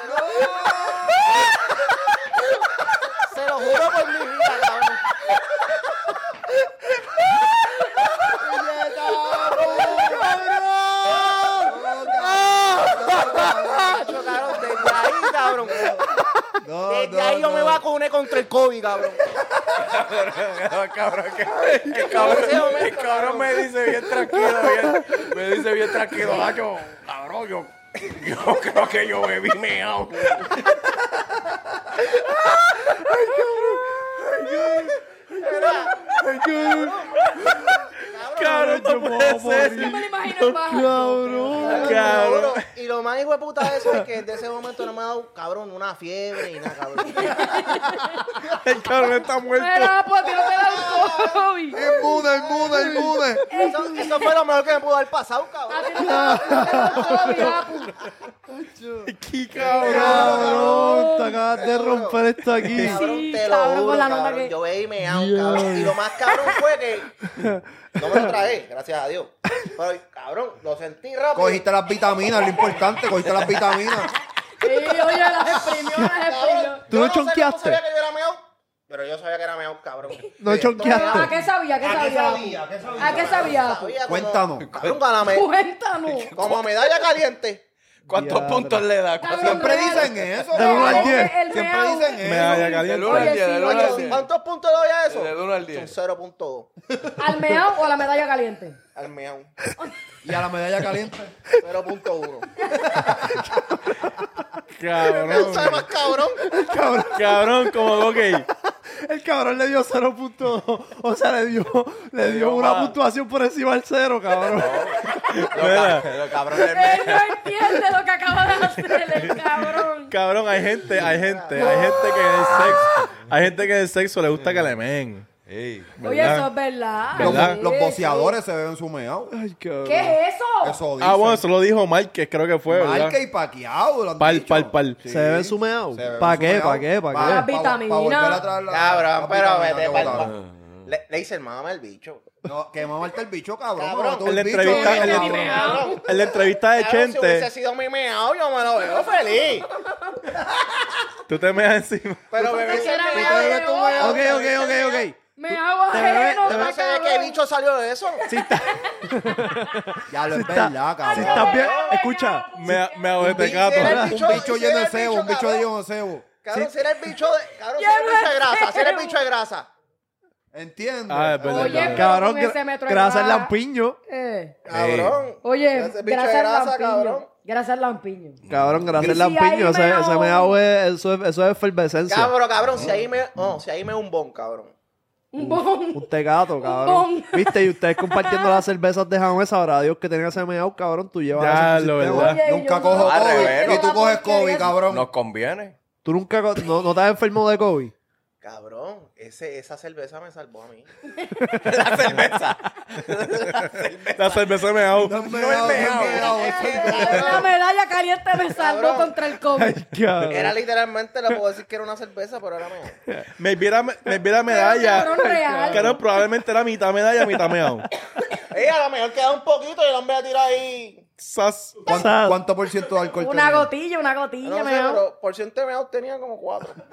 S4: ¡No!
S1: Se lo juro por mi vida, cabrón. Hacho, cabrón, desde ahí, cabrón.
S4: No,
S1: Desde
S4: no,
S1: ahí yo
S4: no.
S1: me vacuné contra el COVID, cabrón. El cabrón, el cabrón me
S13: dice bien tranquilo, bien- me dice bien tranquilo, ah, yo, cabrón, yo, yo creo que yo bebí meao.
S8: Cabrón, no puede
S2: Yo
S8: ser.
S2: me lo imagino en baja.
S8: Cabrón,
S1: Cabrón.
S8: cabrón.
S1: Y lo más hijo de puta de eso es que desde ese momento no me ha dado, cabrón, una fiebre ni nada, cabrón.
S8: El cabrón está muerto.
S2: Mira, pues, a ti no te da un COVID.
S4: ¡Inmune, inmune, inmune!
S1: Eso, eso fue lo mejor que me pudo haber pasado, cabrón.
S2: A ti no te da no te da un COVID, Apu.
S8: Qué cabrón.
S6: Cabrón, te acabas de romper esto aquí.
S1: Cabrón,
S2: Sí,
S1: te lo
S2: cabrón,
S1: juro,
S2: con la nota
S1: cabrón.
S2: que-
S1: Yo veía y me hago, cabrón. Y lo más cabrón fue que no me lo traje, gracias a Dios. Pero, cabrón, lo sentí rápido.
S4: Cogiste las vitaminas, lo importante, cogiste las vitaminas.
S2: Sí, oye, las exprimió, las exprimió.
S1: Cabrón,
S6: ¿Tú
S1: yo
S6: no
S1: sé cómo
S6: chonqueaste?
S1: sabía que yo era meao, pero yo sabía que era meao, cabrón.
S6: No
S1: Sí,
S6: chonqueaste.
S2: ¿A Ah, qué sabía? ¿A qué
S1: ¿A qué
S2: sabía?
S1: sabía? ¿A qué sabía?
S2: ¿A qué sabía? Apu?
S1: sabía como-
S4: Cuéntanos.
S1: Cabrón, con la me-
S2: Cuéntanos.
S1: como medalla caliente.
S13: ¿Cuántos
S6: Diablo.
S13: puntos le da?
S2: Cabrón,
S4: Siempre
S2: real.
S4: dicen ¿eh? eso.
S6: Del uno al
S2: El-
S6: diez.
S2: el
S4: Siempre
S2: meao.
S4: dicen
S8: Me
S4: eso.
S8: caliente.
S13: Del 1 al
S2: Oye,
S13: 10,
S2: sí,
S13: del 1
S2: oye,
S13: al
S2: sí.
S13: 10.
S1: ¿Cuántos puntos le doy a eso?
S13: Del 1 al 10.
S1: Un 0.2
S2: ¿Al meao o a la medalla caliente?
S1: al meao.
S4: Y a la medalla caliente.
S1: 0.1.
S8: Cabrón.
S1: Eso es más cabrón.
S8: Cabrón, como ok.
S6: El cabrón le dio 0.2. O sea, le dio, le dio
S13: dio
S6: una
S13: más.
S6: puntuación por encima del cero, cabrón.
S13: Los cabrones
S2: Él no entiende lo que acaba de hacer el cabrón.
S8: Cabrón, hay gente, hay gente, hay gente que del sexo, hay gente que del sexo le gusta que le meen.
S13: Ey,
S2: Oye, eso es verdad.
S4: Los,
S8: ¿Verdad?
S4: los
S2: Sí,
S4: boceadores se beben su meao.
S6: Ay, cabrón.
S2: sí. ¿Qué es eso?
S4: Eso dice.
S8: Ah, bueno, eso lo dijo Márquez, creo que fue, ¿verdad?
S4: Marca y paqueado. lo han
S8: Pal,
S4: dicho.
S8: pal, pal.
S6: Se beben su meao.
S4: Se beben
S6: ¿Para
S4: su
S6: qué?
S4: meao.
S6: ¿Para qué?
S4: Pa-
S6: ¿Para
S2: Las
S6: qué?
S4: pa-
S2: vitaminas.
S4: pa volver a traer la-
S1: Cabrón,
S4: las
S1: pero
S4: vitaminas
S1: vete
S4: que
S1: pa'l
S4: botaron.
S1: pa- Le, le hice el mamá el bicho.
S4: No, que mamarte el bicho, cabrón.
S1: Cabrón,
S4: mamá, tú
S8: en la
S4: el bicho,
S8: entrevista-
S4: cabrón.
S8: en la
S2: entrevista-
S1: Cabrón,
S8: En la entrevista de
S1: cabrón, si hubiese
S8: Chente,
S1: sido mi meao, yo me lo veo feliz.
S8: tú te meas encima.
S1: Pero bebé
S2: Porque
S1: se
S2: era
S1: me
S2: meao de
S1: bebé, tú
S2: bola.
S1: meao.
S6: Ok, ok, ok, ok.
S2: Me hago
S6: Te bebes-
S2: ajeno.
S6: te
S1: Yo no sé de qué
S2: cabrón.
S1: bicho salió de eso.
S4: Ya lo es
S6: está- este
S4: verdad,
S6: Si
S4: cabrón.
S6: estás bien,
S2: Ay,
S6: escucha,
S2: cabrón.
S8: Me, me hago de
S1: Un
S8: tecato.
S1: bicho, era el
S4: Un bicho
S1: si
S4: lleno
S1: era
S4: de
S1: el
S4: cebo,
S1: bicho,
S4: un bicho
S1: cabrón.
S4: lleno de cebo.
S1: Cabrón, si era el bicho de, cabrón, si
S2: Ya
S1: era el
S2: no
S1: bicho
S2: es
S1: de grasa, si era el
S2: cebo.
S1: bicho de grasa.
S4: ¿Entiendes?
S8: Ah, es verdad.
S2: Oye,
S8: cabrón.
S6: cabrón,
S2: con ese metro de
S6: grasa en
S2: grasa.
S6: lampiño.
S2: Eh,
S1: Cabrón.
S2: Oye,
S1: Ese bicho
S2: grasa
S1: de grasa,
S2: lampiño.
S1: cabrón.
S2: Gracias, Lampiño.
S6: Cabrón, gracias
S2: Y si ahí
S6: Lampiño.
S2: me
S6: Ese, ese
S2: ahogo.
S6: meao es, eso, es, eso es efervescencia.
S1: Cabrón, cabrón, si ahí me. No, si ahí me un bon, cabrón. Mm.
S2: Un bon.
S6: Un tegato, cabrón.
S1: bon.
S6: Viste, y ustedes compartiendo las cervezas de jamón, sabrá Dios que tenía ese meao, cabrón. Tú llevas
S8: Ya,
S6: eso en tu
S8: lo
S6: sistema.
S8: verdad. Oye,
S4: Nunca cojo
S6: Al
S4: COVID.
S6: revés.
S4: Y tú coges COVID, cabrón.
S6: Nos conviene. Tú nunca. co- No, no estás enfermo de COVID.
S1: Cabrón, ese, esa cerveza me salvó a mí.
S6: La cerveza.
S1: La cerveza.
S8: La cerveza me hago.
S2: La medalla caliente me salvó contra el COVID.
S8: cabrón.
S1: Era literalmente, lo puedo decir que era una cerveza, pero era mejor.
S8: Me vi la, me vi la medalla.
S1: cabrón, real.
S8: Cabrón, probablemente era mitad medalla, mitad meao.
S1: Eh, a lo mejor queda un poquito y el hombre a tirar ahí.
S8: Sas.
S4: ¿Cuánto, cuánto por ciento de alcohol
S2: Una
S4: tenía?
S2: gotilla, una
S1: Yo
S2: gotilla,
S1: No sé,
S2: me ahogo.
S1: pero por ciento de meao tenía como cuatro.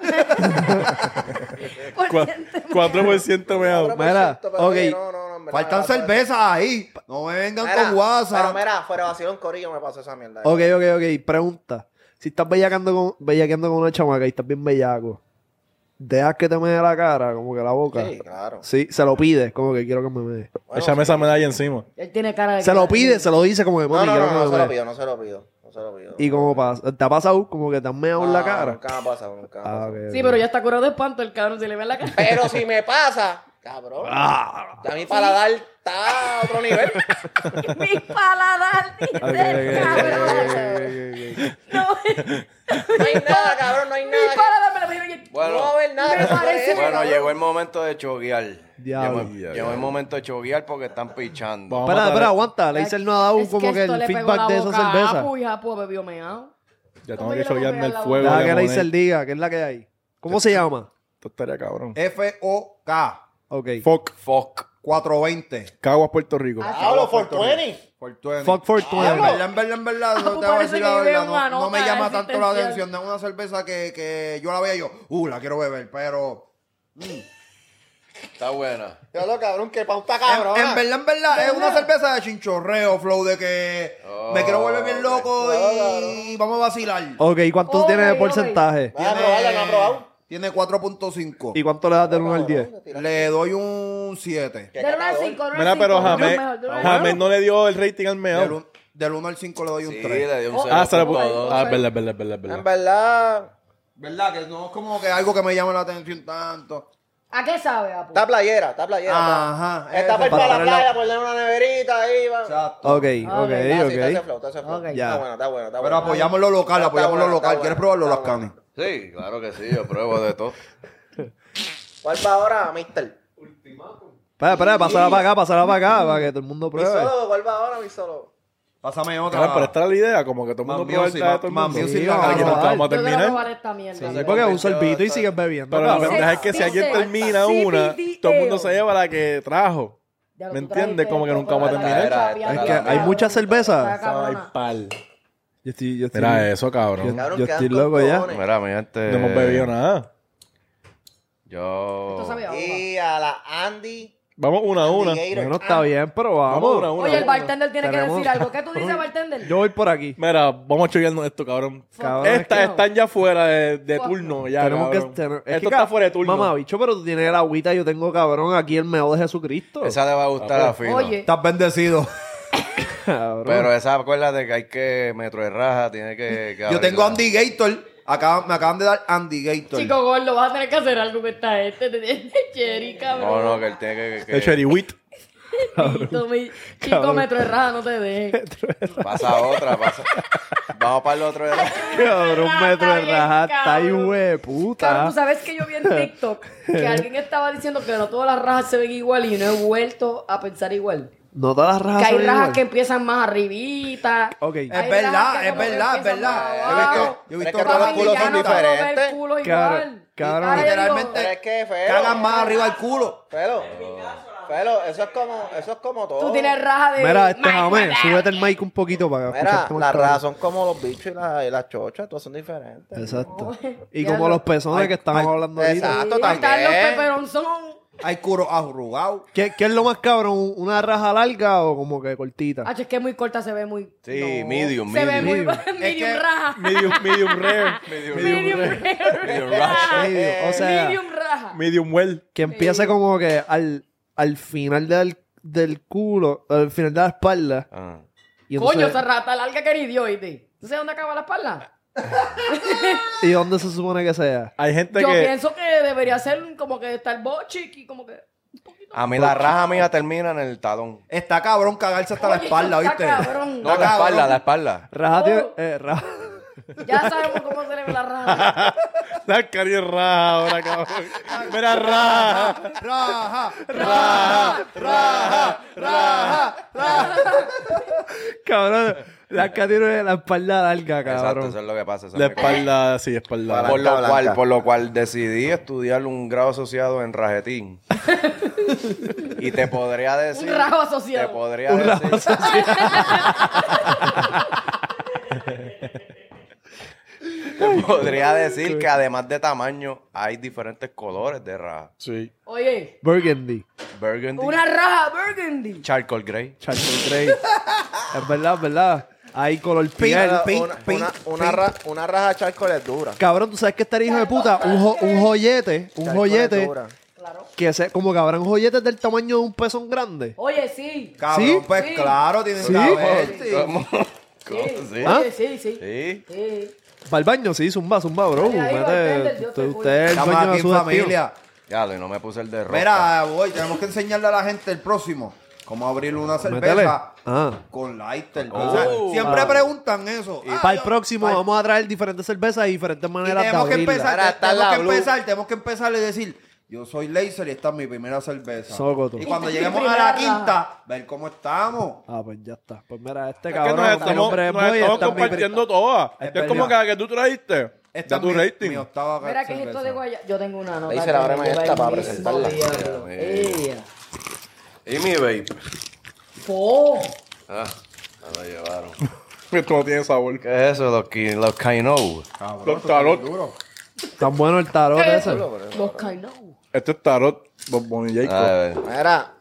S8: Cua- 4% meao.
S6: Mira, ok.
S4: Faltan
S8: pues.
S4: cervezas ahí. No me vengan
S1: Mira,
S4: con
S1: Pero
S4: WhatsApp.
S1: mira, fuera vacilón corillo me pasó esa mierda.
S6: Ok, ok, ok. Pregunta. Si estás bellaqueando con, bellaqueando con una chamaca y estás bien bellaco, dejas que te me dé la cara, como que la boca.
S1: Sí, claro.
S6: Sí, se lo pides, como que quiero que me dé.
S8: Échame esa medalla encima.
S2: Él tiene cara de.
S6: Se lo pide, se lo dice como que
S1: No,
S6: "Mami,
S1: no,
S6: quiero
S1: no,
S6: que
S1: no
S6: me
S1: se lo
S6: dé".
S1: pido, no se lo pido. No se lo pido.
S6: Y como pasa, te ha pasado como que te has meado en la
S1: No,
S6: cara. Ah,
S1: Nunca me ha pasado, nunca me ha pasado.
S2: Sí, pero ya está curado de espanto el cabrón, si le ve la cara.
S1: Pero si me pasa, cabrón.
S6: Ah.
S1: Ya mi paladar está a otro nivel.
S2: Mi paladar, dice
S1: Ok,
S2: el
S1: ok,
S2: cabrón.
S1: No hay nada, cabrón, no hay
S2: Mi
S1: nada.
S2: paladar me lo dijo, oye,
S1: No va a haber nada. que se parezca,
S13: Bueno,
S1: cabrón.
S13: llegó el momento de choguear.
S6: Diablo.
S13: Llegó, llegó el momento de choguear porque están pichando.
S6: Espera, espera, aguanta. Leisel no ha dado como que
S2: esto
S6: el
S2: le pegó la
S6: feedback de esa
S2: boca
S6: cerveza.
S2: a Apu y Apu bebió meao.
S8: Ya
S2: ¿Cómo
S8: tengo que
S2: yo le voy a
S8: choquearme
S2: pegar
S8: el
S2: la
S8: fuego.
S6: Deja
S8: de
S6: que
S8: Monet.
S6: Leisel diga, que es la que hay. ¿Cómo se llama?
S8: Esto estaría cabrón.
S4: F-O-K.
S6: Ok.
S8: Fuck.
S13: Fuck.
S4: 420.
S8: Caguas, Puerto Rico.
S2: Ah,
S4: Hablo por 20.
S8: Fuck for 20.
S4: En verdad, en verdad, en verdad, no
S2: Ah,
S4: te voy a
S2: parece
S4: decir
S2: que
S4: la
S2: yo
S4: verdad.
S2: veo una
S4: No, no me
S2: nota
S4: llama tanto la
S2: existencial.
S4: atención. No es una cerveza que, que yo la veía y yo, uh, la quiero beber, pero. mm.
S13: Está buena.
S1: Ya lo cabrón, que pauta
S4: En,
S1: cabrón.
S4: en verdad, en verdad, es una cerveza de chinchorreo, flow, de que me quiero volver
S2: Oh,
S4: bien loco
S2: pues,
S4: y vamos a vacilar.
S6: Ok, ¿cuánto
S4: Ok,
S6: tiene de
S4: ok.
S6: porcentaje?
S4: Tiene,
S1: probarla, Ah, no ha probado.
S4: Tiene 4.5.
S6: ¿Y cuánto le das del 1 al 10?
S4: Le doy un 7.
S2: Del 1 al 5, no
S8: Mira, pero Jamé, Jamé no le dio el rating al
S4: Del,
S8: meao.
S4: un- del 1 al 5 le doy un 3.
S13: le doy un
S12: Oh,
S8: Ah, se lo puso. Ah, es verdad, es verdad, es verdad, es
S1: En
S8: verdad.
S1: verdad.
S4: ¿Verdad? Que no es como que algo que me llama la atención tanto.
S2: ¿A qué sabe, Apu?
S1: Está playera, está playera.
S4: Ajá,
S1: pa. Está
S4: eso,
S1: para
S4: para
S1: la
S4: traer la-
S1: playa, ponerle una neverita ahí. Va.
S4: Exacto.
S6: Ok,
S1: Ah, sí, está ese
S6: ok,
S1: flow,
S6: ok.
S1: está ese flow.
S6: Ya.
S1: Está bueno, está bueno, está
S4: Pero
S1: bueno.
S4: apoyamos lo local,
S1: Está
S4: apoyamos lo
S1: bueno, está
S4: local. ¿Quieres probarlo, las canes?
S13: Sí, claro que sí, yo pruebo de todo.
S1: ¿Cuál va ahora, mister?
S6: Espera, espera, pasará para acá, pasará para acá, para que todo el mundo
S1: Mi
S6: pruebe.
S1: solo, ¿cuál va ahora, mi solo?
S4: Pásame
S8: Claro, pero esta era la idea, como que todo el mundo
S4: Más
S8: prueba el
S4: music,
S8: de todo
S4: más-
S8: el
S4: más
S8: mundo.
S4: music,
S8: Sí,
S4: la
S8: ahora que
S4: vamos a
S8: no
S4: dar.
S8: vamos a
S2: Yo quiero
S8: terminar.
S2: probar esta mierda.
S6: Sí, porque es un sorbito y sigues bebiendo.
S8: Pero la
S6: cabrón.
S8: verdad es que si alguien termina
S2: Sí,
S8: una,
S2: piteo.
S8: todo el mundo se lleva la que trajo.
S2: Ya lo
S8: ¿Me
S2: tú trajiste
S8: entiendes? Como que
S2: esto,
S8: nunca vamos a
S2: pero
S8: terminar.
S2: la
S13: Era,
S2: chapeada,
S6: Es que hay
S2: cabrón.
S6: muchas cervezas.
S2: Está cabrona.
S8: Pal.
S6: Yo estoy, yo estoy,
S8: Mira eso, cabrón.
S6: Yo,
S8: Cabrón,
S6: yo
S8: quedan
S6: estoy loco
S8: con
S6: ya.
S8: cojones.
S13: Mira, mi gente.
S8: No hemos bebido nada.
S13: Yo.
S1: Y a la Andy.
S8: Vamos una a una.
S6: Bueno, está bien, pero vamos.
S8: Vamos una a una.
S2: Oye, el bartender tiene que
S6: Tenemos-
S2: decir algo. ¿Qué tú dices, bartender?
S6: Yo voy por aquí.
S8: Mira, vamos a choquearnos esto, cabrón.
S6: Cabrón, Ah, es
S8: Estas
S6: que-
S8: están ya fuera de, de turno. Ya,
S6: Tenemos que,
S8: cabrón.
S6: tener- es
S8: Esto
S6: que,
S8: está fuera de turno.
S6: Mamá, bicho, pero tú tienes el agüita. Yo tengo, cabrón, aquí el meo de Jesucristo.
S13: Esa le va a gustar a Fino.
S2: Oye,
S4: Estás bendecido.
S6: Cabrón.
S13: Pero esa, acuérdate que hay que. Metro de raja, tiene que. que
S4: Yo tengo
S13: abrirla.
S4: Andy Gator. Acá, me acaban de dar Andy Gator.
S2: chico gordo, vas a tener que hacer algo con esta gente. Te tienes cherry,
S13: No,
S2: cabrón.
S13: no, que él tiene que. que-
S8: El cherry wheat.
S2: Chico, mi- Chico
S8: Cabrón.
S2: metro de raja, no te dejes.
S13: Pasa otra, pasa. Vamos para el otro. de la-
S6: Cabrón, metro de
S2: bien,
S6: raja. Está ahí,
S2: cabrón. Cabrón,
S6: hue puta.
S2: tú sabes que yo vi en TikTok que alguien estaba diciendo que no todas las rajas se ven igual y no he vuelto a pensar igual.
S6: No todas las rajas
S2: que hay
S6: son
S2: rajas
S6: Ah,
S2: Eh,
S6: igual.
S2: que empiezan más arribita.
S6: Ok.
S4: Oh,
S2: Hay
S4: Es
S2: rajas
S4: verdad,
S2: que
S4: es
S2: como que
S4: verdad, es
S2: empiezan
S4: verdad.
S2: más
S4: Yo he
S2: abajo.
S4: visto- Yo he
S1: Pero
S4: visto que los
S1: es
S2: Papi,
S4: culos
S2: ya
S4: son
S2: no puedo ver
S4: diferentes.
S1: diferentes.
S2: el culo igual.
S6: Cabrón, cabrón.
S2: Ahora yo digo,
S1: Pero es
S4: Literalmente
S1: que feo.
S4: cagan más arriba el culo.
S1: Pero, pero, eso es como, eso es como todo.
S2: Tú tienes raja de.
S6: Mira, este
S2: Mike,
S6: jamé,
S2: Mike,
S6: súbete el mic un poquito para
S1: Mira,
S6: escucharte más
S1: las
S6: cabrón.
S1: razas son como los bichos y las, y las chochas, todas son diferentes.
S6: Exacto. Y
S2: Ya
S6: como
S2: lo-
S6: los pezones que estamos hablando ahorita.
S1: Exacto,
S2: Ahí están los
S1: también.
S2: peperonzón.
S4: Hay culo arrugado.
S6: ¿Qué, qué es lo más cabrón? ¿Una raja larga o como que cortita?
S2: Ah, es que es muy corta, se ve muy.
S13: Sí, medium,
S2: se ve
S13: medium.
S2: muy.
S6: medium.
S2: medium
S4: que-
S2: raja.
S8: Medium, medium rare.
S13: Medium,
S2: Medium rare.
S13: medium rush.
S6: Medio, o sea,
S2: Medium raja.
S8: Medium well.
S6: que empiece como que al, al final del, del culo, al final de la espalda
S13: Ah.
S6: Y
S2: Coño, esa
S6: entonces-
S2: rata larga que hirió, ¿oíste? ¿Tú sabes dónde acaba la espalda?
S6: ¿Y dónde se supone que sea?
S8: Hay gente
S2: Yo pienso que debería ser como que estar bochic y como que...
S13: A mí la
S2: Ah,
S13: raja mía termina en el talón.
S4: Está cabrón cagarse hasta la
S2: Oye,
S4: espalda,
S2: está
S4: ¿viste?
S2: cabrón.
S13: No, la espalda, la espalda.
S6: Raja tiene- eh, raja.
S2: Ya sabemos cómo se le ve la rata.
S8: La cari es raja ahora, cabrón. Mira, raja.
S4: Raja,
S8: raja, raja,
S4: raja, raja.
S6: Cabrón, la que tiene la espalda larga,
S13: Exacto,
S6: cabrón.
S13: eso es lo que pasa. eso
S8: La
S13: es mi-
S8: espalda, sí, espalda.
S13: Por lo,
S8: Blanca,
S13: cual,
S8: blanca.
S13: por lo cual decidí estudiar un grado asociado en rajetín. y te podría decir.
S2: Un rajo asociado.
S13: Te podría
S2: Un
S13: decir.
S2: rajo
S13: te podría decir que además de tamaño, hay diferentes colores de raja.
S8: Sí.
S2: Oye,
S6: Burgundy.
S13: Burgundy.
S2: una raja burgundy.
S13: Charcoal Grey.
S6: Charcoal Grey. es verdad, es verdad. Hay color piel.
S1: Una- una, una- una ra- una raja charcoal es dura.
S6: Cabrón, ¿tú sabes que estaría hijo de puta? Un, jo- un joyete, un
S1: Charcoal es
S6: joyete.
S1: dura.
S6: Que se, como que habrán joyetes del tamaño de un pezón grande.
S2: Oye, sí.
S4: Cabrón,
S6: ¿Sí?
S4: pues
S6: Sí.
S4: claro, tienen
S6: ¿Sí?
S4: que haber. sí.
S2: Sí,
S6: ¿Ah?
S2: sí, sí.
S13: Sí.
S2: Sí.
S6: Para el baño, sí, zumba, zumba, bro.
S2: Dale, ahí va,
S6: Mete-
S2: Tender, yo te
S6: Usted,
S2: cuido.
S6: usted es el
S4: Estamos
S6: dueño de
S4: aquí en
S6: su destino.
S4: familia.
S13: Ya, y no me puse el de ropa.
S4: Mira, voy, tenemos que enseñarle a la gente el próximo. Cómo abrir una
S6: Métele.
S4: cerveza
S6: Ah.
S4: con lighter.
S6: Oh.
S4: O sea, siempre
S6: Ah.
S4: preguntan eso. Ah,
S6: Para el
S4: yo-
S6: próximo
S4: pa-
S6: vamos a traer diferentes cervezas y diferentes
S4: y
S6: maneras
S4: tenemos
S6: de
S4: que
S6: abrirla.
S4: empezar, te-
S1: está
S4: tenemos
S1: la
S4: que
S1: Blue.
S4: empezar, tenemos que empezar y decir, yo soy Laser y esta es mi primera cerveza.
S6: Socoto.
S4: Y cuando
S6: Y- y
S4: lleguemos a
S6: primera
S4: la
S6: raja.
S4: quinta, ver cómo estamos.
S6: Ah, pues ya está. Pues mira, este
S8: Es que
S6: cabrón,
S8: nos
S6: el
S8: estamos,
S6: hombre es
S8: nos
S6: boy,
S8: estamos
S6: esta es mi pri-
S8: compartiendo todas.
S6: Es
S8: Esto es como que
S6: verdad.
S8: la que tú trajiste.
S4: Esta
S8: Esta tu
S4: es mi-
S8: rating.
S4: mi octava
S2: Mira, ¿qué es esto de guaya? Yo tengo una nota.
S1: Ahí se la abremos
S2: que me
S1: esta
S2: lleva
S1: para
S2: el mismo
S1: presentarla.
S2: diablo. Ea.
S12: Y mi vape.
S2: Po.
S12: Ah, me lo llevaron.
S8: Esto no tiene sabor.
S13: ¿Qué es eso? Los, ki- los Kaino.
S8: Los tarot.
S6: Tan bueno el tarot
S2: ¿Qué es
S6: ese.
S2: Los Kaino.
S8: Esto es tarot. Bob y
S13: A ver.
S8: Jacob.
S1: Mira,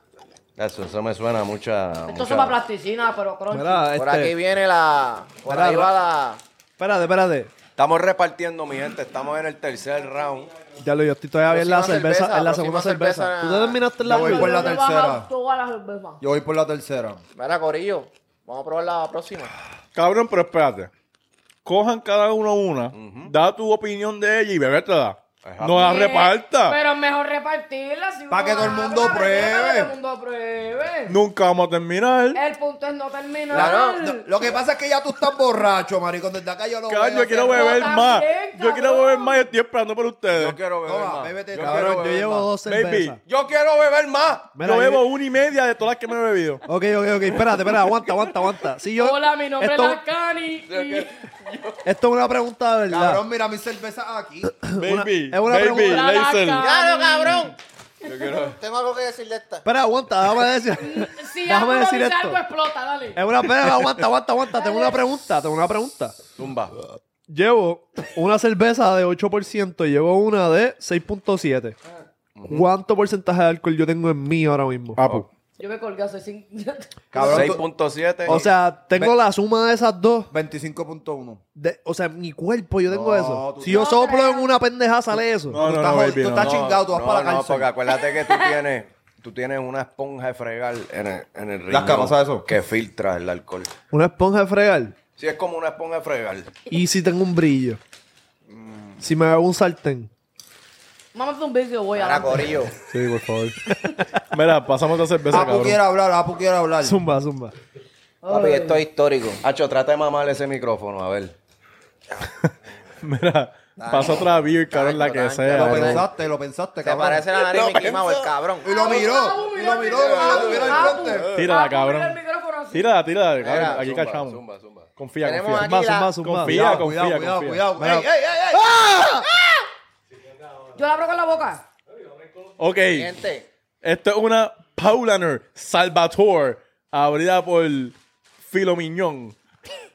S13: Eh, Eso, eso me suena a mucha.
S2: Esto
S13: mucha-
S2: son para plasticina, pero crunchy.
S6: Mira,
S1: por
S6: este-
S1: aquí viene la. Por
S6: Mira,
S1: ahí
S6: la-
S1: va la.
S6: Espérate, espérate.
S13: Estamos repartiendo, mi gente. Estamos en el tercer round.
S6: Ya lo yo estoy todavía en la
S1: Próxima
S6: cerveza,
S1: cerveza,
S6: en la
S1: próxima
S6: segunda cerveza.
S1: cerveza.
S6: ¿Tú te terminaste en la
S4: Yo voy
S6: última?
S4: por la
S2: Yo me he
S4: tercera.
S2: bajado toda la cerveza.
S4: Yo voy por la tercera.
S1: Mira, Corillo. Vamos a probar la próxima.
S8: Cabrón, pero espérate. Cojan cada uno una, da tu opinión de ella y bebétela. No la
S2: Sí,
S8: reparta.
S2: Pero es mejor repartirla. Si
S4: Pa' que
S2: uno
S4: todo el
S2: abre,
S4: mundo
S2: pa' que todo
S4: pruebe.
S2: el mundo pruebe.
S8: Nunca vamos a terminar.
S2: El punto es no terminar.
S4: Claro, no, lo que pasa es que ya tú estás borracho, maricón. Desde acá yo lo
S8: Cabrón,
S4: voy a
S8: yo quiero
S4: hacer.
S8: beber
S2: también,
S8: más. Yo
S2: cabrón.
S8: quiero beber más y estoy esperando por ustedes.
S13: Yo quiero beber
S4: Toma,
S13: más.
S4: bébete
S13: yo,
S4: esta.
S13: quiero
S6: Cabrón, yo
S13: beber
S6: llevo
S13: más.
S6: dos
S8: Baby.
S6: cervezas.
S13: yo quiero beber más.
S6: Mira,
S8: yo
S6: yo-
S8: bebo una y media de todas las que me he bebido.
S6: Ok, ok, ok. Espérate, espérate. Aguanta, aguanta, aguanta. Si yo,
S2: Hola, mi nombre es
S6: esto,
S2: Lacani. Y...
S6: esto es una pregunta de verdad.
S4: Cabrón, mira mi cerveza aquí.
S8: Baby,
S6: es una
S8: baby,
S6: pregunta.
S2: La
S8: Laser.
S2: Lacani.
S1: ¡Claro, cabrón! Tengo algo que decir de esta.
S6: Espera, aguanta. Déjame decir,
S2: Si
S6: déjame
S2: algo
S6: decir
S2: dice
S6: esto.
S2: algo, explota, dale.
S6: Es una espera, aguanta, aguanta, aguanta. Tengo una pregunta, tengo una pregunta.
S13: Tumba.
S6: Llevo una cerveza de 8% y llevo una de 6.7. ¿Cuánto porcentaje de alcohol yo tengo en mí ahora mismo?
S4: Ah,
S8: Papu.
S2: Yo me colgué hace cinco...
S4: Cabrón, tú-
S13: 6.7.
S6: O sea, tengo la suma de esas dos.
S4: 25.1.
S6: de- o sea, en mi cuerpo yo tengo
S4: No,
S6: eso.
S4: tú-
S6: Si yo
S2: No
S6: soplo
S2: creo.
S6: en una pendeja, sale eso.
S8: No,
S4: tú
S8: no,
S4: estás,
S8: no,
S4: jod-
S8: baby, no.
S4: tú estás chingado, tú vas
S13: no,
S4: para la
S13: no,
S4: cárcel.
S13: porque acuérdate que tú tienes, tú tienes una esponja de fregar en el, en el riñón
S4: capas, ¿sabes eso?
S13: que filtra el alcohol.
S6: Una esponja de fregar.
S13: Si es como una esponja de fregar.
S6: Y si tengo un brillo.
S4: Mm.
S6: Si me hago un sartén.
S2: Mámate un vicio, voy
S1: Mira,
S2: a...
S1: Corillo.
S8: Sí, por favor. Mira, pasamos la cerveza,
S4: Apu
S8: cabrón.
S4: quiere hablar, Apu quiere hablar.
S6: Zumba, zumba.
S1: Papi, esto es histórico.
S13: Hacho, trata de mamar ese micrófono, a ver.
S8: Mira, pasa otra beer, cabrón, la que
S1: Tranquilo,
S8: sea.
S4: Lo
S1: tranquilo.
S8: cabrón.
S4: pensaste, lo pensaste,
S1: Se
S4: cabrón.
S1: parece la nariz de Mickey Mouse, el cabrón.
S4: Y lo miró, y lo miró, y lo miró el
S2: Apu,
S4: frente.
S8: Tírala,
S2: Apu, mira
S8: cabrón.
S2: el micrófono así.
S8: Tírala, tírala, cabrón.
S1: Mira,
S8: Aquí
S13: Zumba,
S8: cachamos.
S13: Zumba, zumba.
S8: Confía,
S1: Tenemos
S8: confía.
S1: aquí la-
S6: Zumba, zumba, zumba.
S8: Confía, confía,
S4: Cuidado,
S8: confía.
S4: cuidado, cuidado. Ey, ey, ey, ey.
S6: ¡Ah!
S2: Yo la abro con la boca.
S8: Ok,
S1: Gente,
S8: esto es una Paulaner Salvatore abrida por Filomiñón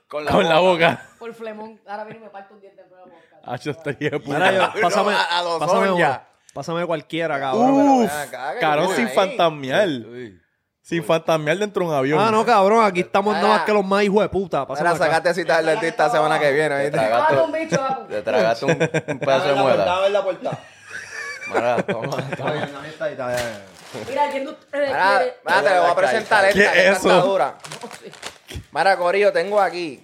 S13: Con la,
S8: con la boca.
S2: Por flemón. Ahora viene y me parto un diente por la boca.
S8: Hacho, estaría de
S6: Mira,
S8: puta.
S6: yo- Ah, pásame,
S13: a- a dos
S6: pásame,
S13: olla.
S6: una. Pásame cualquiera,
S4: Uh,
S6: cabrón.
S8: Uf,
S1: acá, que
S8: cabrón,
S1: viene
S8: sin
S1: ahí.
S8: fantasmear.
S13: Uy.
S8: Sin fantasmear dentro de un avión.
S6: Ah, no, cabrón. Aquí estamos nada más
S1: Mira.
S6: que los más hijos de puta. Pásame
S1: mira,
S6: acá.
S1: sacate cita del dentista la semana que viene.
S13: Te
S1: ¿viste?
S2: Dale un
S13: tragaste,
S2: bicho, Apu.
S13: te tragaste un, un pedazo de
S4: Abre la puerta,
S13: muela.
S4: abre la puerta.
S13: Mira, toma,
S4: Está
S13: toma.
S4: bien, ahí está, ahí está, ahí está.
S2: Mira, ¿quién de ustedes
S1: Mira,
S2: quiere?
S1: mira, te lo voy a presentar esta,
S8: ¿Qué
S1: que
S8: es
S1: esta está
S8: eso?
S1: dura. Mara, Corillo, tengo aquí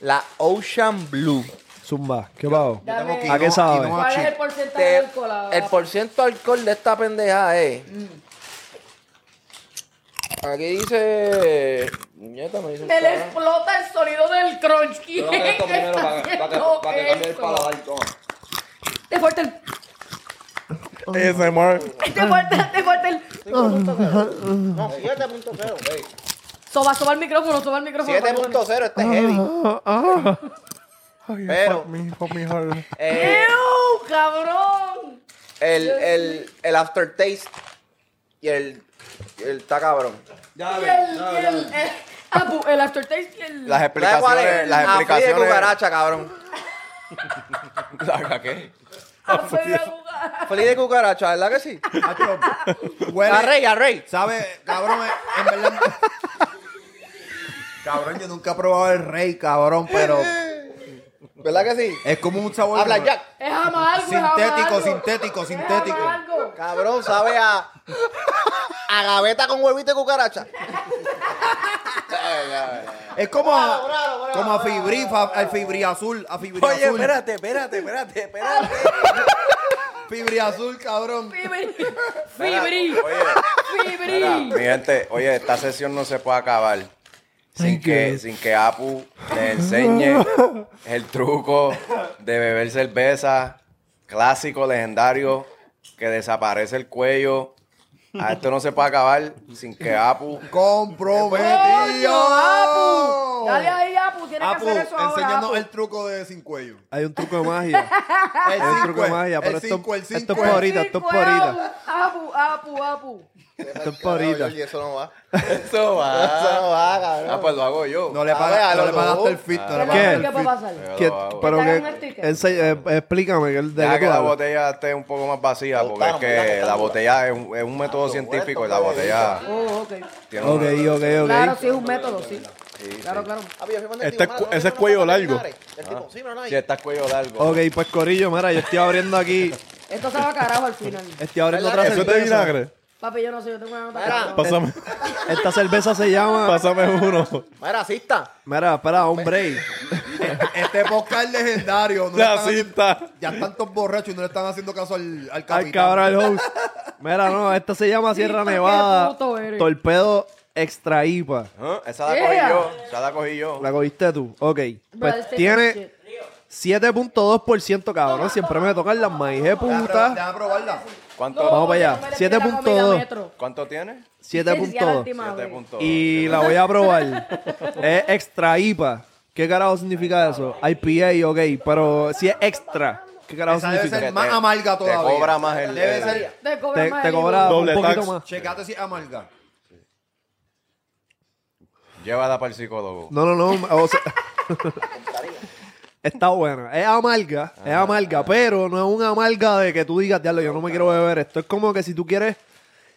S1: la Ocean Blue.
S6: Zumba, ¿qué pago?
S1: Dame.
S6: ¿A qué sabe?
S2: ¿Cuál es el porcentaje de alcohol? ahora?
S1: El por ciento de alcohol de esta pendeja es. Aquí dice. Nieta, Este, me dice.
S2: Me le explota el sonido del crunch. ¿Quién
S14: Toma esto
S2: está
S14: primero para que, para que,
S2: haciendo
S14: para que cambie el
S2: esto?
S14: paladar. Toma.
S2: Te falta el...
S8: ASMR.
S2: Te falta, te falta el...
S1: No, 7.0. ey.
S2: Soba, soba el micrófono, soba el micrófono.
S1: 7.0, este es heavy. Pero. eh,
S2: ¡Ew, cabrón!
S1: el, el, el aftertaste y el. El está cabrón.
S2: Y el... y el- eh, ah, pu- el aftertaste y el...
S1: Las explicaciones. Las explicaciones. de cucaracha, cabrón.
S13: ¿La qué?
S1: Feliz de cucaracha, ¿verdad que sí?
S4: Huele-
S1: Arrey, arrey.
S4: ¿Sabe, cabrón? En en verdad. cabrón, yo nunca he probado el rey, cabrón, pero.
S1: ¿Verdad que sí?
S4: Es como un sabor.
S1: Habla Jack.
S2: Es amargo, es
S4: Sintético,
S2: amargo.
S4: sintético, sintético.
S2: Es amargo.
S1: Cabrón, sabe a. A gaveta con huevito y cucaracha.
S4: Es como a,
S1: Bravo, bravo, bravo,
S4: como a fibrí, fa- al fibrí azul, a fibrí
S13: Oye,
S4: azul.
S13: espérate, espérate, espérate, espérate.
S4: Fibrí azul, cabrón.
S2: Fibri. Fibri.
S12: Mira,
S2: Fibri.
S12: ah, mi gente, oye, esta sesión no se puede acabar sin que, sin que Apu le enseñe el truco de beber cerveza clásico, legendario, que desaparece el cuello. A esto no se puede acabar sin que Apu...
S4: Comprometido.
S2: Apu! Dale ahí, Apu, tienes
S4: Apu,
S2: que hacer eso ahora,
S4: enséñanos
S2: Apu.
S4: el truco de sin cuello.
S6: Hay un truco de magia.
S4: El
S6: Hay un truco de
S4: cinco,
S6: magia, pero
S4: el
S6: esto,
S4: cinco, el
S6: esto
S4: cinco.
S6: es por ahorita, esto es por ahorita.
S2: Apu, apu, apu.
S6: Esto es por ahorita.
S1: Oye, eso no va.
S12: Eso va.
S1: Eso no va,
S12: Ah,
S1: cabrón.
S12: pues lo hago yo.
S4: No le
S1: A ver,
S4: pagas,
S1: a
S4: no
S1: lo
S4: le pagaste
S1: loco.
S4: el fit, no
S2: ¿Qué
S4: le
S2: es
S6: ¿Qué?
S2: lo que puede pasar?
S12: Yo
S6: Que-
S12: lo
S8: ah,
S12: hago.
S6: pero
S2: Que te hagan
S6: que,
S2: un sticker.
S6: ense- eh, explícame que el de
S12: Deja
S6: qué
S12: que la
S6: habla.
S12: botella esté un poco más vacía, porque es
S1: Cortaron, ¿verdad?
S12: que la
S1: Cortaron.
S12: botella es un, es un método científico y la botella
S2: Oh, ok.
S12: tiene
S6: Ok,
S12: una-
S6: ok, ok.
S2: Claro, sí, es un método, sí. Claro, claro.
S1: Ah, pues yo fui con el
S8: Este
S1: tío, mano,
S8: cu-
S1: no
S8: ese
S1: me
S8: es
S1: conozco
S8: cuello
S1: los
S8: largo.
S1: lunares. El tipo, sí, pero no hay.
S12: Sí, está cuello largo.
S6: Ok, pues Corillo, mira, yo estoy abriendo aquí.
S2: Esto se va a carajo al final.
S6: Estoy abriendo otra
S8: ¿Eso es de
S6: cerveza.
S8: vinagre?
S2: Papi, yo no sé, yo tengo una nota.
S1: Mira.
S2: acá.
S6: Pues,
S8: Pásame,
S6: Esta cerveza se llama.
S8: pásame uno.
S1: Mira, cista.
S6: Mira, espera, hombre.
S4: Este podcast es legendario. no le
S8: La
S4: están haciendo-
S8: cinta.
S4: Ya están todos borrachos y no le están haciendo caso al, al capitán.
S6: Al cabrón el host. Mira, no, esta se llama Sierra
S2: Sí, ¿por qué
S6: Nevada.
S2: puto eres?
S6: Torpedo extra IPA.
S12: Ah, Esa la
S2: Yeah.
S12: cogí yo. Esa la cogí yo.
S6: La cogiste tú. Ok.
S2: Brother,
S6: Pues
S2: este
S6: tiene
S2: shit.
S6: 7.2%, cabrón. Siempre me tocan las maíz de puta.
S4: Déjame probarla.
S12: ¿Cuánto,
S6: Vamos para allá.
S2: No me le pida la comida
S6: 7.2.
S2: Metro.
S12: ¿Cuánto tiene?
S2: Licenciada Antima.
S6: 7.2.
S2: Madre.
S12: 7.2.
S6: Y la voy a probar. es extra IPA. ¿Qué carajo significa eso? IPA, ok. Pero si es extra, ¿qué carajo
S4: Esa debe
S6: significa?
S4: ser
S12: te-
S4: más amarga
S12: te
S4: Ah, todavía.
S12: cobra más el-
S4: Debe
S12: el-
S4: ser...
S2: Te cobra
S6: Te,
S2: más
S6: te
S2: el
S6: cobra
S2: IVA.
S8: Doble
S6: un poquito
S8: tax.
S6: más.
S4: Checate si es amarga.
S12: Llévala para el psicólogo.
S6: No, no, no. o sea- está buena. Es amarga, es amarga, pero no es una amarga de que tú digas, diablo, yo no me quiero beber esto. Es como que si tú quieres,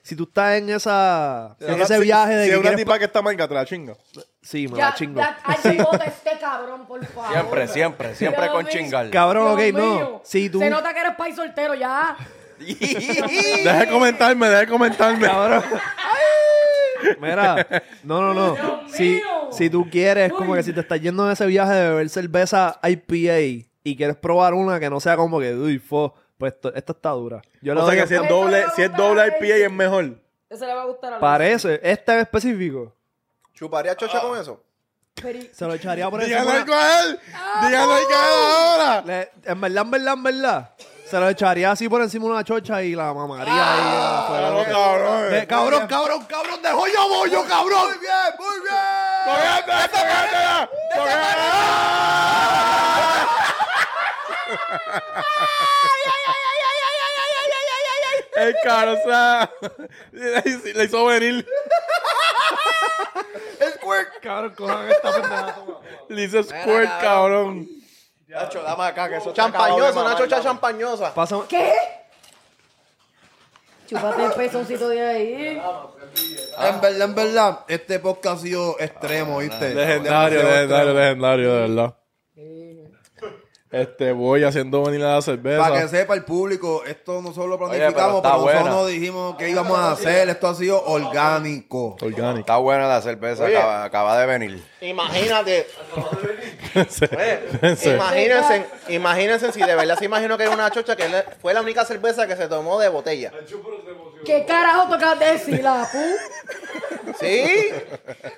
S6: si tú estás en esa, en ese viaje de
S8: Si
S6: que
S8: es una
S6: quieres...
S8: tipa que está marca, te la chinga.
S6: Sí, me
S2: Ya,
S6: la chingo.
S2: ya, alguien bote este cabrón, por favor.
S12: Siempre, siempre, siempre
S2: Dios
S12: con
S2: mío.
S12: chingar.
S6: Cabrón,
S2: Dios
S6: ok, no.
S2: mío.
S6: Si tú...
S2: Se nota que eres país soltero ya.
S8: Deja de comentarme, deja de comentarme.
S6: Cabrón. Mira, no, no, no.
S2: Dios
S6: Si,
S2: mío.
S6: si tú quieres, como que si te estás yendo en ese viaje de beber cerveza IPA y quieres probar una que no sea como que, uy, fo, pues esto- esta está dura. Yo le
S8: O
S6: doy
S8: sea
S6: a-
S8: que si es
S2: Eso
S8: doble,
S2: no
S8: si es
S2: me
S8: doble
S2: parece.
S8: IPA es mejor.
S2: Ese le va a gustar a Luis.
S6: Parece, este en específico.
S1: ¿Chuparía chocha con eso?
S2: Pero-
S6: Se lo echaría por
S8: Dígalo
S6: encima.
S8: algo a él.
S6: Ah.
S8: Dígalo algo a él ahora.
S6: Le- en verdad, en verdad, en verdad. Se lo echaría así por encima de una chocha y la mamaría ahí afuera.
S8: Claro, cabrón.
S6: De- cabrón, cabrón, cabrón, dejó yo bollo, cabrón.
S4: Muy bien, muy bien.
S8: ¡Cogétela, cogétela! El caro, o sea, le le hizo venir,
S6: Cabrón, cojan esta pendeja.
S8: le hizo squirt, cabrón.
S12: Nacho, dame acá, que eso está
S1: Champañosa,
S12: acabado de
S1: una chocha
S12: mamarla.
S1: champañosa.
S6: Pásame.
S2: ¿Qué? Chúpate el pezoncito de ahí.
S4: En verdad, en verdad, este podcast ha sido extremo, ¿viste?
S8: Legendario, legendario, legendario, de verdad. Este, voy haciendo venir la cerveza.
S4: Para que sepa el público, esto nosotros lo
S12: pero
S4: planificamos,
S12: está
S4: pero, nosotros
S12: buena.
S4: no dijimos qué íbamos a hacer. Esto ha sido orgánico.
S8: Orgánico.
S12: Está buena la cerveza,
S1: Oye.
S12: acaba, acaba de venir.
S1: Imagínate.
S12: Sí.
S1: Imagínense, imagínense si de verdad se imagino que es una chocha que le- fue la única cerveza que se tomó de botella.
S2: ¿Qué carajo tocas de decir, la pu?
S1: ¿Sí?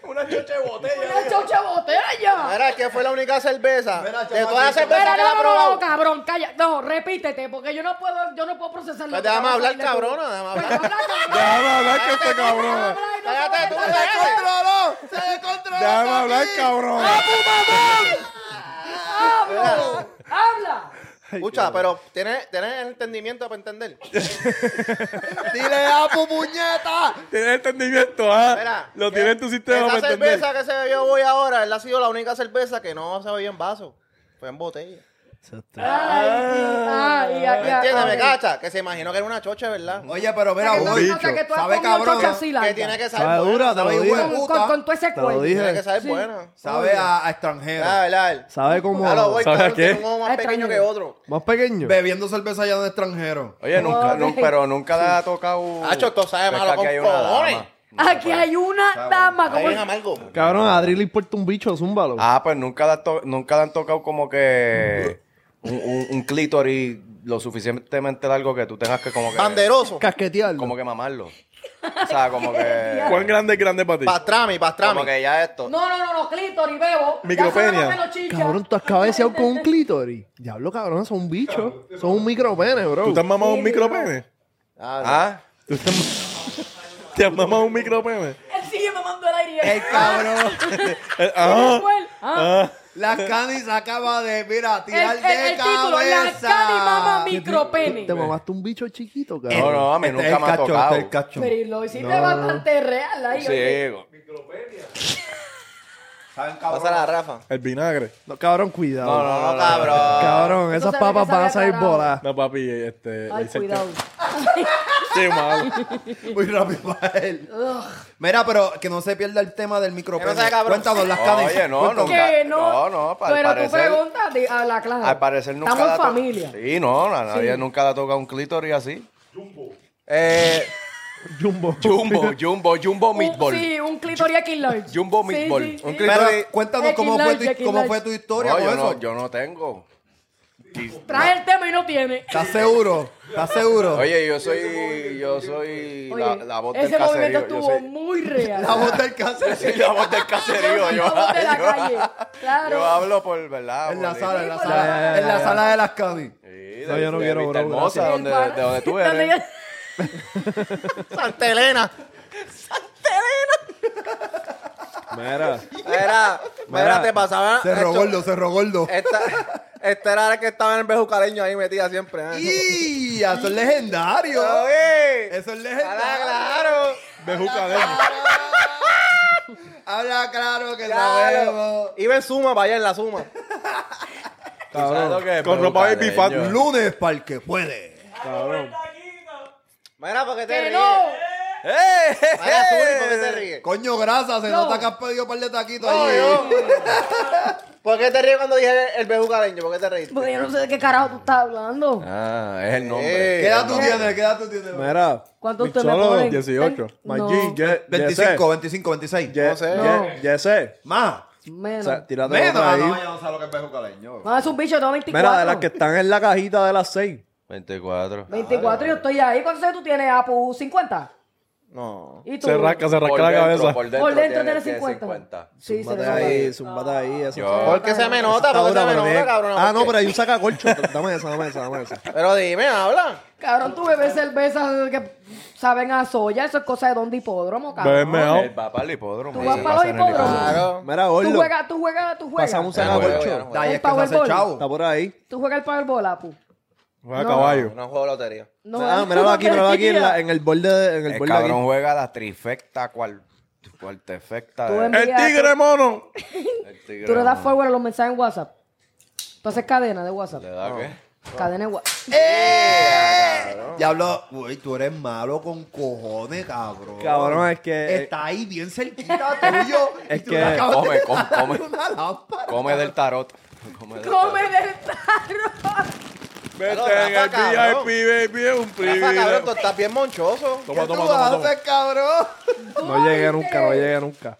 S13: Una chocha de botella.
S2: ¡Una chocha botella!
S1: Mira, que fue la única cerveza. de todas las cervezas
S2: Espera,
S1: que la ha
S2: no, no, no, no,
S1: probado.
S2: cabrón, calla. No, repítete, porque yo no puedo, yo no puedo procesar lo
S1: Pues
S2: que
S1: déjame
S2: acabas de
S1: hablar,
S2: decirle tú.
S1: cabrona, déjame hablar.
S8: Déjame hablar que este cabrón.
S1: Cállate tú,
S4: ¡Se descontroló!
S8: Déjame hablar, cabrón.
S1: Ah.
S2: ¡Habla! ¡Habla!
S1: Escucha, pero ¿tienes, tienes el entendimiento para entender.
S4: ¡Dile Apu, puñeta!
S8: Tienes entendimiento, ¿ah?
S1: Mira,
S8: Lo tienes en tu sistema
S1: Esa
S8: para entender.
S1: cerveza que se bebió hoy ahora, él ha sido la única cerveza que no se bebió en vaso. Fue en botella.
S2: Ay, ay, ay,
S1: ¿Me entiendes?
S2: ay.
S1: ¿Me cacha? Que se imaginó que era una chocha, ¿verdad?
S4: Oye, pero mira,
S2: Que tú-
S4: Uy,
S2: o sea, que tú has
S4: sabe
S2: comido
S4: cabrón,
S2: chocha así larga.
S1: Que tiene que saber.
S6: Sabe
S1: buena,
S6: dura, te lo
S1: sabe
S6: dije.
S1: buena.
S2: Con, con, con todo ese
S6: Te lo
S2: cuello.
S1: Tiene que
S6: dije.
S1: saber
S2: Sí.
S1: buena.
S4: Sabe a, a extranjero.
S1: Dale, dale.
S6: Sabe como
S1: A lo voy,
S8: ¿Sabe
S1: cabrón,
S8: a qué?
S1: tiene un ojo más
S2: Ah,
S1: pequeño que
S2: extraño.
S1: otro.
S6: más pequeño.
S4: Bebiendo cerveza ya de extranjero.
S12: Oye, nunca,
S2: Joder.
S12: nun- pero nunca le ha tocado.
S1: Hacho, esto sabe
S12: pescar
S1: malo con
S12: que hay una dama. pues.
S1: cojones.
S2: Aquí hay una dama.
S1: Está
S2: Como
S1: bien amargo.
S6: Cabrón, a Adri le importa un bicho, zúmbalo.
S12: Ah, pues nunca le, ha to- nunca le han tocado como que un, un, un clítoris lo suficientemente largo que tú tengas que como que.
S1: Banderoso.
S6: Casquetearlo.
S12: Como que mamarlo. O sea, como que.
S8: ¿Cuán grande es grande para ti?
S1: Pastrami, pastrami.
S12: Como que ya esto.
S2: No, no, no, no, clítoris, bebo. Ya
S8: Micropenia.
S2: sabemos que no chicha.
S6: Cabrón, tú has cabeceado con un clítoris. Diablo, cabrón, son un bicho. Son un micropene,
S8: ¿Tú
S6: bro.
S8: te has mamado un micropene?
S12: Ah,
S8: ¿Tú te has ¿Te has mamado un micropene?
S2: Él sigue mamando el aire.
S4: El cabrón.
S8: Eh, ajá.
S2: Manuel, ah.
S8: Ah.
S4: Las canis acaba de, mira,
S2: El,
S4: tirar
S2: el,
S4: de
S2: el
S4: cabeza.
S2: título, la cani mama micropene.
S6: Te mamaste un bicho chiquito,
S12: No,
S6: cabrón.
S12: no, a mí
S4: Este es
S12: nunca me ha
S4: cacho,
S12: tocado.
S4: este es el cacho.
S2: Pero y lo hiciste
S6: No, no, no.
S2: bastante real ahí.
S12: Sí,
S2: oye.
S12: digo.
S4: Saben, cabrón.
S1: Pásala a Rafa.
S8: El vinagre.
S6: No, cabrón, cuidado.
S12: No, no, no, cabrón.
S6: Cabrón, esas
S2: sabes
S6: papas
S2: que sabe
S6: van a salir
S2: carajo.
S6: voladas.
S8: No, papi, este.
S2: Ay,
S8: dice
S2: cuidado.
S8: Que... Sí, malo.
S4: Muy rápido para él. Mira, pero que no se pierda el tema del micropene.
S1: Que no sea cabrón.
S4: Cuéntanos las canis.
S12: Oye, no,
S4: Cuéntanos.
S12: nunca-
S2: Que no.
S12: no, no, pa- al
S2: Pero tú
S12: parecer-
S2: preguntas di- a la clase.
S12: Al parecer nunca
S2: Ah. Estamos
S12: la
S2: en
S12: to-
S2: familia.
S12: Sí, no, a nadie
S2: Sí.
S12: nunca le ha tocado un clítoris así. Eh,
S6: Jumbo.
S12: jumbo, jumbo, jumbo
S2: Un-
S12: meatball.
S2: Uh, Sí, un clitoria King Large.
S12: Jumbo
S2: Sí,
S12: meatball.
S2: sí,
S12: Un
S2: sí.
S12: clitoris-
S4: Pero cuéntanos
S2: X
S4: cómo fue
S2: large,
S4: tu,
S2: X
S4: cómo
S2: large.
S4: fue tu historia
S12: No,
S4: con
S12: yo
S4: eso.
S12: no, yo no tengo.
S2: Trae el tema y no tiene.
S4: ¿Estás seguro? ¿Estás seguro?
S12: Oye, yo soy, yo soy la,
S2: Oye,
S12: la voz del
S2: ese movimiento
S12: caserío. Yo
S2: estuvo
S12: soy,
S2: muy real.
S4: La voz del cáncer.
S12: soy la voz del caserío. Yo,
S2: La voz de la
S12: yo-
S2: calle. Claro.
S12: yo hablo por verdad.
S4: En la
S12: por-
S4: sala, en la
S2: Sí,
S4: sala.
S2: ya, ya,
S4: en la sala de las canis.
S12: Sí, de-
S6: No, yo no
S12: de
S6: quiero,
S12: Vista
S6: bro,
S12: Hermosa,
S2: El
S12: donde,
S2: pana-
S12: de donde tú
S2: Donde
S12: eres.
S2: ella-
S1: Santa Elena.
S15: Mira,
S1: Mira, mira, te pasaba.
S4: Cerro
S1: esto-
S4: gordo, cerro gordo.
S1: Esta, esta era la que estaba en el bejucareño ahí metida siempre. ¿eh?
S4: ¡Y! Eso es legendario.
S1: Oye.
S4: Eso es
S1: Habla
S4: legendario.
S1: Ah, claro.
S4: Habla claro que
S1: Claro.
S4: sabemos.
S1: Iba en suma para allá en la suma.
S12: ¿Sabes lo que es?
S8: Con ropa baby fat.
S12: Perucareño.
S4: Lunes para el que puede.
S8: Cabrón.
S1: Mira, porque te
S2: Que
S1: ríes.
S2: no.
S12: ¡Eh!
S1: Mira, Zuri, ¿por qué te ríes?
S4: Coño, grasa, se
S2: No.
S4: nota que has pedido un par de taquitos
S1: No,
S4: allí.
S1: yo. ¿Por qué te ríes cuando dije el, el bejucareño? ¿Por qué te reíste?
S2: Porque yo no sé de qué carajo tú estás hablando.
S12: Ah, es el nombre.
S4: ¿Qué edad tú tienes? ¿Qué edad tú tienes?
S8: Mira.
S2: ¿Cuánto usted me
S8: Solo
S2: pone?
S8: 18.
S2: No.
S8: Maggi, ye-
S4: 25, 25, 26.
S8: ye-
S1: sé.
S8: ye- ye- sé.
S4: Más.
S8: O
S2: Menos.
S8: sea, tírate
S4: Menos.
S8: otra
S4: Ah,
S8: ahí.
S4: no, yo no sé lo que es pejo caleño.
S2: No, es un bicho, yo tengo 24.
S8: Mira, de las que están en la cajita de las 6.
S12: 24.
S2: 24 yo estoy ahí. ¿Cuántos años tú tienes, Apu? ¿50?
S1: No.
S2: ¿Y tú?
S8: Se rasca, se rasca
S12: Por
S8: la
S12: dentro,
S8: cabeza.
S12: Por
S2: Por dentro
S12: dentro
S2: tiene
S12: tiene
S2: 50.
S12: 50.
S2: Sí, se
S6: Zúmbate
S2: rasca.
S6: ahí, zumbate ahí. Eso.
S12: Yo-
S6: Eso
S1: ¿Por qué se me nota?
S6: está
S1: ¿Por qué
S6: dura,
S1: se me
S6: pero
S1: nota,
S6: bien.
S1: cabrón?
S6: Ah, no, pero hay un sacacorcho. Dame esa, dame esa, dame esa.
S1: Pero dime, habla.
S2: Cabrón, tú bebes cervezas que saben a soya. Eso es cosa de don de hipódromo,
S8: Bebé
S2: cabrón.
S8: meao.
S12: Él va para el hipódromo.
S2: Tú vas
S12: se
S2: para los
S12: pasa en el
S2: hipódromos.
S1: Claro.
S6: Mira,
S2: Tú
S6: Gordo.
S2: juegas, tú juegas, tú juegas.
S6: Pasamos un
S12: Ya no juego, ya
S6: sacacorcho.
S12: no
S4: De ahí es
S2: El
S4: que se hace
S2: Powerball.
S6: Está
S4: chavo.
S6: por ahí.
S2: Tú juegas el Powerball, Apu.
S8: Juega a
S2: No.
S8: caballo.
S1: No juego lotería.
S2: No,
S6: ah,
S2: tú
S6: míralo
S2: no
S6: aquí, míralo aquí en,
S2: tenías.
S6: la- en el borde. de- En el,
S12: El
S6: borde
S12: cabrón
S6: aquí.
S12: juega la trifecta, cual, cual tefecta.
S2: Tú
S12: de-
S2: envías-
S8: ¡El tigre mono!
S12: el tigre,
S2: Tú le das
S12: ¿no?
S2: forward a los mensajes en WhatsApp. Tú haces cadena de WhatsApp.
S12: ¿Le da qué?
S2: Cadena de WhatsApp.
S4: Diablo, uy, tú eres malo con cojones, cabrón.
S6: Cabrón, es que- eh,
S4: Está ahí bien cerquita tuyo.
S6: Es
S4: y tú
S6: que-
S4: le acabas de
S12: Come, come,
S4: dar
S12: come.
S4: Una lámpara.
S12: Come del tarot. Come de-
S2: Come del tarro.
S8: Vete
S1: Claro,
S8: en el
S1: Rafa, cabrón.
S8: VIP, baby, es un
S1: Rafa, cabrón, tú
S8: privilegio.
S1: estás bien monchoso.
S8: Toma, toma, toma, toma.
S1: cabrón?
S6: No llegué nunca, no llegué nunca.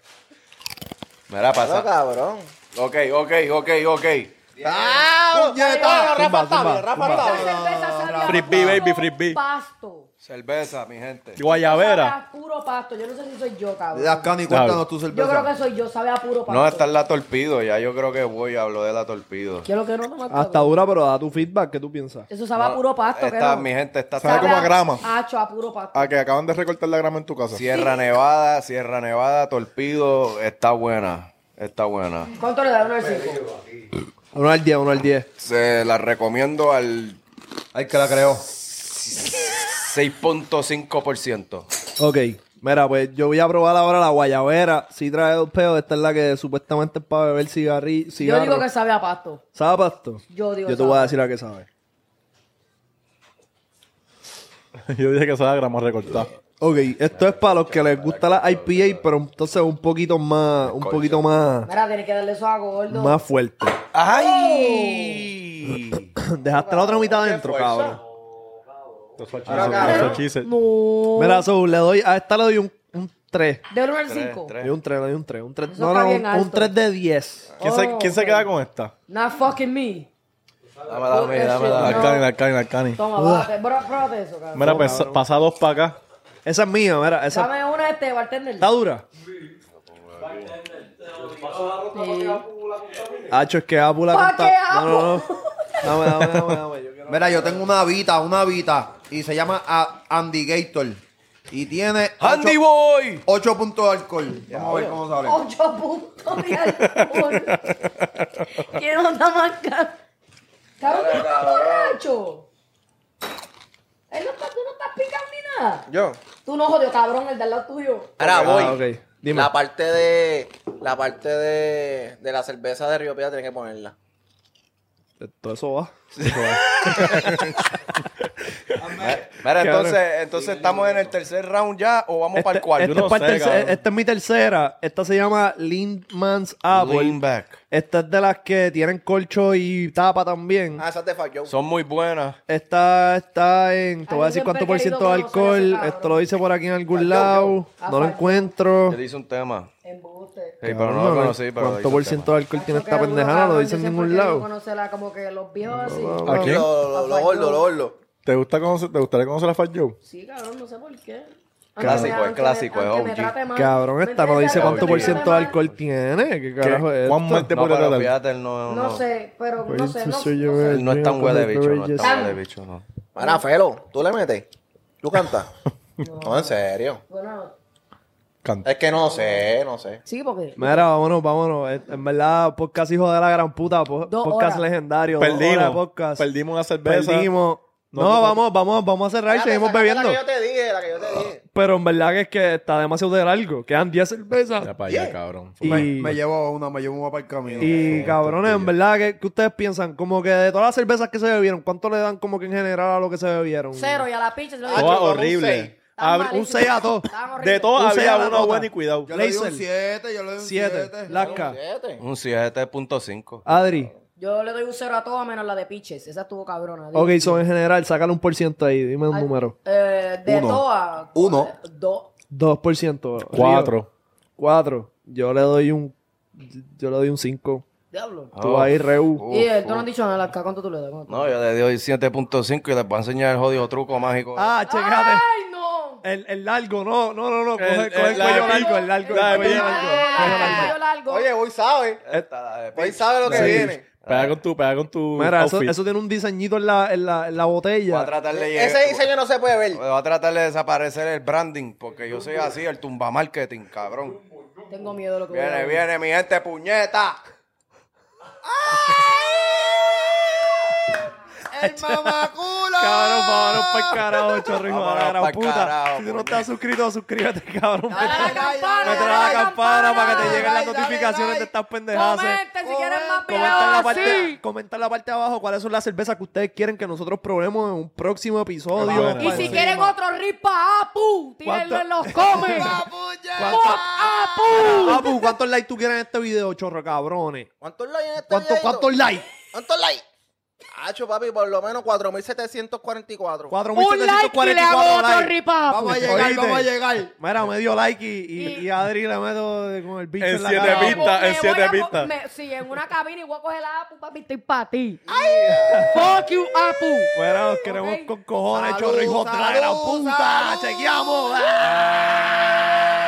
S12: Mira,
S1: Claro,
S12: pasa.
S1: cabrón.
S12: Ok, ok, ok, ok.
S1: ¡Ah!
S12: Puñeta.
S1: Rafa está
S12: Zumba,
S1: bien, Rafa
S12: zumba.
S1: está
S2: Esta
S1: bien.
S2: cerveza sabía
S8: Frisbee,
S2: puro
S8: baby, frisbee.
S2: Pasto.
S12: Cerveza, mi gente.
S8: Guayabera.
S2: Sabía puro pasto. Yo no sé si soy yo, cabrón.
S12: Las
S4: Cani,
S12: cuéntanos
S4: tu
S2: Yo creo que soy yo, sabe a puro pasto.
S12: No, está en la torpido. Ya yo creo que voy a hablar de la torpido.
S2: Quiero que no me acuerdo.
S6: Hasta dura, pero da tu feedback, ¿qué tú piensas?
S2: Eso sabe a puro pasto, que
S12: Esta,
S2: no.
S12: mi gente, está
S2: Sabe
S6: Sabe como a grama.
S2: Hacho, a puro pasto.
S12: A que acaban
S8: Ah, de recortar la grama en tu casa.
S12: Sierra Nevada, Sierra Nevada, Torpido, está buena, está buena.
S2: ¿Cuánto le da uno al cinco?
S6: Uno al 10, uno al 10.
S12: Se la recomiendo al...
S6: Al que la creó.
S12: 6.5%.
S6: Ok, mira, pues yo voy a probar ahora la guayabera. Si trae dos peos, esta es la que supuestamente es para beber cigarrillo.
S2: Yo digo que sabe a pasto.
S6: ¿Sabe a pasto?
S2: Yo digo
S6: Yo te
S2: sabe.
S6: voy a decir la que sabe.
S8: Yo dije que esa grama recortada.
S6: Ok, esto es para los que les gusta la IPA, pero entonces un poquito más, un poquito más,
S2: Mira, tiene que darle eso a gordo.
S6: más fuerte.
S12: ¡Ay!
S6: Dejaste la otra mitad adentro,
S12: fuerza.
S6: cabrón.
S8: Eso chiste.
S6: Mira, Soul, le doy, a esta le doy un, un 3.
S2: De uno al Tres, cinco. tres.
S6: Y un 3, le doy un 3. Un 3
S2: Eso
S6: no,
S2: está
S6: no,
S2: bien
S6: un,
S2: alto. Oh,
S6: 3 de 10.
S8: ¿Quién se- quién se queda con esta?
S2: Not fucking me.
S12: Dame,
S8: dame,
S2: dame, dame.
S8: Alcani, alcani, alcani.
S2: Toma, bájate. Bro- Pruébate eso, Oh, cabrón.
S8: Mira, pues, pasa dos para acá.
S6: Esa es mía, mira.
S2: Dame una de este, bartender.
S6: ¿Está dura? Hacho, es que Apu la
S2: ¿Pa'
S6: conta-
S2: qué
S6: No, no, no. Dame, dame, dame.
S4: Mira, yo tengo una Vita, una Vita. Y se llama a- Andy Gator. Y tiene.
S12: ¡Andy Boy!
S4: 8 puntos de alcohol. Vamos a ver cómo sale.
S6: Oh.
S2: Ocho puntos de alcohol. ¿Quién onda más caro? Cabrón, tú estás borracho. Él no está, tú no estás picado ni nada.
S1: Yo.
S2: Tú no jodió, cabrón, el del lado tuyo.
S1: Ahora voy.
S6: Ah, ok. Dime.
S1: La parte de. La parte de. De la cerveza de Río Piedra tienen que ponerla.
S6: Eh, Todo eso va.
S12: Mira,
S6: Cabrón.
S12: entonces, entonces estamos en el tercer round ya o vamos para el cuarto.
S6: Este es para el tercer- esta es mi tercera. Esta se llama Lindman's Apple.
S12: Lindback.
S6: Esta es de las que tienen colcho y tapa también.
S1: Ah, esa te falló.
S12: Son muy buenas.
S6: Esta está en. Te voy
S12: Ay, yo
S6: a decir
S12: siempre
S6: cuánto
S12: he
S6: por
S12: querido
S6: ciento de
S12: conocer a ese
S6: alcohol.
S12: cabrón.
S6: Esto lo dice por aquí en algún lado.
S12: Ah,
S6: No lo
S12: falta.
S6: encuentro.
S12: Yo le hice un tema. Sí, pero no
S6: Cabrón,
S12: lo conocí, pero
S6: ¿Cuánto por ciento de alcohol tiene esta pendejada? No lo dice en ningún lado.
S2: conocerla como que los viejos así.
S8: ¿A quién?
S1: Lo, lo gordo, lo gordo.
S8: ¿Te, gusta conocer, ¿Te gustaría conocer a Fat Joe?
S2: Sí, cabrón, no sé por qué.
S8: Clásico,
S2: Aunque me-
S8: es clásico,
S2: aunque
S8: es
S2: me
S8: OG.
S2: trate mal.
S6: Cabrón, esta no
S2: Me
S6: dice
S2: trate
S6: cuánto
S2: mal,
S6: por
S2: me
S6: ciento de
S2: trate
S6: alcohol tiene. ¿Qué
S8: ¿Qué?
S6: carajo es
S8: ¿Cuán mal
S6: esto?
S8: te puede
S12: pero
S8: tratar?
S12: fíjate, él no,
S2: mal. No sé, pero no sé. No,
S12: Él no es tan huele de bicho, no es tan
S1: Ah.
S12: huele de bicho, no.
S1: Para, Felo, tú le metes. Tú cantas. no, en serio.
S2: Bueno.
S1: Es que no sé, no sé.
S2: Sí, porque.
S6: Mira, vámonos, vámonos. En- En verdad, podcast hijo de la gran puta, po-
S2: Dos
S6: podcast
S2: horas.
S6: legendario. dos horas de
S8: Perdimos.
S6: podcast.
S8: Perdimos una cerveza.
S6: Perdimos. No,
S8: Nosotros-
S6: vamos, vamos, vamos a cerrar y seguimos bebiendo.
S1: La que yo te dije, la que yo te dije.
S6: Pero en verdad que es que está demasiado de largo. Quedan 10 cervezas.
S12: cabrón.
S6: Y-
S4: Me, me llevo una, me llevo una para el camino.
S6: Y cabrones, en verdad, ¿qué, qué ustedes piensan? Como que de todas las cervezas que se bebieron, ¿cuánto le dan como que en general a lo que se bebieron?
S2: Cero y a la pinche. se
S1: Ah,
S2: lo
S6: Todas
S2: digo.
S6: horribles. Abri- ah, un 6 a todos.
S8: De todos
S6: Un seis
S8: había
S6: a la
S8: uno
S6: nota.
S8: bueno y cuidado.
S6: Yo le di un Blazer.
S4: 7, yo le doy un
S6: Siete.
S4: 7.
S6: Lasca.
S12: Un 7.5.
S6: Adri.
S2: Yo le doy un cero a todas menos la de piches. Esa estuvo cabrona.
S6: Ok, son en general, sácale un por ciento ahí. Dime un número.
S2: Eh, de
S6: Uno.
S2: todas.
S6: Uno.
S2: Dos.
S6: 2%.
S8: Cuatro.
S6: 4. Yo le doy un. Yo le doy un 5.
S2: Diablo.
S6: Tú ahí, Reu.
S2: y él, tú no has dicho nada, Lasca, ¿cuánto tú le das? ¿Cuánto?
S12: No, yo le doy 7.5 y les voy a enseñar el jodido truco mágico.
S6: Ah, checate.
S2: ¡Ay, no!
S6: El, el largo, no, no, no, no. Coge,
S12: El-
S6: coge el, cuello
S12: el largo.
S6: largo, el largo, el
S12: La de
S6: cuello
S12: pico.
S6: largo.
S2: Ah.
S1: Oye, voy sabe. Voy sabe lo que
S6: Sí.
S1: viene.
S8: Pega con tu, pega con tu
S6: Mira, eso,
S8: outfit.
S6: eso tiene un diseñito en la, en la, en la botella.
S12: Voy a tratar de llegar.
S1: Ese diseño no se puede ver.
S12: Voy a tratar de desaparecer el branding porque yo soy así, el tumba marketing, cabrón.
S2: Tengo miedo de lo que voy a
S12: Viene,
S2: ver.
S12: viene, mi gente, puñeta.
S4: ¡El mamaculo!
S15: Cabrón, vámonos pa'l carajo, chorro hijo de
S4: Vámonos
S15: la gran
S4: pa'l
S15: puta.
S4: carajo,
S15: si tú no estás suscrito, suscríbete, cabrón.
S2: Dale a la campana,
S15: Métele
S2: dale a
S15: a
S2: la
S15: la campana para que
S2: campana.
S15: te lleguen las
S2: Dale, dale,
S15: notificaciones de estas pendejadas.
S2: Comenten si quieren más
S15: Comenta en
S2: videos
S15: la parte-
S2: así.
S6: Comenta en la parte de abajo cuáles son las cervezas que ustedes quieren que nosotros probemos en un próximo episodio.
S2: Y si quieren otro ripa, apu, tírenlo en los comes.
S6: ¿Cuánto- Apu, ¿cuántos likes tú quieres en este video, chorro cabrones?
S1: ¿Cuántos likes en este
S6: ¿Cuántos-
S1: videíto?
S6: cuántos likes?
S1: ¿Cuántos likes? Hacho, papi, por lo menos 4.744.
S6: 4.744 likes.
S1: Vamos a llegar,
S6: Oíste.
S1: vamos a llegar.
S6: Mira, me dio like y, y, y Adri le meto de- con el bicho
S8: En
S6: en la
S8: siete
S6: cara.
S8: vistas, en
S2: Me voy a co-
S6: vistas.
S2: me- Sí, en una cabina y voy a coger la apu, papi, estoy para ti. Fuck you, apu.
S6: Bueno, nos
S1: ¡Uh!
S6: queremos con cojones, chorro hijo de la gran puta. Chequeamos. Ah.